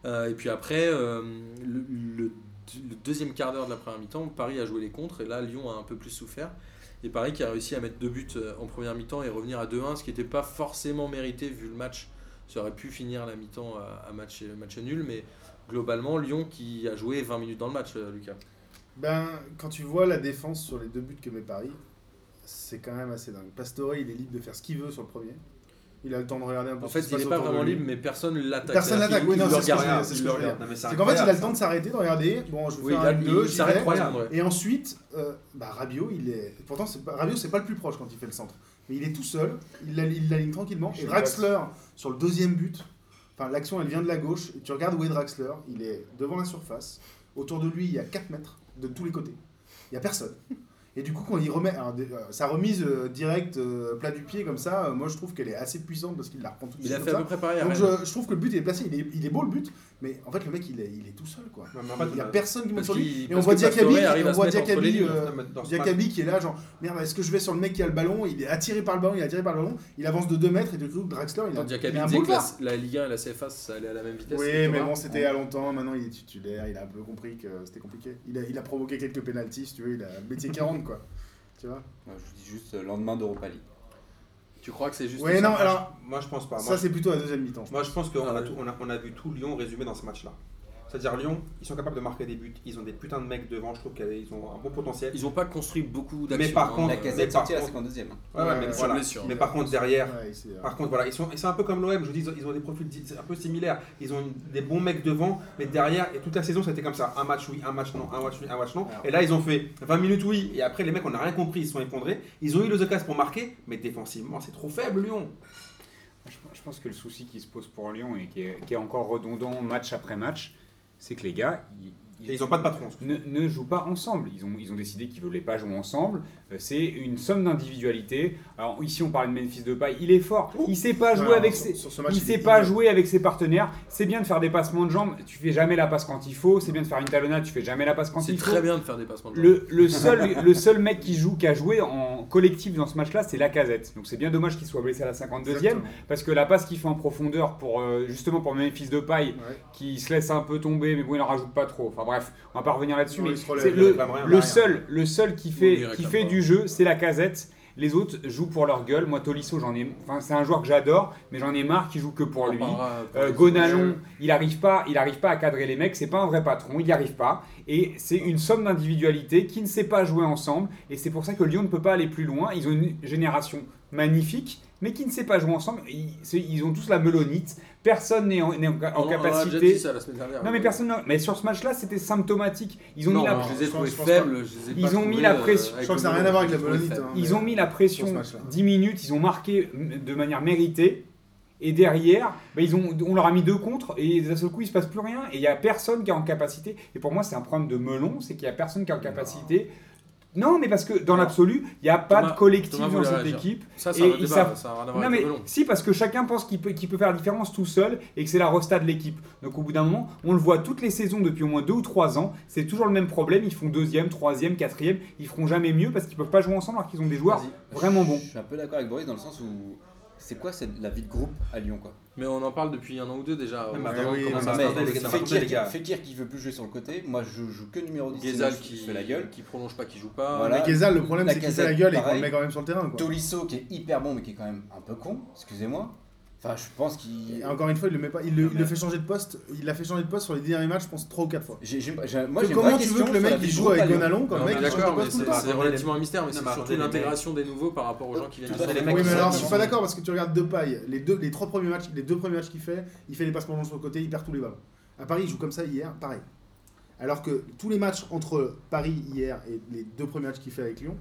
S1: Euh, et puis après, euh, le, le- le deuxième quart d'heure de la première mi-temps, Paris a joué les contres et là Lyon a un peu plus souffert. Et Paris qui a réussi à mettre deux buts euh, en première mi-temps et revenir à 2-1, ce qui n'était pas forcément mérité vu le match. Ça aurait pu finir la mi-temps à, à match, match nul, mais globalement, Lyon qui a joué 20 minutes dans le match, euh, Lucas.
S5: Ben, quand tu vois la défense sur les deux buts que met Paris, c'est quand même assez dingue. Pastore, il est libre de faire ce qu'il veut sur le premier. Il a le temps de regarder un peu
S1: En
S5: ce
S1: fait,
S5: qui se
S1: il
S5: passe
S1: n'est pas
S5: autour de
S1: vraiment
S5: lui.
S1: libre, mais personne ne l'attaque.
S5: Personne
S1: C'est-à-dire
S5: l'attaque,
S1: qu'il-
S5: oui, non,
S1: il
S5: c'est
S1: le
S5: ce que je
S1: regarde,
S5: veux dire, c'est ce
S1: il
S5: que
S1: le
S5: je veux dire.
S1: regarde.
S3: Non, mais c'est
S5: C'est qu'en fait, il a
S3: incroyable,
S5: le temps de s'arrêter, de regarder. Bon, je vais
S1: hein. Oui,
S5: faire
S1: il a-
S5: un 2,
S1: il
S5: j'y
S1: s'arrête
S5: vais.
S1: trois secondes, ouais.
S5: Et ensuite, euh, bah, Rabiot, il est. Pourtant, c'est pas... Rabiot, c'est pas le plus proche quand il fait le centre. Mais il est tout seul, il la- il l'aligne tranquillement.
S2: Je
S5: Et
S2: suis
S5: Draxler, sur le deuxième but, enfin, l'action, elle vient de la gauche. Et tu regardes où est Draxler, il est devant la surface. Autour de lui, il y a 4 mètres de tous les côtés. Il n'y a personne. Et du coup, quand il remet. alors, des- euh, sa remise euh, directe, euh, plat du pied, comme ça, euh, moi, je trouve qu'elle est assez puissante parce qu'il la reprend tout de
S1: Il
S5: suite.
S1: a
S5: comme
S1: fait à
S5: ça.
S1: peu près pareil à
S5: Donc
S1: Rennes.
S5: je, je trouve que le but est placé, il est, il est beau le but, mais en fait le mec il est, il est tout seul quoi.
S3: Non, mais en fait,
S5: Il n'y a
S3: on a-
S5: personne qui monte
S1: Ah, bah, euh, Parce
S5: sur lui.
S1: qu'il-
S5: Et on
S1: parce
S5: voit
S1: que Pastore
S5: Diakaby,
S1: arrive à
S5: on
S1: se
S5: voit
S1: mettre entre les
S5: Diakaby,
S1: lignes.
S5: euh,
S3: Dans ce match-
S5: Diakaby qui est là genre merde est-ce que je vais sur le mec qui a le ballon Il est attiré par le ballon, il est attiré par le ballon, il avance de 2 mètres et du coup Draxler il a,
S1: Quand Diakaby
S5: il a un
S1: disait que la,
S5: boulevard.
S1: la Ligue 1 et la CFA, ça allait à la même vitesse.
S5: Oui
S1: etc.
S5: mais bon c'était à longtemps, maintenant il est titulaire, il a un peu compris que c'était compliqué. Il a, il a provoqué quelques pénalties si tu veux, il a métier 40 quoi. Tu vois
S6: Moi, Je vous dis juste euh, lendemain d'Europa League.
S1: Tu crois que c'est juste.
S5: Ouais,
S1: ça
S5: non, alors
S3: Moi, je pense pas. Moi,
S5: ça, c'est plutôt la deuxième mi-temps.
S3: Moi, je pense qu'on
S1: Ah
S3: a,
S1: ouais.
S3: tout- on a, on a vu tout Lyon résumé dans ce match-là. C'est-à-dire, Lyon, ils sont capables de marquer des buts. Ils ont des putains de mecs devant. Je trouve qu'ils ont un bon potentiel.
S1: Ils ont pas construit beaucoup d'actions.
S3: Mais par
S1: hein,
S3: contre,
S1: euh,
S6: La
S3: mais
S6: casette
S3: par
S6: sortie à la
S3: contre-
S6: 52 e
S3: Ouais, ouais, mais,
S5: Ouais,
S1: sur
S3: Euh, voilà.
S1: blessure.
S3: mais par contre, derrière.
S5: Ouais, c'est, euh,
S3: Par contre, voilà, ils sont, c'est un peu comme l'OM, je vous dis, ils ont- ils ont des profils di- un peu similaires. Ils ont une- des bons mecs devant, mais derrière, et toute la saison, c'était comme ça. Un match oui, un match non, un match oui, un match non. Et là, ils ont fait 20 minutes oui, et après, les mecs, on n'a rien compris, ils se sont effondrés. Ils ont eu les occasions pour marquer, mais défensivement, c'est trop faible, Lyon.
S2: Je, je pense que le souci qui se pose pour Lyon et qui est, qui est encore redondant match après match, c'est que les gars, ils,
S3: Et ils n'ont pas de patron.
S2: ne, ne jouent pas ensemble. Ils ont, ils ont décidé qu'ils ne voulaient pas jouer ensemble. Euh, C'est une somme d'individualité. Alors ici, on parle de Memphis Depay. Il est fort. Il sait pas jouer
S5: non,
S2: avec
S5: sur-
S2: ses...
S5: sur ce match,
S2: il sait
S5: est
S2: pas
S5: ignoble.
S2: jouer avec ses partenaires. C'est bien de faire des passements de jambes. Tu fais jamais la passe quand il faut. C'est bien de faire une talonnade. Tu fais jamais la passe quand
S1: C'est
S2: il faut.
S1: très bien de faire des passements de jambes.
S2: Le, le seul, le seul mec qui joue, qui a joué en collectif dans ce match-là, c'est Lacazette. Donc c'est bien dommage qu'il soit blessé à la 52e,
S5: Exactement.
S2: parce que la passe qu'il fait en profondeur pour euh, justement pour Memphis de paille,
S5: Ouais.
S2: qui se laisse un peu tomber, mais bon il en rajoute pas trop. Enfin bref, on va pas revenir là-dessus.
S5: Non,
S2: Mais
S5: il se relève,
S2: c'est
S5: il
S2: le,
S3: réclame rien,
S2: le
S5: rien.
S2: seul, le seul qui
S1: il
S2: fait,
S1: réclame
S2: qui fait
S1: pas.
S2: du jeu, c'est Lacazette. Les autres jouent pour leur gueule. Moi Tolisso, j'en ai, enfin c'est un joueur que j'adore, mais j'en ai marre qui joue que pour
S1: On
S2: lui.
S1: parlera pour
S2: Euh,
S1: les-
S2: Gonalon, il arrive pas, il arrive pas à cadrer les mecs. C'est pas un vrai patron, il n'y arrive pas. Et c'est une somme d'individualités qui ne sait pas jouer ensemble. Et c'est pour ça que Lyon ne peut pas aller plus loin. Ils ont une génération magnifique, mais qui ne sait pas jouer ensemble. Ils, c'est- ils ont tous la melonite. Personne n'est en, n'est en- en
S1: On- on en a déjà dit
S2: capacité.
S1: ça la semaine dernière.
S2: Non mais personne. n'a- Mais sur ce match-là, c'était symptomatique. Ils ont
S1: Non,
S2: mis la.
S1: je les ai
S5: je pense-
S1: trouvés
S5: je pense
S1: faibles. je les ai
S2: Ils
S1: pas
S2: ont mis
S1: trouvés,
S2: la
S1: euh,
S2: pression.
S1: avec
S5: Je crois que
S1: le
S5: ça n'a rien
S1: Monaco,
S5: à voir avec
S1: je les ai
S5: la
S1: trouvés
S5: Bolonite,
S1: faibles.
S5: hein.
S2: Ils ont mis la
S5: Sur ce
S2: pression
S5: match-là.
S2: 10 minutes, ils ont marqué mm, de manière méritée. Et derrière, bah, ils ont, on leur a mis deux contre et d'un seul coup, il se passe plus rien. Et il n'y a personne qui est en capacité. Et pour moi, c'est un problème de melon, c'est qu'il n'y a personne qui est en capacité. Non, mais parce que dans
S1: Non.
S2: l'absolu, il n'y a pas
S1: Thomas-
S2: de collectif
S1: Thomas
S2: dans
S1: voulait
S2: cette
S1: réagir.
S2: équipe.
S1: Ça,
S2: Et
S1: c'est un
S2: ils
S1: débat.
S2: savent-
S1: Ça n'a rien à voir
S2: Non,
S1: avec
S2: mais
S1: le melon.
S2: si, parce que chacun pense qu'il peut, qu'il peut faire la différence tout seul et que c'est la resta de l'équipe. Donc au bout d'un moment, on le voit toutes les saisons depuis au moins deux ou trois ans, c'est toujours le même problème. Ils font deuxième, troisième, quatrième, ils feront jamais mieux parce qu'ils peuvent pas jouer ensemble alors qu'ils ont des joueurs vraiment bons.
S6: Je suis un peu d'accord avec Boris dans le sens où c'est quoi cette- la vie de groupe à Lyon quoi
S1: Mais on en parle depuis un an ou deux
S4: Ah
S1: déjà.
S3: Même
S1: On-
S3: attends,
S5: oui,
S3: comment
S1: Bah,
S5: mais
S3: ça se
S5: mais-
S3: bordel, les gars, ça va tomber, les
S6: Fekir,
S3: gars.
S6: Fekir qui veut plus jouer sur le côté, moi je joue que numéro 10,
S1: Ghezal
S6: sinon je-
S1: qui
S6: je fais la gueule.
S1: qui prolonge pas, qui joue pas.
S6: Voilà.
S5: Mais Ghezal, le problème, c'est qu'il fait la
S6: Lacazette,
S5: gueule et qu'on le
S6: pareil.
S5: met quand même sur le terrain. Quoi.
S6: Tolisso qui est hyper bon mais qui est quand même un peu con, excusez-moi. Enfin je pense qu'il...
S5: Et encore une fois, il le met pas. Il le,
S6: Non,
S5: il le
S6: mais-
S5: fait changer de poste. Il l'a fait changer de poste sur les derniers matchs, je pense, 3 ou 4 fois.
S6: J'ai- j'ai- j'ai- moi,
S5: Que-
S6: j'ai une
S5: comment
S6: vraie
S5: tu veux
S6: question
S5: que le
S6: sur
S5: mec
S6: la vie
S5: il
S6: de
S5: joue
S6: groupe à
S5: avec
S6: Lyon.
S5: Gonalon quand
S1: Non,
S5: le
S1: mais
S5: mec il change de
S1: D'accord, mais
S5: poste tout le
S1: c'est
S5: temps
S1: c'est relativement un mystère, mais
S3: Non,
S1: c'est
S3: mais
S1: surtout
S3: attendez, les
S1: l'intégration des nouveaux par rapport aux gens qui viennent.
S6: Tout à
S1: de
S6: fait.
S1: sortir.
S6: mecs
S5: Oui,
S6: qui
S5: mais
S6: sont
S5: alors je suis
S6: sortis.
S5: pas d'accord parce que tu regardes Depay, les deux, les trois premiers matchs, les deux premiers matchs qu'il fait, il fait les passements longs sur le côté, il perd tous les ballons. À Paris, il joue comme ça hier, pareil. Alors que tous les matchs entre Paris hier et les deux premiers matchs qu'il fait avec Lyon,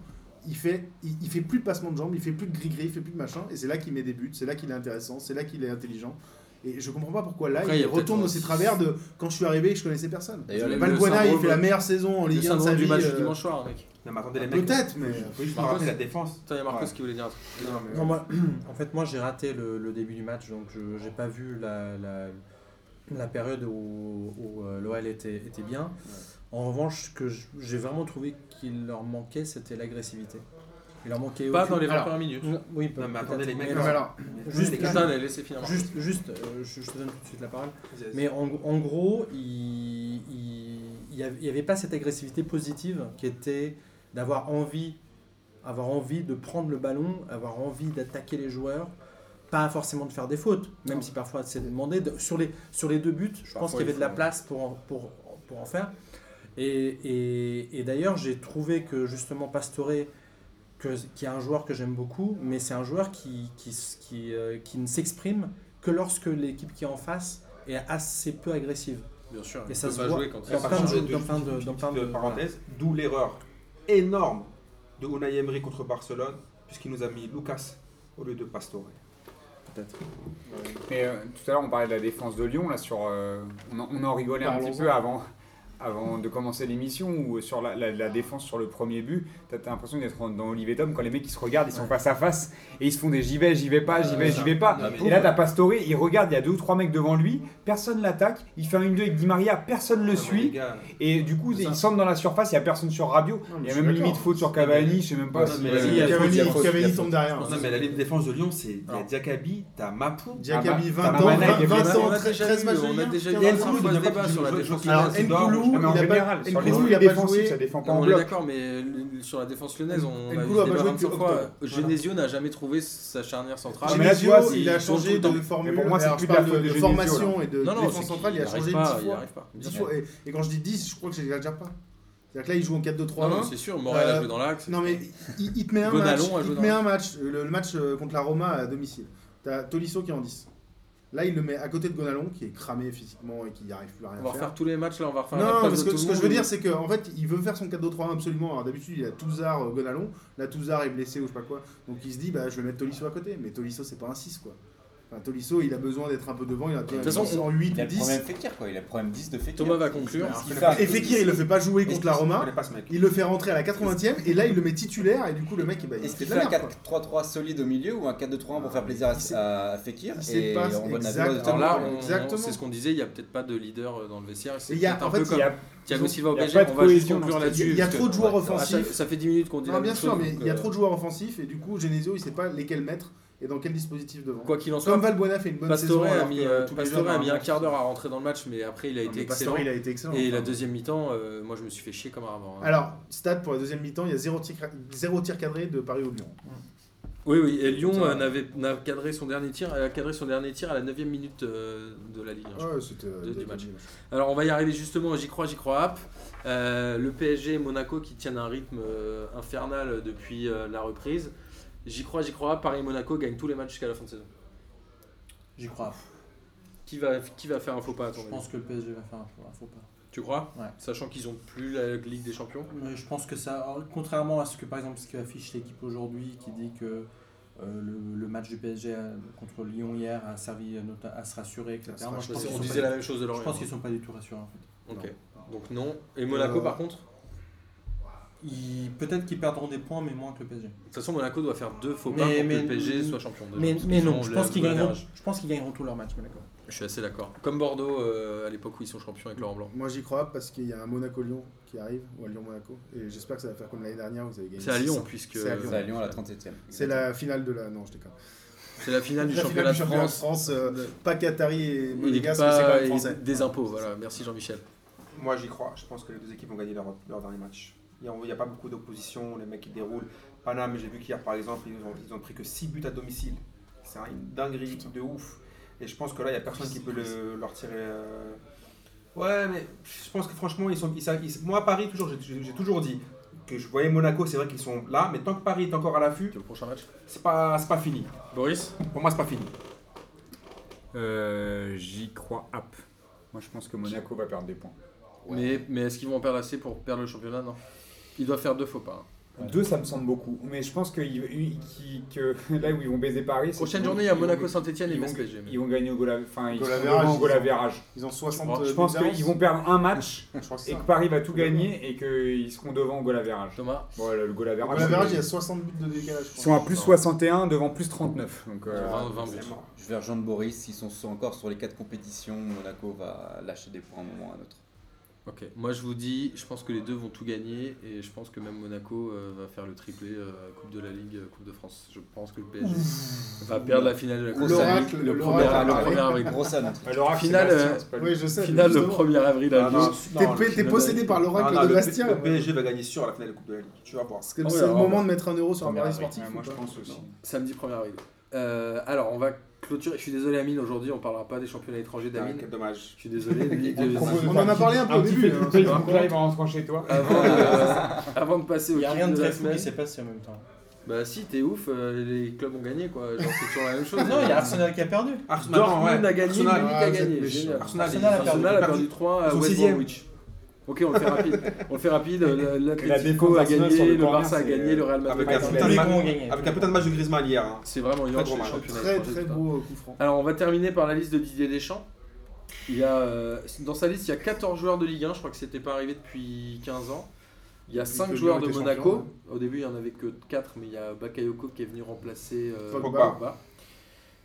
S5: il fait, il, il fait plus de passements de jambes, il fait plus de gris-gris, il fait plus de machin, et c'est là qu'il met des buts, c'est là qu'il est intéressant, c'est là qu'il est intelligent. Et je comprends pas pourquoi là,
S1: Après, il y
S5: il
S1: a peut-être
S5: retourne
S1: un-
S5: dans ses travers de quand je suis arrivé et que je connaissais personne.
S6: D'ailleurs,
S1: Le
S6: les-
S5: Valbuena, il
S1: syndrome-
S5: fait la meilleure saison en
S1: Le
S5: Ligue 1 de sa
S1: syndrome
S5: vie.
S1: du match du
S5: euh,
S1: dimanche soir, mec.
S3: Non, mais
S4: Ah,
S3: attendez, les mecs.
S5: Peut-être, mais.
S3: Faut juste me rappeler la défense.
S1: Putain, il y a Marcos
S3: Ouais.
S1: qui voulait dire un truc.
S3: Non, mais-
S5: Non, moi-
S4: En fait, moi, j'ai raté le, le début du match, donc je n'ai pas vu la, la, la période où, où, euh, l'OL était, était bien. En revanche, ce que je- j'ai vraiment trouvé qu'il leur manquait, c'était l'agressivité. Il leur manquait
S1: Pas
S4: aucune-
S1: dans les
S5: Alors,
S1: 21 minutes.
S4: Oui, peut-
S3: Non, mais attendez,
S4: peut-être,
S3: les mecs,
S4: mais
S5: Non,
S4: non.
S5: mais alors,
S4: Juste-
S3: les gars,
S1: Putain, elle laissé finir. Marcos.
S4: Juste, juste euh, je, je te donne tout de suite la parole.
S3: vas-y, vas-y.
S4: Mais en, en gros, il n'y avait pas cette agressivité positive qui était d'avoir envie, avoir envie de prendre le ballon, avoir envie d'attaquer les joueurs, pas forcément de faire des fautes, même si parfois c'est demandé. De- sur, les, sur les deux buts, je pense qu'il y avait de la place pour en, pour, pour en faire. Et, et- et d'ailleurs, j'ai trouvé que justement Pastore, que, qui est un joueur que j'aime beaucoup, mais c'est un joueur qui, qui, s- qui, euh, qui ne s'exprime que lorsque l'équipe qui est en face est assez peu agressive.
S1: Bien sûr.
S4: Et
S1: il
S4: ça
S1: peut
S4: se
S1: pas
S4: voit
S1: jouer quand
S4: dans
S1: il
S4: plein
S1: part.
S4: de
S3: Pardon,
S4: jeux,
S3: deux
S4: dans plein de-
S3: petites-
S4: dans plein
S3: petites
S4: de-
S3: parenthèses, d'où l'erreur énorme de Unai Emery contre Barcelone, puisqu'il nous a mis Lucas au lieu de Pastore.
S2: Mais euh, tout à l'heure, on parlait de la défense de Lyon. Là, sur, euh, on, en, on en rigolait un petit peu avant, avant de commencer l'émission, ou sur la, la- la défense sur le premier but. T'as t'as l'impression d'être en- dans Olivier Dom quand les mecs ils se regardent, ils sont face à face et ils se font des j'y vais, j'y vais pas, j'y vais, j'y vais pas.
S3: Non, mais-
S2: Et là, t'as Pastore, il regarde, il y a deux ou trois mecs devant lui, personne l'attaque, il fait un 1-2 avec Di Maria, personne le
S3: Non, mais Ah bah, les
S2: suit.
S3: gars,
S2: Et du coup, il semble dans la surface, il y a personne sur Rabiot,
S5: mais
S2: il y
S5: je
S2: a
S5: suis
S2: même
S5: d'accord.
S2: limite faute sur Cavani, je sais même pas
S3: Non,
S2: si.
S3: mais
S2: euh,
S3: vas-y,
S6: il y a faute, il y a
S5: Cavani,
S6: faute, il y a
S5: Cavani
S6: faute.
S5: tombe derrière.
S3: Non, mais la ligne de défense de Lyon, c'est. Il y a Diakabi, t'as Mapu.
S5: Diakabi,
S2: Ah,
S5: 20
S2: bah,
S5: ans,
S2: Manek,
S5: 20
S2: Manek,
S5: ans,
S1: on a déjà
S5: 13
S1: vu,
S5: matchs de
S1: on a
S5: Ligue un,
S1: déjà eu
S5: 15
S3: Il y a
S1: Vincent
S3: Nkoulou,
S1: Fosse
S3: il y a
S1: débat
S3: Nkoulou,
S1: sur la
S3: je- je-
S1: défense
S3: je-
S5: Alors,
S1: lyonnaise.
S3: Ndour,
S5: Nkoulou, Nkunku,
S2: Non, mais en
S5: il a pas-
S2: général, sur les
S5: Nkunku, il
S2: flux
S5: a pas
S2: défensifs,
S5: joué.
S2: ça défend pas
S1: Non,
S2: en
S1: on est
S2: bloc.
S1: d'accord, mais le- sur la défense lyonnaise, on a
S5: Nkunku a
S1: vu
S5: pas
S1: le débat
S5: joué
S1: 25
S5: depuis
S1: fois.
S5: octobre.
S1: euh, Genesio n'a jamais trouvé sa charnière centrale.
S2: mais là, tu vois,
S5: il a
S1: ils changent
S5: changé
S1: tout le
S5: de
S1: temps.
S5: formule.
S2: Mais pour moi, c'est
S5: Alors,
S2: plus
S5: je
S2: de la
S5: parle
S2: faute de Genesio,
S5: formation et de
S1: non, non,
S5: défense
S1: c'est
S5: centrale, il
S1: qu'il
S5: a
S1: arrive
S5: changé
S1: pas,
S5: 10
S1: Il
S5: fois.
S1: arrive pas.
S5: 10 fois. Et, et quand je dis 10, je crois que je n'exagère pas. C'est-à-dire que là, il joue en 4-2-3-1.
S1: Non, non, c'est sûr, Morel a
S5: Euh,
S1: joué dans l'axe.
S5: Non mais il, il te met un match,
S1: Gonalon a
S5: il
S1: joué
S5: te
S1: dans
S5: met
S1: la-
S5: un match, euh, le, le match euh, contre la Roma à domicile. T'as Tolisso qui est en 10. Là, il le met à côté de Gonalon qui est cramé physiquement et qui n'arrive plus à rien
S1: On va
S5: faire.
S1: refaire tous les matchs là, on va refaire la
S5: Non,
S1: presse
S5: parce
S1: de
S5: que
S1: tout
S5: ce
S1: le
S5: que je veux
S1: monde.
S5: dire, c'est qu'en en fait, il veut faire son 4-2-3-1 absolument. Alors, d'habitude, il a Touzard, euh, Gonalon. Là, Touzard est blessé ou je sais pas quoi. Donc, il se dit, bah, je vais mettre Tolisso à côté. Mais Tolisso, c'est pas un 6, quoi. Enfin, Tolisso, il a besoin d'être un peu devant. Il a bien
S1: toute façon,
S5: en 8
S6: Il a
S5: ou
S6: le problème
S5: 10.
S6: Fekir quoi, il a le problème 10 de Fekir.
S1: Thomas va conclure.
S6: Il
S3: Et
S6: fait un
S5: Et Fekir, il le fait pas jouer contre la
S3: Je
S5: Roma.
S3: connais pas ce mec.
S5: Il le fait rentrer à la 80e. Et là, il le met titulaire. Et du coup, le mec, bah, il
S6: Est-ce qu'il
S5: fait de
S6: fait
S5: la
S6: un
S5: merde. quoi.
S6: 4-3-3 solide au milieu ou un 4-2-3-1 pour faire plaisir
S5: Il sait-
S6: à, à Fekir
S5: il sait
S6: et
S5: pas,
S6: on va de la
S5: exact.
S6: valeur de
S1: Alors là,
S6: tableau,
S1: on-
S6: quoi.
S5: Exactement.
S1: c'est ce qu'on disait, il n'y a peut-être pas de leader euh, dans le vestiaire. C'est
S5: Et il y a-
S1: peut-être un
S5: en
S1: peu
S5: fait,
S1: comme
S2: Il y a-
S1: Thiago Silva au
S2: il y a
S1: PSG,
S2: pas de
S1: on va juste
S2: cohésion dans
S1: conclure
S2: ce
S1: là-dessus.
S5: Il y a
S1: parce
S5: trop
S1: que-
S5: de joueurs
S1: Ah, ça,
S5: offensifs.
S1: ça fait 10 minutes qu'on dit
S5: Non,
S1: la
S5: bien
S1: même
S5: sûr,
S1: chose,
S5: mais
S1: donc,
S5: il y a
S1: euh,
S5: trop de joueurs offensifs et du coup, Genesio, il sait pas lesquels mettre et dans quel dispositif devant.
S1: Quoi qu'il en soit,
S5: Comme Valbuena fait une bonne saison,
S1: Pastore a
S5: alors
S1: mis,
S5: que,
S1: euh,
S5: tous les
S1: Pastore
S5: jeunes,
S1: a mis
S5: hein,
S1: un quart d'heure à rentrer dans le match, mais après il a
S5: non,
S1: été
S5: mais
S1: excellent.
S5: Pastore, il a été excellent.
S1: Et la
S5: Enfin,
S1: deuxième mi-temps, euh, moi je me suis fait chier comme un mort. hein.
S5: Alors, stade pour la deuxième mi-temps, il y a zéro tir, zéro tir cadré de Paris au Lyon.
S1: Oui, oui, et Lyon euh, n'avait n'a cadré son dernier tir, elle a cadré son dernier tir à la 9 minute euh, de la Ligue. hein, je crois.
S5: Ouais, c'était euh,
S1: du
S5: des-
S1: match.
S5: des-
S1: Alors on va y arriver justement, j'y crois, j'y crois, app. Euh, le PSG et Monaco qui tiennent un rythme euh, infernal depuis euh, la reprise. J'y crois, j'y crois, app, Paris et Monaco gagnent tous les matchs jusqu'à la fin de saison.
S4: J'y crois.
S1: Qui va, qui va faire un faux pas à ton
S4: Je
S1: avis
S4: pense que le PSG va faire un faux- un faux pas.
S1: Tu crois
S4: Ouais.
S1: Sachant qu'ils ont plus la Ligue des Champions.
S4: Mais je pense que ça, alors, contrairement à ce que par exemple ce qu'affiche l'équipe aujourd'hui, qui dit que euh, le, le match du PSG à- euh, contre Lyon hier a servi à, nota- à se rassurer, etc.
S5: À se
S4: Moi, je
S5: rassurer.
S4: pense
S5: C'est-
S4: qu'ils
S1: On
S4: sont
S1: disait
S4: pas
S1: la
S4: du-
S1: même chose de
S4: je
S1: Lorient.
S4: pense qu'ils sont pas du tout rassurés. En fait.
S1: Ok. Donc non. Et Monaco
S5: Euh,
S1: par contre
S4: Ils- Peut-être qu'ils perdront des points, mais moins que le PSG.
S1: De toute façon, Monaco doit faire deux faux pas
S4: Mais-
S1: pour
S4: mais-
S1: que le PSG soit champion. de
S4: Mais,
S1: parce
S4: mais
S1: qu'ils
S4: non,
S1: ont
S4: je
S1: le
S4: pense qu'ils
S1: bon
S4: gagneront.
S1: average.
S4: Je pense qu'ils gagneront tous leurs matchs, Monaco.
S1: Je suis assez d'accord. Comme Bordeaux euh, à l'époque où ils sont champions
S4: Mm.
S1: avec Laurent Blanc.
S5: Moi, j'y crois parce qu'il y a un Monaco-Lyon qui arrive, ou un Lyon-Monaco, et j'espère que ça va faire comme l'année dernière, vous avez gagné.
S1: C'est à
S5: 600.
S1: Lyon puisque euh,
S5: C'est à
S6: C'est à Lyon à la 37ème.
S5: C'est la finale de la. Non, je déconne.
S1: c'est la finale du
S5: La
S1: championnat
S5: finale
S1: de France.
S5: euh, pas Qatari et
S1: Il dit
S5: Monégasque, mais c'est quand
S1: pas
S5: même français.
S1: des impôts, voilà. Merci Jean-Michel.
S3: Moi j'y crois, je pense que les deux équipes ont gagné leur, leur dernier match. Il n'y a, pas beaucoup d'opposition, les mecs qui déroulent. Paname, j'ai vu qu'hier par exemple, ils ont, ils ont pris que 6 buts à domicile. C'est une dinguerie de ouf. Et je pense que là, il n'y a personne qui peut le- leur tirer. euh, Ouais, mais je pense que franchement, ils sont, ils savent- ils- moi à Paris, toujours, j'ai- j'ai j'ai toujours dit que je voyais Monaco, c'est vrai qu'ils sont là, mais tant que Paris est encore à l'affût,
S1: Le prochain match.
S3: c'est pas, c'est pas fini.
S1: Boris
S3: Pour moi, c'est pas fini.
S2: Euh, J'y crois app. Moi, je pense que Monaco va perdre des points.
S1: Mais, mais est-ce qu'ils vont en perdre assez pour perdre le championnat Non. Ils doivent faire deux faux pas. hein.
S2: Deux, ça me semble beaucoup. Mais je pense que, ils- qu'ils- que là où ils vont baiser Paris. c'est
S1: Prochaine
S2: qu'ils vont-
S1: journée, il y a
S2: ils vont-
S1: Monaco, Saint-Etienne et
S2: ils vont-
S1: Metz PSG. mais-
S2: Ils vont gagner au goal, enfin, ils
S5: Goal
S2: sont
S5: average,
S2: devant au goal
S5: ils ont-
S2: average.
S5: Ils ont 60
S1: Je
S5: euh,
S2: Je pense
S5: d'avance.
S2: qu'ils vont perdre un match
S5: Je crois que c'est
S2: et que
S5: ça.
S2: Paris va tout gagner et qu'ils seront devant au goal average.
S1: Thomas
S2: Bon, le goal
S5: Au
S2: average.
S5: average, il y a
S2: ils
S5: 60 buts de décalage. je
S2: sont à
S5: crois.
S2: plus 61 devant plus 39. Donc, euh,
S1: 20, 20 buts.
S3: C'est mort.
S6: Je vais rejoindre Boris, ils sont sur- encore sur les 4 compétitions, Monaco va lâcher des points à un moment ou à un autre.
S1: Ok, moi je vous dis, je pense que les deux vont tout gagner et je pense que même Monaco euh, va faire le triplé euh, Coupe de la Ligue, euh, Coupe de France. Je pense que le PSG va perdre la finale de la Coupe de la Ligue
S5: L'oracle,
S1: le
S5: l'oracle.
S1: 1er avril.
S5: Ah,
S1: Le 1er avril.
S6: Grosse annonce.
S2: l'oracle,
S1: Finale,
S2: Sébastien,
S1: euh,
S2: c'est pas
S5: Oui, je sais.
S1: Finale le
S5: justement.
S1: 1er avril à
S3: Ah,
S1: Lyon.
S3: non,
S5: T'es-
S3: non,
S5: T'es
S3: le-
S5: possédé par
S3: Non,
S5: l'oracle
S3: non,
S5: de
S3: le-
S5: Bastia.
S3: Le,
S5: ouais.
S3: PSG va gagner sûr à la finale de la Coupe de la Ligue. Tu vas voir.
S5: C'est
S1: Ah ouais,
S5: c'est le
S1: alors,
S5: moment de mettre un euro sur un
S2: Premier
S5: pari
S2: avril.
S5: sportif.
S2: Ouais,
S5: ou
S2: moi, je
S5: pas
S2: pense aussi.
S1: Samedi 1er avril. Euh, alors on va clôturer. Je suis désolé Amine, aujourd'hui on parlera pas des championnats étrangers
S3: Ah,
S1: d'Amine.
S3: quel dommage.
S1: Je suis désolé. mais-
S2: On
S1: de-
S2: propose-
S5: On en a parlé un peu
S2: Un
S5: au
S2: petit peu
S5: début.
S2: de
S5: hein.
S2: Facebook live en rentrant chez toi.
S1: Avant de, avant de passer au
S4: Il n'y a
S1: kiff
S4: rien de
S1: la
S4: très fou
S1: semaine.
S4: qui s'est passé en même temps.
S1: Bah si, t'es ouf, euh, les clubs ont gagné quoi. Genre c'est toujours la même chose. Euh,
S4: Non, il y a Arsenal qui a perdu.
S3: Arsenal,
S1: Dortmund a gagné, Munich
S3: Arsenal,
S1: a
S5: ah, vous êtes
S1: gagné.
S5: méchants.
S1: Génial.
S3: Arsenal,
S4: Arsenal a
S3: ils-
S4: perdu.
S1: Arsenal a perdu 3
S3: Ils
S1: à
S3: sont
S1: West
S3: sixième.
S1: Bromwich. Ok, on le fait rapide. On le fait rapide. Le-
S2: défense
S1: L'Atlético a
S2: d'Arsenal sur
S1: gagné,
S2: le
S1: le,
S2: corner,
S1: Barça a
S2: c'est-
S1: gagné, le Real Madrid.
S3: Avec
S2: Ouais,
S3: un
S2: c'est
S3: putain
S2: la
S3: de
S4: Ligue
S3: match-
S4: où on gagnait.
S3: avec un putain de match de Griezmann hier. hein.
S1: C'est vraiment une
S3: Très
S1: horreur,
S3: gros
S1: les
S3: match.
S1: championnats
S5: Très
S1: étrangers,
S5: très
S1: putain.
S5: beau coup franc.
S1: Alors, on va terminer par la liste de Didier Deschamps. Il y a, euh, dans sa liste, il y a 14 joueurs de Ligue 1. Je crois que c'était pas arrivé depuis 15 ans. Il y a
S5: Depuis
S1: 5
S5: que
S1: joueurs de
S5: Lyon était
S1: Monaco.
S5: champion,
S1: Au début, il y en avait que 4, mais il y a Bakayoko qui est venu remplacer euh,
S5: Pogba.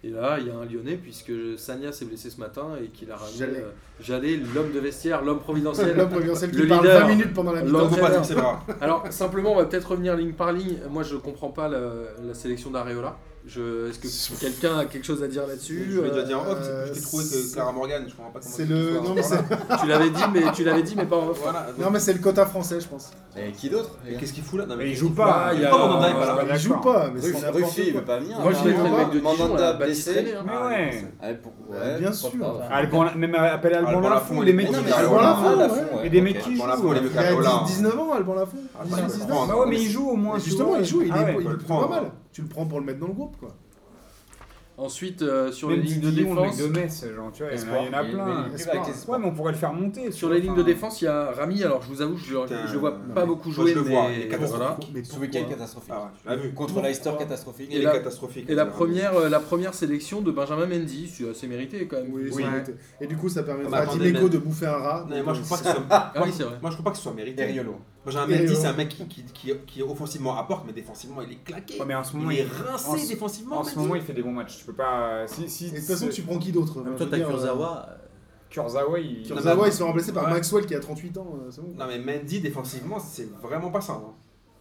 S1: Et là, il y a un Lyonnais, puisque Sania s'est blessé ce matin et qu'il a ramené
S5: Jallet.
S1: euh, Jallet, l'homme de vestiaire, l'homme providentiel.
S5: L'homme providentiel
S1: Le
S5: qui parle
S1: leader.
S5: 20 minutes pendant la
S1: Le
S5: mi-temps.
S3: Faut pas
S1: Entraîneur.
S3: dire que c'est pas.
S1: Alors simplement, on va peut-être revenir ligne par ligne. Moi, je comprends pas la, la sélection d'Areola. Je... Est-ce que quelqu'un a quelque chose à dire là-dessus
S3: Je vais déjà dire en off,
S5: euh,
S3: je t'ai trouvé que
S5: c'est-
S3: Clara Morgan, je comprends pas comment
S5: C'est
S3: tu
S5: le.
S3: peux
S5: Non,
S3: avoir-
S5: mais c'est
S1: Euh, Tu l'avais dit, mais tu l'avais dit, mais pas en off.
S3: Voilà.
S5: non, mais c'est le quota français, je pense.
S6: Et qui d'autre
S3: Et Qu'est-ce qu'il fout là Non,
S2: Mais il
S3: qu'est-ce
S2: joue
S3: qu'il
S2: pas.
S1: Ah, il y a-
S3: Comment on en est pas là
S2: Voilà,
S5: Il joue
S2: d'accord.
S5: pas, mais c'est n'importe
S6: Ruffy, il veut
S5: quoi.
S6: pas venir.
S1: Moi, je l'ai
S5: mettrais
S1: le mec de
S6: Mandanda
S1: Dijon, là, Baptiste
S6: blessé.
S1: René, hein.
S2: Mais
S3: Ah,
S2: ouais.
S6: Allez, pour-
S5: Bah,
S6: ouais,
S5: bien
S6: pourquoi
S5: sûr.
S6: pas.
S2: Alban- même appelé Alban
S3: Alban
S2: Lafont,
S3: Lafont,
S2: les
S3: les
S2: mecs
S5: mecs-
S2: qui
S5: Non, mais
S2: jouent.
S5: Alban Lafont,
S6: Ah,
S5: ouais.
S6: Lafont, ouais,
S2: Et des
S6: ok.
S2: mecs qui
S3: Alban
S2: jouent.
S3: Lafont, les mecs-
S5: Il a
S3: Voilà.
S5: 10 19 ans, Alban Lafont.
S3: Ah,
S5: 18,
S3: bah, je
S5: 19.
S3: comprends.
S2: Bah ouais, mais il joue au moins.
S5: Et
S2: tu
S5: Justement,
S2: vois.
S5: il joue, il est,
S2: Ah ouais.
S5: il est
S3: Faut le
S5: plutôt
S3: prendre.
S5: pas mal. Tu le prends pour le mettre dans le groupe, quoi.
S1: Ensuite, euh, sur les
S2: Même
S1: lignes de
S2: Didion, le mec
S1: défense,
S2: de Metz, genre, tu vois, il y en a- il y en a
S6: Espoir. Mais-
S2: plein.
S6: mais
S5: Espoir.
S6: avec
S2: Ouais,
S3: Ah
S6: Espoir.
S2: mais on pourrait le faire monter. tu
S1: sur
S2: vois,
S1: les lignes
S2: enfin,
S1: de défense, il y a Rami. Alors, je vous avoue, je
S3: Putain,
S1: je le vois
S3: non,
S1: pas
S3: mais
S1: beaucoup
S3: moi,
S1: jouer,
S3: je le vois, il est
S1: mais
S3: capable. Voilà.
S5: Mais
S6: Ce week-end
S5: pourquoi
S6: catastrophique.
S3: Ah ouais, tu l'as vu.
S6: Contre
S5: Pourquoi
S6: Leicester catastrophique.
S1: Et
S3: Il est
S1: la-
S3: catastrophique.
S1: Et la
S3: Clara.
S1: première, euh, la première sélection de Benjamin Mendy, c'est assez mérité quand même.
S5: Oui,
S1: Oui.
S5: ça aurait été- Et du coup, ça permettra
S3: Ah,
S5: à
S3: bah,
S5: Dimeco
S3: attendez,
S5: de bouffer un rat.
S3: Non, mais moi, je
S5: Donc,
S3: crois
S5: euh,
S3: que ce soit-
S1: Ah oui, c'est vrai.
S3: moi, je crois pas que ce soit mérité.
S6: Et Riolo.
S3: Moi, j'ai un
S5: Et
S3: Mendy,
S5: Riolo.
S3: c'est un mec qui, qui, qui, qui offensivement apporte, mais défensivement, il est claqué.
S2: Ouais, mais en ce moment,
S3: il est
S2: il- en
S3: rincé
S2: ce-
S3: défensivement.
S2: en ce
S3: Mendy.
S2: moment, il fait des bons matchs. Tu peux pas. Si, si,
S5: Et de toute façon,
S2: si-
S5: tu prends qui d'autre
S4: Même
S5: Je
S4: toi,
S5: veux
S4: t'as
S5: dire, euh,
S4: Kurzawa. euh,
S2: Kurzawa, il.
S5: Kurzawa, il se fait remplacer par
S3: Ouais.
S5: Maxwell qui a 38 ans. euh, c'est bon.
S3: Non, mais Mendy, défensivement, c'est vraiment pas ça. hein.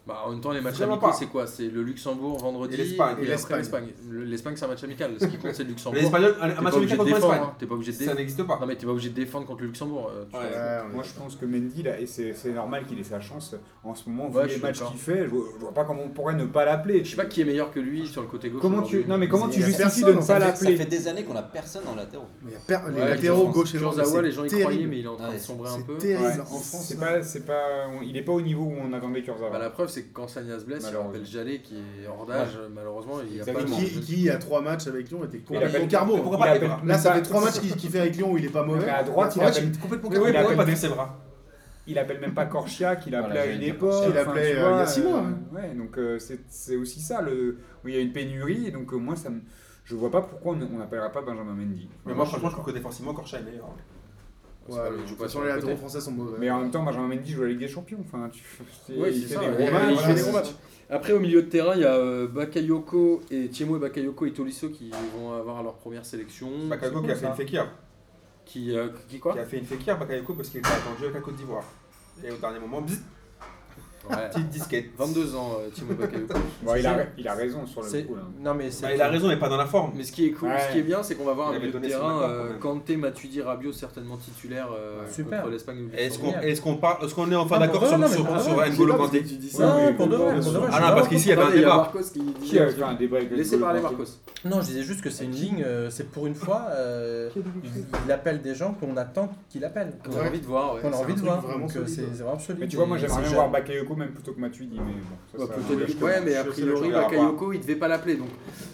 S1: Bah, en même temps, les matchs
S3: Vraiment
S1: amicaux,
S3: pas.
S1: c'est quoi C'est le Luxembourg vendredi
S3: Et l'Espagne.
S1: et,
S5: Et
S1: après
S5: l'Espagne.
S1: l'Espagne. Le- L'Espagne, c'est un match amical. Ce qui compte, c'est le
S3: Mais
S1: Luxembourg.
S3: l'Espagnol, un-
S1: T'es
S3: un
S1: pas
S3: match
S1: obligé de
S3: amical contre
S1: défendre.
S3: l'Espagne,
S1: hein. T'es pas obligé de
S3: ça
S1: défendre.
S3: n'existe pas.
S1: Non, mais t'es pas obligé de défendre contre le Luxembourg. euh, tu-
S3: Ouais.
S5: Ouais, on est-
S2: Moi, je pense que Mendy, là, et c'est c'est normal qu'il ait sa chance en ce moment, vu
S1: Ouais, je
S2: les
S1: suis
S2: matchs
S1: d'accord.
S2: qu'il fait. Je vois, je vois pas comment on pourrait ne pas l'appeler.
S1: Je sais pas qui est meilleur que lui sur le côté gauche.
S2: Comment tu,
S1: aujourd'hui.
S2: non, mais comment tu
S5: Il y a
S2: justifies
S5: personne,
S2: de ne pas
S5: en fait.
S6: Ça fait
S2: l'appeler
S6: des années qu'on a personne en latéraux.
S5: Mais y a per- les
S1: Ouais,
S5: latéraux
S1: Kurzawa,
S5: gauche et droite,
S1: Kurzawa,
S5: c'est
S1: les gens y
S5: terrible.
S1: croyaient, mais il est en train de
S6: Ouais,
S1: sombrer un
S5: C'est
S1: peu.
S5: terrible
S2: Ouais.
S5: en France.
S2: C'est pas, c'est pas, on- il est pas au niveau où on attendait Kurzawa.
S1: Bah, la preuve, c'est que quand Sagna se blesse, il
S2: Malheureusement.
S1: rappelle Jallet qui est hors d'âge. Malheureusement, il n'y a pas
S5: Et
S1: de
S2: Exactement.
S5: qui, qui a 3 matchs avec Lyon était
S2: Il appelle-
S5: complètement carbo.
S3: Pourquoi
S2: Il
S3: pas
S2: appelle-
S3: Evra
S5: Là, ça
S2: Mais
S5: fait
S2: pas-
S5: 3 matchs qu'il qu'il fait avec Lyon où il est pas mauvais.
S2: Mais à droite, il
S5: Trois matchs,
S2: appelle-
S5: est complètement
S2: Mais oui,
S5: carbo.
S2: mais
S3: Pourquoi
S2: appelle-
S3: pas hein. Patrice Evra
S2: Il appelle même pas Korchia, qu'il appelait
S6: Voilà,
S2: à une
S6: j'allais dire
S2: époque.
S6: Korchia.
S5: Il appelait,
S2: tu
S5: euh, il y a six mois, hein.
S2: Ouais, donc euh, c'est c'est aussi ça, le, où il y a une pénurie, et donc euh, moi, ça me, je vois pas pourquoi on on n'appellera pas Benjamin Mendy.
S3: Mais moi, franchement, je trouve que défensivement, Corcha est meilleur.
S1: Ouais,
S5: Ouais,
S1: mais
S5: de
S1: tu
S5: toute
S1: passes
S5: façon,
S1: sur
S5: les
S1: le
S5: latéraux
S1: côté.
S5: français sont mauvais.
S2: Mais en même temps, Benjamin Mendy joue à la Ligue des Champions. Enfin, tu, c'est-
S1: Ouais,
S2: il
S1: c'est
S2: fait
S1: ça,
S2: des
S1: ouais.
S2: gros
S1: Ouais,
S2: matchs.
S1: il fait des gros
S2: Ouais,
S1: matchs. Après, au milieu de terrain, il y a euh, Bakayoko et Thiemo et Bakayoko et Tolisso qui vont avoir leur première sélection.
S3: Bakayoko
S1: C'est
S3: qui
S1: cool,
S3: a fait
S1: ça.
S3: une fekir.
S1: Qui, euh, qui quoi
S3: Qui a fait une fekir, Bakayoko, parce qu'il était attendu avec la Côte d'Ivoire. Et au dernier moment, bzzz,
S1: Ouais.
S3: petite disquette.
S1: 22 ans, euh, Thiemo Bakayoko.
S2: Bon, il, a, il a raison sur le
S1: C'est-
S2: coup. Là.
S1: Non, mais c'est.
S3: Bah, il a raison, mais pas dans la forme.
S1: Mais ce qui est cool,
S2: Ouais.
S1: ce qui est bien, c'est qu'on va voir
S3: Il
S1: un
S3: avait
S1: milieu de
S3: donné son
S1: terrain.
S3: accord, quand
S1: euh,
S3: même.
S1: Kanté, Matuidi, Rabiot certainement titulaire euh,
S4: Super.
S1: contre l'Espagne. ou le
S3: Est-ce qu'on
S1: Luxembourg.
S3: est qu'on parle- est-ce qu'on est enfin
S4: Ah,
S3: d'accord
S4: bon,
S3: sur,
S4: non, mais-
S3: sur,
S4: ah,
S3: sur
S4: ouais,
S3: N'Golo
S1: Parce que
S3: Kanté
S1: tu dis
S2: Ouais,
S1: ça.
S2: oui,
S4: Non,
S2: oui,
S4: pour de
S2: oui,
S4: vrai, pour de vrai,
S2: oui.
S4: je
S3: Ah
S4: suis
S3: non, parce
S4: pas
S3: qu'ici, il y avait un
S1: Attendez, il y a
S3: débat.
S1: Marcos qui dit.
S2: Qui a fait un débat avec
S1: Laissez
S2: N'Golo
S1: parler
S2: Kanté
S1: Marcos.
S4: Non, je disais juste que c'est une ligne, euh, c'est pour une fois, euh, il, il appelle des gens qu'on attend qu'il appelle.
S1: On a envie de voir. ouais.
S4: Qu'on a
S5: c'est un
S4: envie de
S5: truc
S4: voir.
S5: vraiment
S4: Donc euh,
S5: solide,
S4: c'est
S5: ouais.
S4: c'est vraiment solide.
S2: Mais tu vois, moi
S4: et
S2: j'aimerais
S4: c'est
S2: bien
S4: jeune.
S2: voir Bakayoko même plutôt que Matuidi, mais bon.
S1: Ouais,
S2: ça, ça
S1: peut-être-
S2: n'engage que
S1: ouais,
S2: moi.
S1: mais a
S5: Je sais,
S1: priori,
S3: je verrai
S1: Bakayoko, il devait pas l'appeler. donc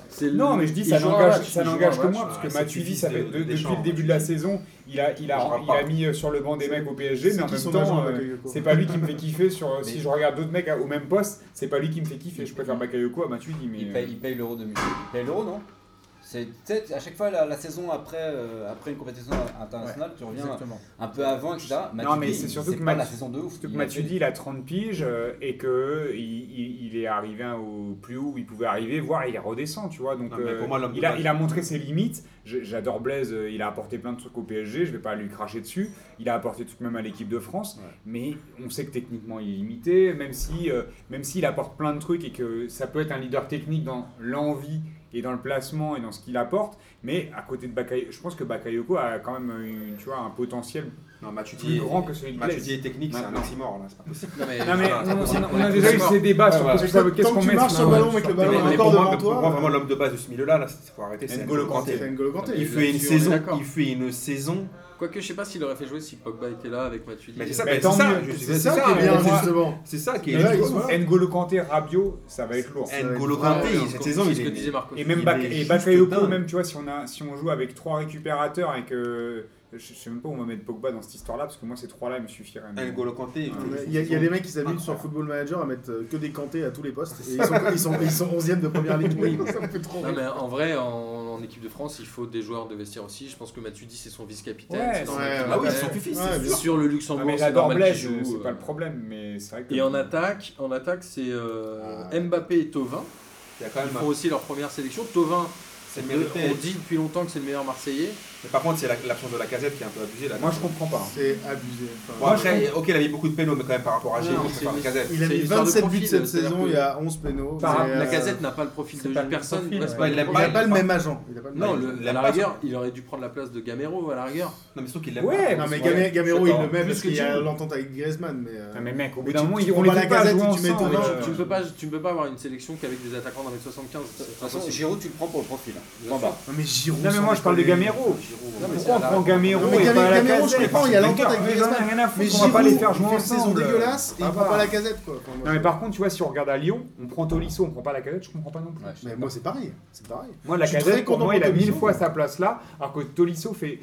S1: c'est
S2: Non,
S1: le-
S2: mais je dis,
S1: il
S2: ça
S1: joue un
S2: n'engage
S1: match,
S2: ça
S1: il joue
S2: n'engage
S1: un
S2: que
S1: match.
S2: moi, parce
S3: Ah,
S2: que
S3: c'est
S2: Matuidi,
S3: difficile
S2: ça fait
S3: de-
S2: de-
S3: de-
S2: depuis le
S3: d'échange,
S2: début de la saison, il a, il a,
S3: Je vois
S2: il
S3: pas.
S2: a mis euh, sur le banc des mecs au PSG,
S5: C'est
S2: mais en
S5: qui
S2: même
S5: son agent,
S2: temps, euh,
S5: Bakayoko
S2: c'est pas lui qui me fait kiffer. Sur, euh, Si
S6: Mais-
S2: je regarde d'autres mecs à- au même poste, c'est pas lui qui me fait kiffer. Je préfère
S6: Il-
S2: Bakayoko à Matuidi, mais.
S6: Il paye,
S2: euh,
S6: il paye l'euro de Michel. Il paye l'euro, non C'est tu sais, à chaque fois la, la saison après, euh, après une compétition internationale, tu reviens
S4: Exactement.
S3: hein.
S6: un peu avant, etc.
S2: Non, mais
S6: Matuidi,
S2: c'est surtout que
S6: pas
S2: Matu-
S6: la saison de ouf.
S2: Surtout que
S6: Il a fait-
S2: Matuidi, il a 30 piges euh, et que il, il- il est arrivé au plus haut où il pouvait arriver, voire il redescend, tu vois. Donc
S3: Non, mais
S2: euh,
S3: pour moi, l'homme de
S2: il, a,
S3: match.
S2: il a montré ses limites. Je- J'adore Blaise, euh, il a apporté plein de trucs au PSG, je vais pas lui cracher dessus. Il a apporté tout même à l'équipe de France, mais on sait que techniquement il est limité, même si euh, même s'il apporte plein de trucs et que ça peut être un leader technique dans l'envie et dans le placement et dans ce qu'il apporte, mais à côté de Bakayoko, je pense que Bakayoko a quand même euh, une- tu vois, un potentiel
S3: Non, Matuidi
S2: plus
S3: est-
S2: grand que celui de Blaise.
S3: Matuidi est technique, c'est un
S2: Maintenant.
S3: oxymore, là, c'est pas possible.
S1: Non, mais-
S2: Non mais
S3: Voilà, c'est
S2: on,
S3: possible.
S2: on a déjà eu ces débats sur
S6: Ouais,
S2: qu'est-ce qu'on- qu'est-ce
S5: Tant
S2: qu'on
S5: que tu
S2: met
S5: marches
S2: sur
S5: sur le ballon avec le
S3: Mais,
S5: ballon
S3: mais
S5: encore
S3: pour, moi,
S5: devant
S3: mais pour moi, vraiment
S5: toi,
S3: l'homme de base de ce milieu-là, là, c'est- faut arrêter, c'est
S2: N'Golo
S3: N'Golo
S2: Kanté.
S5: c'est
S3: Kanté.
S5: N'Golo Kanté.
S3: Il
S1: Là-dessus,
S3: fait une
S1: on est
S3: saison,
S1: d'accord.
S3: il fait une saison.
S1: Quoique, je sais pas s'il aurait fait jouer si Pogba était là avec Matuidi.
S3: Mais c'est ça,
S2: Mais
S3: mais
S2: tant
S3: c'est ça,
S2: mieux.
S3: je-
S5: C'est ça qui est
S2: mais
S5: bien,
S2: moi-
S5: justement.
S3: C'est ça qui
S5: Et
S3: est
S5: là, ils
S3: juste.
S5: sont-
S2: le N'Golo Kanté, Rabio, ça va être lourd.
S5: Et-
S3: N'Golo
S1: Ah,
S3: Kanté,
S1: ouais,
S3: il- cette saison,
S1: c'est
S3: il
S1: ce que
S3: est.
S1: disait Marcos.
S2: Et même
S3: il
S2: Bak-
S3: est
S2: et
S3: juste
S2: Bakayoko,
S3: dingue.
S2: même tu vois, si on, a, si on joue avec trois récupérateurs et que... Je sais même pas où on va mettre Pogba dans cette histoire-là, parce que moi ces trois-là ils me suffiraient. mais-
S3: N'Golo Kanté. il fait une
S5: Il y, a, il y a
S3: saison
S5: des mecs qui s'habituent sur
S3: incroyable.
S5: Football Manager à mettre euh, que des cantés à tous les postes et ils sont, ils sont, ils sont 11e de première ligue. Oui, ça me fait trop
S1: Non, mais en vrai, en, en équipe de France, il faut des joueurs de vestiaire aussi. Je pense que Matuidi, c'est son vice-capitaine.
S2: Ouais,
S1: c'est normal
S5: ouais,
S1: qu'il
S5: ouais.
S3: Ah oui,
S1: l'appelle.
S3: ça suffit,
S5: Ouais,
S3: c'est
S5: bien
S3: sûr.
S1: Sur le
S2: Ah,
S1: Luxembourg,
S2: mais
S1: c'est
S2: j'adore
S1: normal qu'il
S2: Blaise,
S1: joue.
S2: c'est
S1: euh,
S2: pas le problème, mais c'est vrai que...
S1: Et en attaque, en attaque, c'est euh,
S5: Ah.
S1: Mbappé et Tovin.
S3: Il y a quand
S1: Ils
S3: même.
S1: font aussi leur première sélection. Tovin,
S3: C'est
S1: de-
S3: mérité.
S1: on dit depuis longtemps que c'est le meilleur Marseillais.
S3: Mais par contre, c'est la- l'absence de la casette qui est un peu abusée là.
S2: Moi, je comprends pas.
S5: C'est abusé. Enfin,
S3: Bon, après, ok, il a mis beaucoup de pénaux, mais quand même par rapport à Gilles,
S1: Non,
S3: c'est pas la casette.
S5: il a
S1: c'est
S5: mis
S1: une histoire de
S5: 27 buts
S1: profil,
S5: cette
S1: c'est-à-dire
S5: saison,
S1: que-
S5: il y a 11 pénaux.
S2: Par-
S5: mais,
S1: La
S5: euh,
S1: casette n'a pas le profil
S4: c'est
S1: de
S4: pas le
S1: personne.
S4: profil,
S1: Brest
S4: ouais.
S1: pas
S3: Ouais, il
S1: le
S3: l'aime
S5: Il
S1: profil.
S5: n'a pas le même agent. Il a pas le
S1: Non,
S5: même
S1: le-
S3: il
S1: à
S3: l'aime
S1: la
S3: pas,
S1: rigueur, il aurait dû prendre la place de Gamero à la rigueur.
S3: Non, mais surtout qu'il l'aime
S2: Ouais,
S5: Non,
S2: parce
S5: mais
S2: que-
S5: Gamero, Gamero,
S1: je
S5: il
S1: sais pas.
S5: le met
S1: Plus
S5: parce
S1: que
S5: qu'il y a
S1: Jim.
S5: l'entente avec Griezmann. Mais, euh,
S2: Non, mais mec, au
S5: Mais
S2: bout d'un
S5: tu-
S2: moment,
S5: tu
S2: ils- on
S5: prends
S2: les
S5: pas
S2: fait
S5: la
S2: pas
S5: casette
S2: jouer
S5: et tu mets ton
S1: Mais
S2: ensemble. euh,
S1: tu-
S5: ouais,
S1: tu, ne
S5: ouais.
S1: peux pas, tu ne peux pas avoir une sélection qu'avec des attaquants dans les 75.
S6: De
S1: c'est
S6: toute façon,
S1: impossible.
S6: Giroud, tu le prends pour le profil. hein. Point barre.
S5: Non, mais Giroud.
S2: Non, mais
S5: sans
S2: moi, je parle de
S5: déconner.
S2: Gamero.
S1: Giroud,
S6: Non, mais
S1: ouais,
S2: Pourquoi on
S1: c'est
S2: prend
S1: à la-
S2: Gamero
S5: Non, mais
S2: et pas la
S5: Gamero, je
S2: casette
S5: comprends, il y a l'entente avec
S2: Mais
S5: Griezmann.
S2: j'en ai rien à
S5: Mais
S2: foutre, on va
S5: Giroud,
S2: pas les faire jouer
S5: il fait une saison
S2: ensemble.
S5: dégueulasse et
S2: Ça
S5: il prend
S2: va.
S5: pas la casette quoi. Enfin, moi,
S2: Non
S5: je-
S2: mais par contre, tu vois, si on regarde à Lyon, on prend Tolisso, on prend pas la casette, je comprends pas non plus.
S5: Mais moi, c'est pareil. C'est pareil.
S2: Moi, la
S5: Je suis très
S2: casette, pour
S5: content
S2: moi,
S5: pour
S2: il a mille
S5: Tolisso.
S2: fois sa place là, alors que Tolisso fait,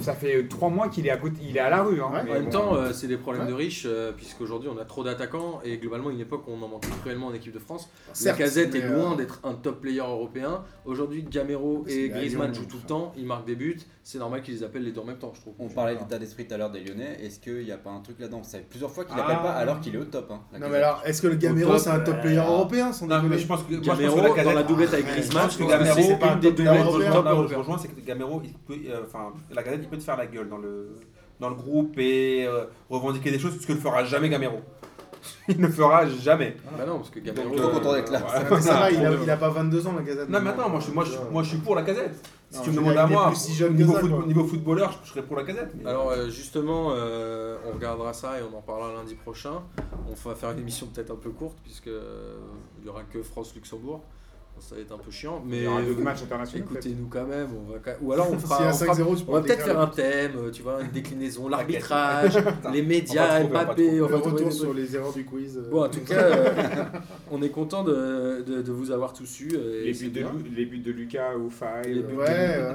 S2: ça fait trois mois qu'il est à côté, il est à la rue. Hein.
S5: Ouais.
S2: Mais
S1: En même
S2: bon.
S1: temps, euh, c'est des problèmes
S5: Ouais.
S1: de riches, euh, puisqu'aujourd'hui on a trop d'attaquants et globalement, une époque où on en manquait cruellement en équipe de France. La
S5: Certes,
S1: casette est
S5: mais, euh,
S1: loin d'être un top player européen. Aujourd'hui, Gamero et
S5: Parce qu'il est à
S1: Griezmann
S5: Lyon,
S1: jouent tout le
S5: enfin.
S1: temps, ils marquent des buts. C'est normal qu'ils les appellent les deux en même temps, je trouve.
S6: On parlait d'état d'esprit tout à l'heure des Lyonnais. Est-ce qu'il n'y a pas un truc là-dedans Ça fait plusieurs fois qu'il
S2: Ah.
S6: n'appelle pas alors qu'il est au top. hein, la
S5: Non,
S6: casette.
S5: mais alors, est-ce que le
S1: Au
S5: Gamero,
S1: top,
S5: c'est un top player
S6: euh,
S5: européen sans
S3: Non, mais
S5: déconner
S3: je pense que, moi, je pense que
S1: Gamero
S3: la
S1: dans
S3: casette.
S1: la doublette avec
S5: ouais,
S1: Griezmann, je pense
S3: je pense que
S1: que c'est
S3: Gamero,
S5: c'est pas
S1: une des
S5: un
S1: deux
S5: top player
S1: meilleures
S5: européen.
S1: top
S3: Là où je
S1: européens.
S3: rejoins, c'est que Gamero, il peut, euh, enfin, la casette, il peut te faire la gueule dans le, dans le groupe et euh, revendiquer des choses, ce que ne fera jamais Gamero. il ne fera jamais. euh,
S1: Bah non, parce que Gamero.
S6: Trop content d'être là.
S5: Ouais, Ah, mais ça va, il a, il a pas 22 ans la casette.
S3: Non, mais attends, moi je, moi, je, moi, je suis pour la casette. Si
S5: Non,
S3: tu
S5: mais
S3: me
S5: il
S3: demandes
S5: est
S3: à moi,
S5: plus si jeune
S3: niveau,
S5: que ça,
S3: foot-
S5: quoi.
S3: niveau footballeur, je, je serais pour la casette. mais-
S1: Alors euh, justement, euh, on regardera ça et on en parlera lundi prochain. On va faire une émission peut-être un peu courte puisque euh, il n'y aura que France-Luxembourg. Ça va être un peu chiant,
S2: Il
S1: mais
S2: y aura deux matchs internationaux. peut-être.
S1: écoutez-nous quand même. On va... quand- Ou alors on
S5: S'il
S1: fera,
S5: y a
S1: on fera-
S5: 5-0, tu
S1: on
S5: pourras
S1: va peut-être
S5: décrire
S1: faire
S5: le-
S1: un thème, euh, tu vois, une déclinaison, l'arbitrage, les
S3: On va
S1: médias,
S3: trouver, on va
S1: Mbappé.
S3: trouver.
S1: on
S5: On
S1: va
S5: va
S1: trouver des
S5: retourner sur les erreurs du quiz. euh,
S1: Bon, en tout cas, euh, on est content de, de- de vous avoir tous eu. euh, et
S2: Les
S1: c'est
S2: buts, de
S1: bien.
S2: Lu- les buts de Lucas ou Faye.
S1: Les
S5: Ouais,
S1: buts.
S5: ouais,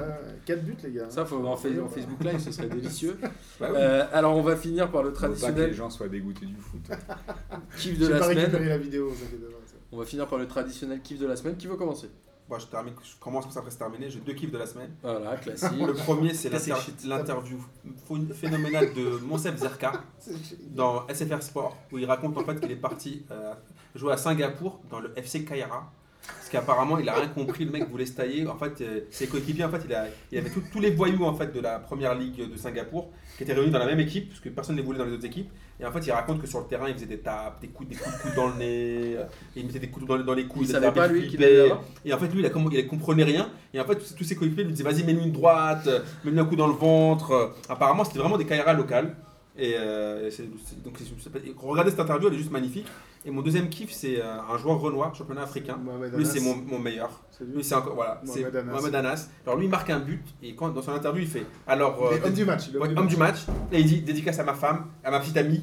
S5: 4 buts les gars.
S1: Ça, faut en, fais- en Facebook Live, ce serait délicieux.
S3: Bah oui. bah,
S1: Euh, alors, on va finir par le
S2: Pas que les
S1: traditionnel
S2: gens soient dégoûtés du foot.
S1: kiff de
S5: J'ai
S1: la
S5: pas
S1: semaine.
S5: récupéré la vidéo, vous inquiétez pas. ça.
S1: On va finir par le traditionnel kiff de la semaine. Qui veut commencer
S3: Moi, je, termine, je commence comme ça après c'est terminé. J'ai deux kiffs de la semaine.
S1: Voilà, classique.
S3: Le premier, c'est
S1: Casser
S3: l'inter- l'interview phon- phénoménale de Monsef Zerka
S5: C'est génial.
S3: dans SFR Sport, où il raconte en fait qu'il est parti euh, jouer à Singapour dans le FC Kaira. Parce qu'apparemment, il a rien compris, le mec voulait se tailler. En fait, euh, ses coéquipiers, en fait, il, a- il avait tout- tous les voyous en fait, de la première ligue de Singapour qui étaient réunis dans la même équipe, parce que personne ne les voulait dans les autres équipes. Et en fait, il raconte que sur le terrain, il faisait des tapes, des coups, des coups de coude dans le nez, euh, il mettait des coups dans, dans les couilles.
S1: Il
S3: les
S1: savait pas
S3: arbitres
S1: lui qu'il
S3: flippaient.
S1: allait là-bas.
S3: Et en fait, lui, il, a comm- il comprenait rien. Et en fait, tous, tous ses coéquipiers lui disaient vas-y, mets-lui une droite, euh, mets-lui un coup dans le ventre. Euh, Apparemment, c'était vraiment des Kaira locales. Et euh, c'est- c'est- donc, c'est- c'est- regardez cette interview, elle est juste magnifique. Et mon deuxième kiff, c'est euh, un joueur renois, championnat africain.
S5: Mohamed
S3: Lui,
S5: Anas,
S3: c'est mon, mon meilleur.
S5: c'est lui.
S3: Lui, c'est encore. Voilà, c'est
S5: Mohamed Anas.
S3: Mohamed Anas. Alors, lui, il marque un but. Et quand, dans son interview, il fait Alors,
S5: Il
S3: euh,
S5: est homme du match. il est
S3: Ouais,
S5: homme du
S3: homme
S5: match.
S3: du match. Et il dit dédicace à ma femme, à ma petite amie.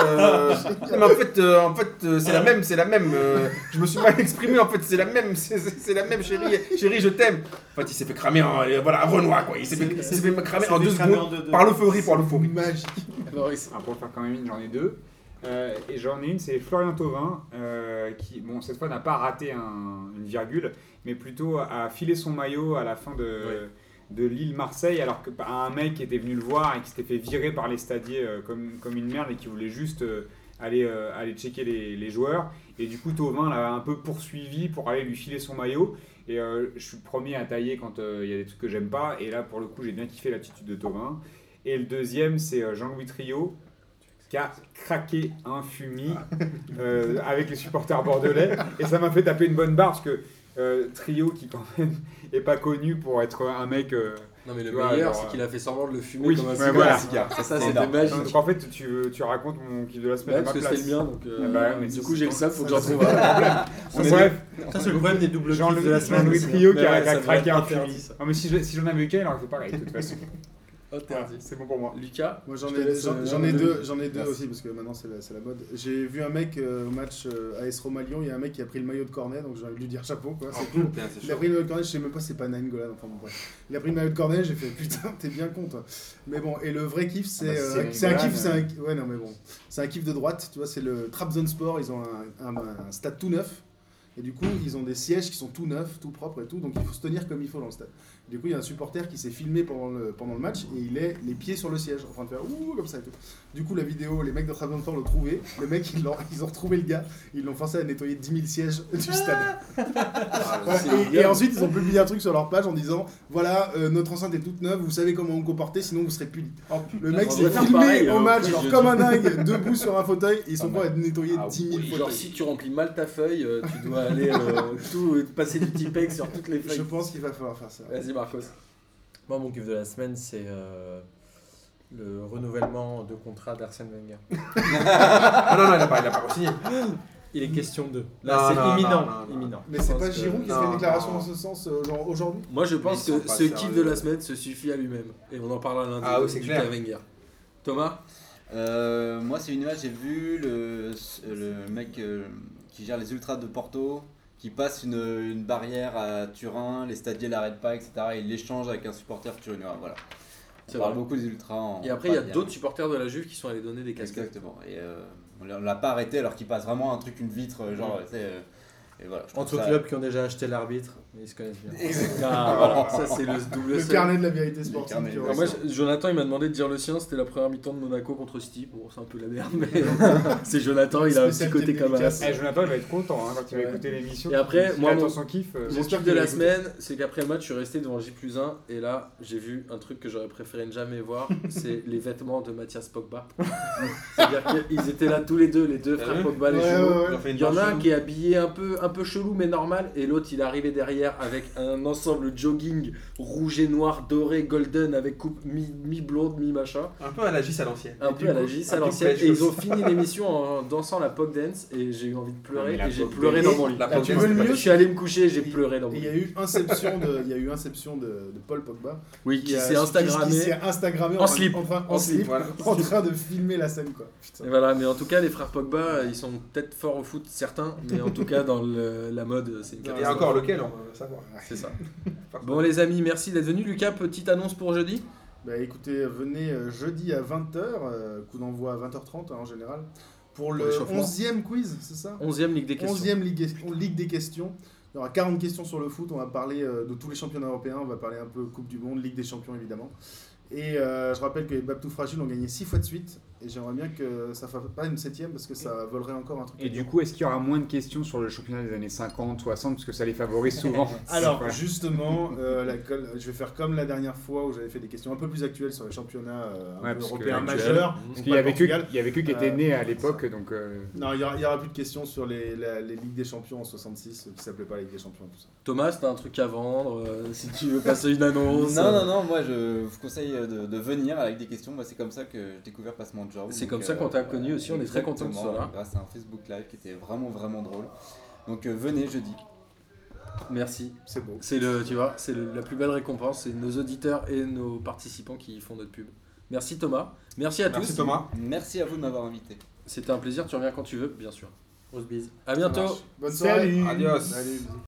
S3: Euh, mais en fait, euh, en fait euh, c'est la même, c'est la même. euh, je me suis mal exprimé, en fait, c'est la même, c'est- c'est c'est la même, chérie, chérie, je t'aime. En fait, il s'est fait cramer, en, euh, voilà, à Renoir, quoi. Il s'est fait, il s'est fait cramer en deux secondes par l'euphorie, par l'euphorie.
S5: Magique.
S2: Ah, pour faire quand même une, j'en ai deux. Euh, et j'en ai une, c'est Florian Thauvin, euh, qui, bon, cette fois n'a pas raté un- une virgule, mais plutôt a filé son maillot à la fin de, de Lille-Marseille, alors que bah, un mec qui était venu le voir et qui s'était fait virer par les stadiers euh, comme, comme une merde et qui voulait juste euh, aller, euh, aller checker les, les joueurs. Et du coup, Thauvin l'a un peu poursuivi pour aller lui filer son maillot. Et euh, je suis le premier à tailler quand euh, il y a des trucs que j'aime pas. Et là, pour le coup, j'ai bien kiffé l'attitude de Thauvin. Et le deuxième, c'est euh, Jean-Louis Trio qui a craqué un fumier euh, avec les supporters bordelais. Et ça m'a fait taper une bonne barre parce que euh, Trio, qui quand même est pas connu pour être un mec. euh,
S1: Non, mais le
S2: Tu vois,
S1: meilleur,
S2: alors,
S1: c'est qu'il a fait semblant de le fumer
S2: oui,
S1: comme un
S2: ouais,
S1: cigare.
S2: voilà.
S1: Ça, ça,
S6: C'est
S1: c'était
S6: énorme.
S1: magique.
S2: donc en fait, tu, tu racontes mon kiff de la semaine
S1: Ah, Ouais,
S2: à ma
S1: parce que
S2: place.
S1: c'était le mien, donc euh,
S2: Ah bah, mais
S1: du
S2: c'est-
S1: coup j'ai le
S2: c'est-
S1: ça, faut que
S5: ça,
S1: j'en
S5: c'est-
S1: trouve un.
S2: Bon, bref,
S4: Ça, c'est le problème des doubles
S2: Jean-Louis
S4: kiffs de la semaine.
S2: Jean-Louis
S4: c'est-
S2: Trio qui a,
S1: Ouais,
S2: qui a
S1: ça devrait
S2: craqué
S1: être
S2: un
S1: interdit,
S2: fumier.
S1: ça.
S2: Non, mais si j'en si j'en avais eu qu'un, il aurait fait pareil, de toute façon. Voilà,
S1: Interdit.
S2: c'est bon pour moi.
S1: Lucas,
S5: Moi j'en
S1: Je te
S5: ai,
S1: laisse,
S5: j'en-
S1: euh,
S5: j'en ai
S1: le-
S5: deux, j'en ai deux
S1: Merci.
S5: aussi parce que maintenant c'est la, c'est la mode. J'ai vu un mec euh, au match euh, AS Roma Lyon, il y a un mec qui a pris le maillot de cornet donc j'ai envie de lui dire chapeau quoi.
S3: Ah,
S5: c'est cool.
S3: Putain, c'est
S5: Il a
S3: chaud.
S5: pris le maillot de cornet, je sais même pas si c'est pas Nainggolan enfin bon bref. Il a pris le maillot de cornet, j'ai fait putain t'es bien con toi. Mais bon et le vrai kiff c'est
S2: Ah bah,
S5: euh,
S2: c'est hein.
S5: c'est un
S2: Nainggolan,
S5: kiff c'est un ouais non mais bon c'est un kiff de droite tu vois c'est le Trabzon Sport ils ont un, un- un stade tout neuf et du coup ils ont des sièges qui sont tout neufs tout propres et tout donc il faut se tenir comme il faut dans le stade. Du coup, il y a un supporter qui s'est filmé pendant le, pendant le match et il est les pieds sur le siège en train de faire ouh comme ça et tout. Du coup, la vidéo, les mecs de Travantor l'ont trouvé. Les mecs, ils, l'ont- ils ont retrouvé le gars. Ils l'ont forcé à nettoyer 10 000 sièges du stade.
S3: Ah,
S5: Voilà. Et- Et, ensuite, ils ont publié un truc sur leur page en disant voilà, euh, notre enceinte est toute neuve, vous savez comment vous comporter, sinon vous serez puni. le mec
S1: on
S5: s'est
S1: va faire
S5: filmé
S1: pareil,
S5: au
S1: hein,
S5: match,
S1: au
S5: genre
S1: PSG.
S5: comme un dingue, debout sur un fauteuil, et ils sont
S6: Ah,
S5: prêts à nettoyer
S6: Ah,
S5: 10 000
S1: Oui, genre,
S5: fauteuils.
S1: si tu remplis mal ta feuille, euh, tu dois aller euh, tout, euh, passer du Tipex sur toutes les
S5: Je
S1: feuilles.
S5: pense qu'il va falloir faire ça.
S1: Vas-y, Marcos.
S4: Moi, mon kiff de la semaine, c'est euh, le renouvellement de contrat d'Arsène Wenger.
S3: Ah non, non, il a pas, il a pas signé.
S4: Il est question de.
S3: Non,
S4: Là,
S3: non,
S4: c'est imminent.
S3: non, non, non.
S4: imminent.
S5: Mais
S1: Je
S5: c'est
S1: pense
S5: pas
S1: que-
S5: Giroud qui
S3: non,
S5: fait une déclaration
S3: non.
S5: en ce sens, euh, genre aujourd'hui
S1: Moi, je pense
S3: Mais ils
S1: que
S3: sont pas
S1: ce kiff
S3: sérieux.
S1: de la semaine se suffit à lui-même. Et on en parlera lundi
S3: Ah oui, c'est
S1: du
S3: clair.
S1: cas Wenger. Thomas
S6: Euh, moi, c'est une image, j'ai vu le, le mec euh, qui gère les ultras de Porto, qui passe une, une barrière à Turin, les stadiers l'arrêtent pas, etc. Et il l'échange avec un supporter turinois. Voilà.
S1: C'est
S6: On parle
S1: vrai.
S6: beaucoup des ultras en.
S1: Et après, il y a
S6: barrière.
S1: d'autres supporters de la Juve qui sont allés donner des casquettes.
S6: Exactement. Et euh, on l'a- on l'a pas arrêté alors qu'il passe vraiment un truc, une vitre, euh, genre,
S1: Ouais.
S6: tu sais, euh, et voilà. je trouve
S4: Entre
S6: ça-
S4: clubs qui ont déjà acheté l'arbitre, mais ils se connaissent bien.
S1: Ah, voilà, ça c'est le double
S5: Le
S1: seul.
S5: carnet de la vérité
S6: Le
S5: sportive.
S6: carnet,
S5: tu vois.
S1: Alors moi, je- Jonathan, il m'a demandé de dire le sien. C'était la première mi-temps de Monaco contre City. Bon, c'est un peu la merde, mais c'est Jonathan, il a un petit
S5: Spécial
S1: côté
S5: qui est
S1: comme
S5: délicat.
S2: Eh, Jonathan il va être content hein, quand il va
S5: Ouais.
S2: écouter l'émission.
S1: Et après,
S2: S'il
S1: moi,
S2: attend
S1: mon-
S2: son kiff. euh,
S1: Mon
S5: J'espère
S1: kiff
S5: qu'il
S1: de la
S5: va écouter.
S1: semaine, c'est qu'après le match, je suis resté devant J 1 et là, j'ai vu un truc que j'aurais préféré ne jamais voir, c'est les vêtements de Mathias Pogba. C'est-à-dire qu'ils étaient là tous les deux, les deux
S3: Ah
S1: frères Pogba, les
S5: Ouais,
S1: jumeaux.
S5: ouais, ouais.
S3: Il a fait une
S1: Il y en a
S3: barre
S1: un qui est habillé un peu, un peu chelou mais normal et l'autre il est arrivé derrière avec un ensemble jogging rouge et noir doré golden avec coupe mi- mi-blonde mi-machin
S3: chelou. Un peu à la gis à l'ancienne.
S1: un
S3: Et
S1: peu
S3: du
S1: à la
S3: coup,
S1: gis
S3: un
S1: à
S3: peu
S1: l'ancienne
S3: pêche
S1: et ils
S3: aussi.
S1: ont fini l'émission en dansant la pop dance et j'ai eu envie de
S2: Ah, mais
S1: pleurer
S2: la
S1: et j'ai
S2: pop
S1: pleuré
S5: dance.
S1: dans mon lit.
S3: La
S5: Ah, tu
S3: Pogba,
S5: veux
S3: c'est
S5: le
S3: pas
S5: mieux
S1: Je suis allé me coucher, j'ai pleuré dans
S5: Et
S1: mon
S5: Il y
S1: lit.
S5: a eu inception de, il y a eu inception de, de Paul Pogba
S1: Oui, qui
S5: a-
S1: s'est
S5: qui
S1: instagrammé.
S5: s'est instagrammé
S1: En
S5: train-
S1: slip.
S5: en, train- en
S1: En
S5: slip,
S1: slip,
S3: voilà.
S5: en train de filmer la scène quoi. Putain.
S1: Et voilà, mais en tout cas, les frères Pogba, ils sont peut-être forts au foot, certains, mais en tout cas, dans le- la mode, c'est une
S3: Et
S1: catastrophe.
S3: encore lequel, on va savoir.
S1: C'est ça. Bon, les amis, merci d'être venus. Lucas, petite annonce pour jeudi
S5: Bah écoutez, venez euh, jeudi à 20h, coup d'envoi à 20h30 hein, en général, pour le
S1: l'échauffement.
S5: 11e quiz, c'est ça
S1: 11ème Ligue des questions.
S5: 11e ligue, ligue des questions. Il y aura 40 questions sur le foot. On va parler euh, de tous les championnats européens. On va parler un peu Coupe du Monde, Ligue des Champions évidemment. Et euh, je rappelle que les Babtou Fragiles ont gagné 6 fois de suite. Et j'aimerais bien que ça ne fasse pas une 7 parce que ça volerait encore un truc.
S2: Et du coup, est-ce qu'il y aura moins de questions sur le championnat des années 50, 60, parce que ça les favorise souvent
S5: Alors
S2: Voilà.
S5: justement, euh, la col- je vais faire comme la dernière fois où j'avais fait des questions un peu plus actuelles sur les championnats euh, un
S2: Ouais,
S5: peu
S2: parce que
S5: européens
S2: actuel.
S5: majeurs.
S1: Parce
S5: donc
S2: Parce
S5: pas
S2: qu'il y
S5: le
S2: avait que,
S5: Portugal.
S2: il y avait que qui était
S5: Euh,
S2: né à l'époque, donc. euh,
S5: Non, il n'y aura, il y aura plus de questions sur les, la- les Ligues des Champions en 66, euh, qui s'appelait pas la Ligue des Champions. Tout ça.
S1: Thomas, t'as un truc à vendre, euh, si tu veux passer une annonce.
S6: Non,
S1: euh,
S6: non, non, moi je vous conseille euh, de, de venir avec des questions. Moi, c'est comme ça que j'ai découvert Passement de Job.
S1: C'est comme ça qu'on t'a connu aussi, on est très content que tu sois là.
S6: Grâce à un Facebook Live qui était vraiment, vraiment drôle. Donc euh, venez jeudi.
S1: Merci.
S5: C'est beau.
S1: C'est le, tu vois, c'est le- la plus belle récompense, c'est nos auditeurs et nos participants qui font notre pub. Merci Thomas, merci à
S3: Merci
S1: tous.
S3: Thomas.
S6: Merci à vous de m'avoir invité.
S1: C'était un plaisir, tu reviens quand tu veux, bien sûr. Grosse bise. À bientôt.
S5: Bonne soirée.
S2: Salut
S3: Adios.
S5: Salut.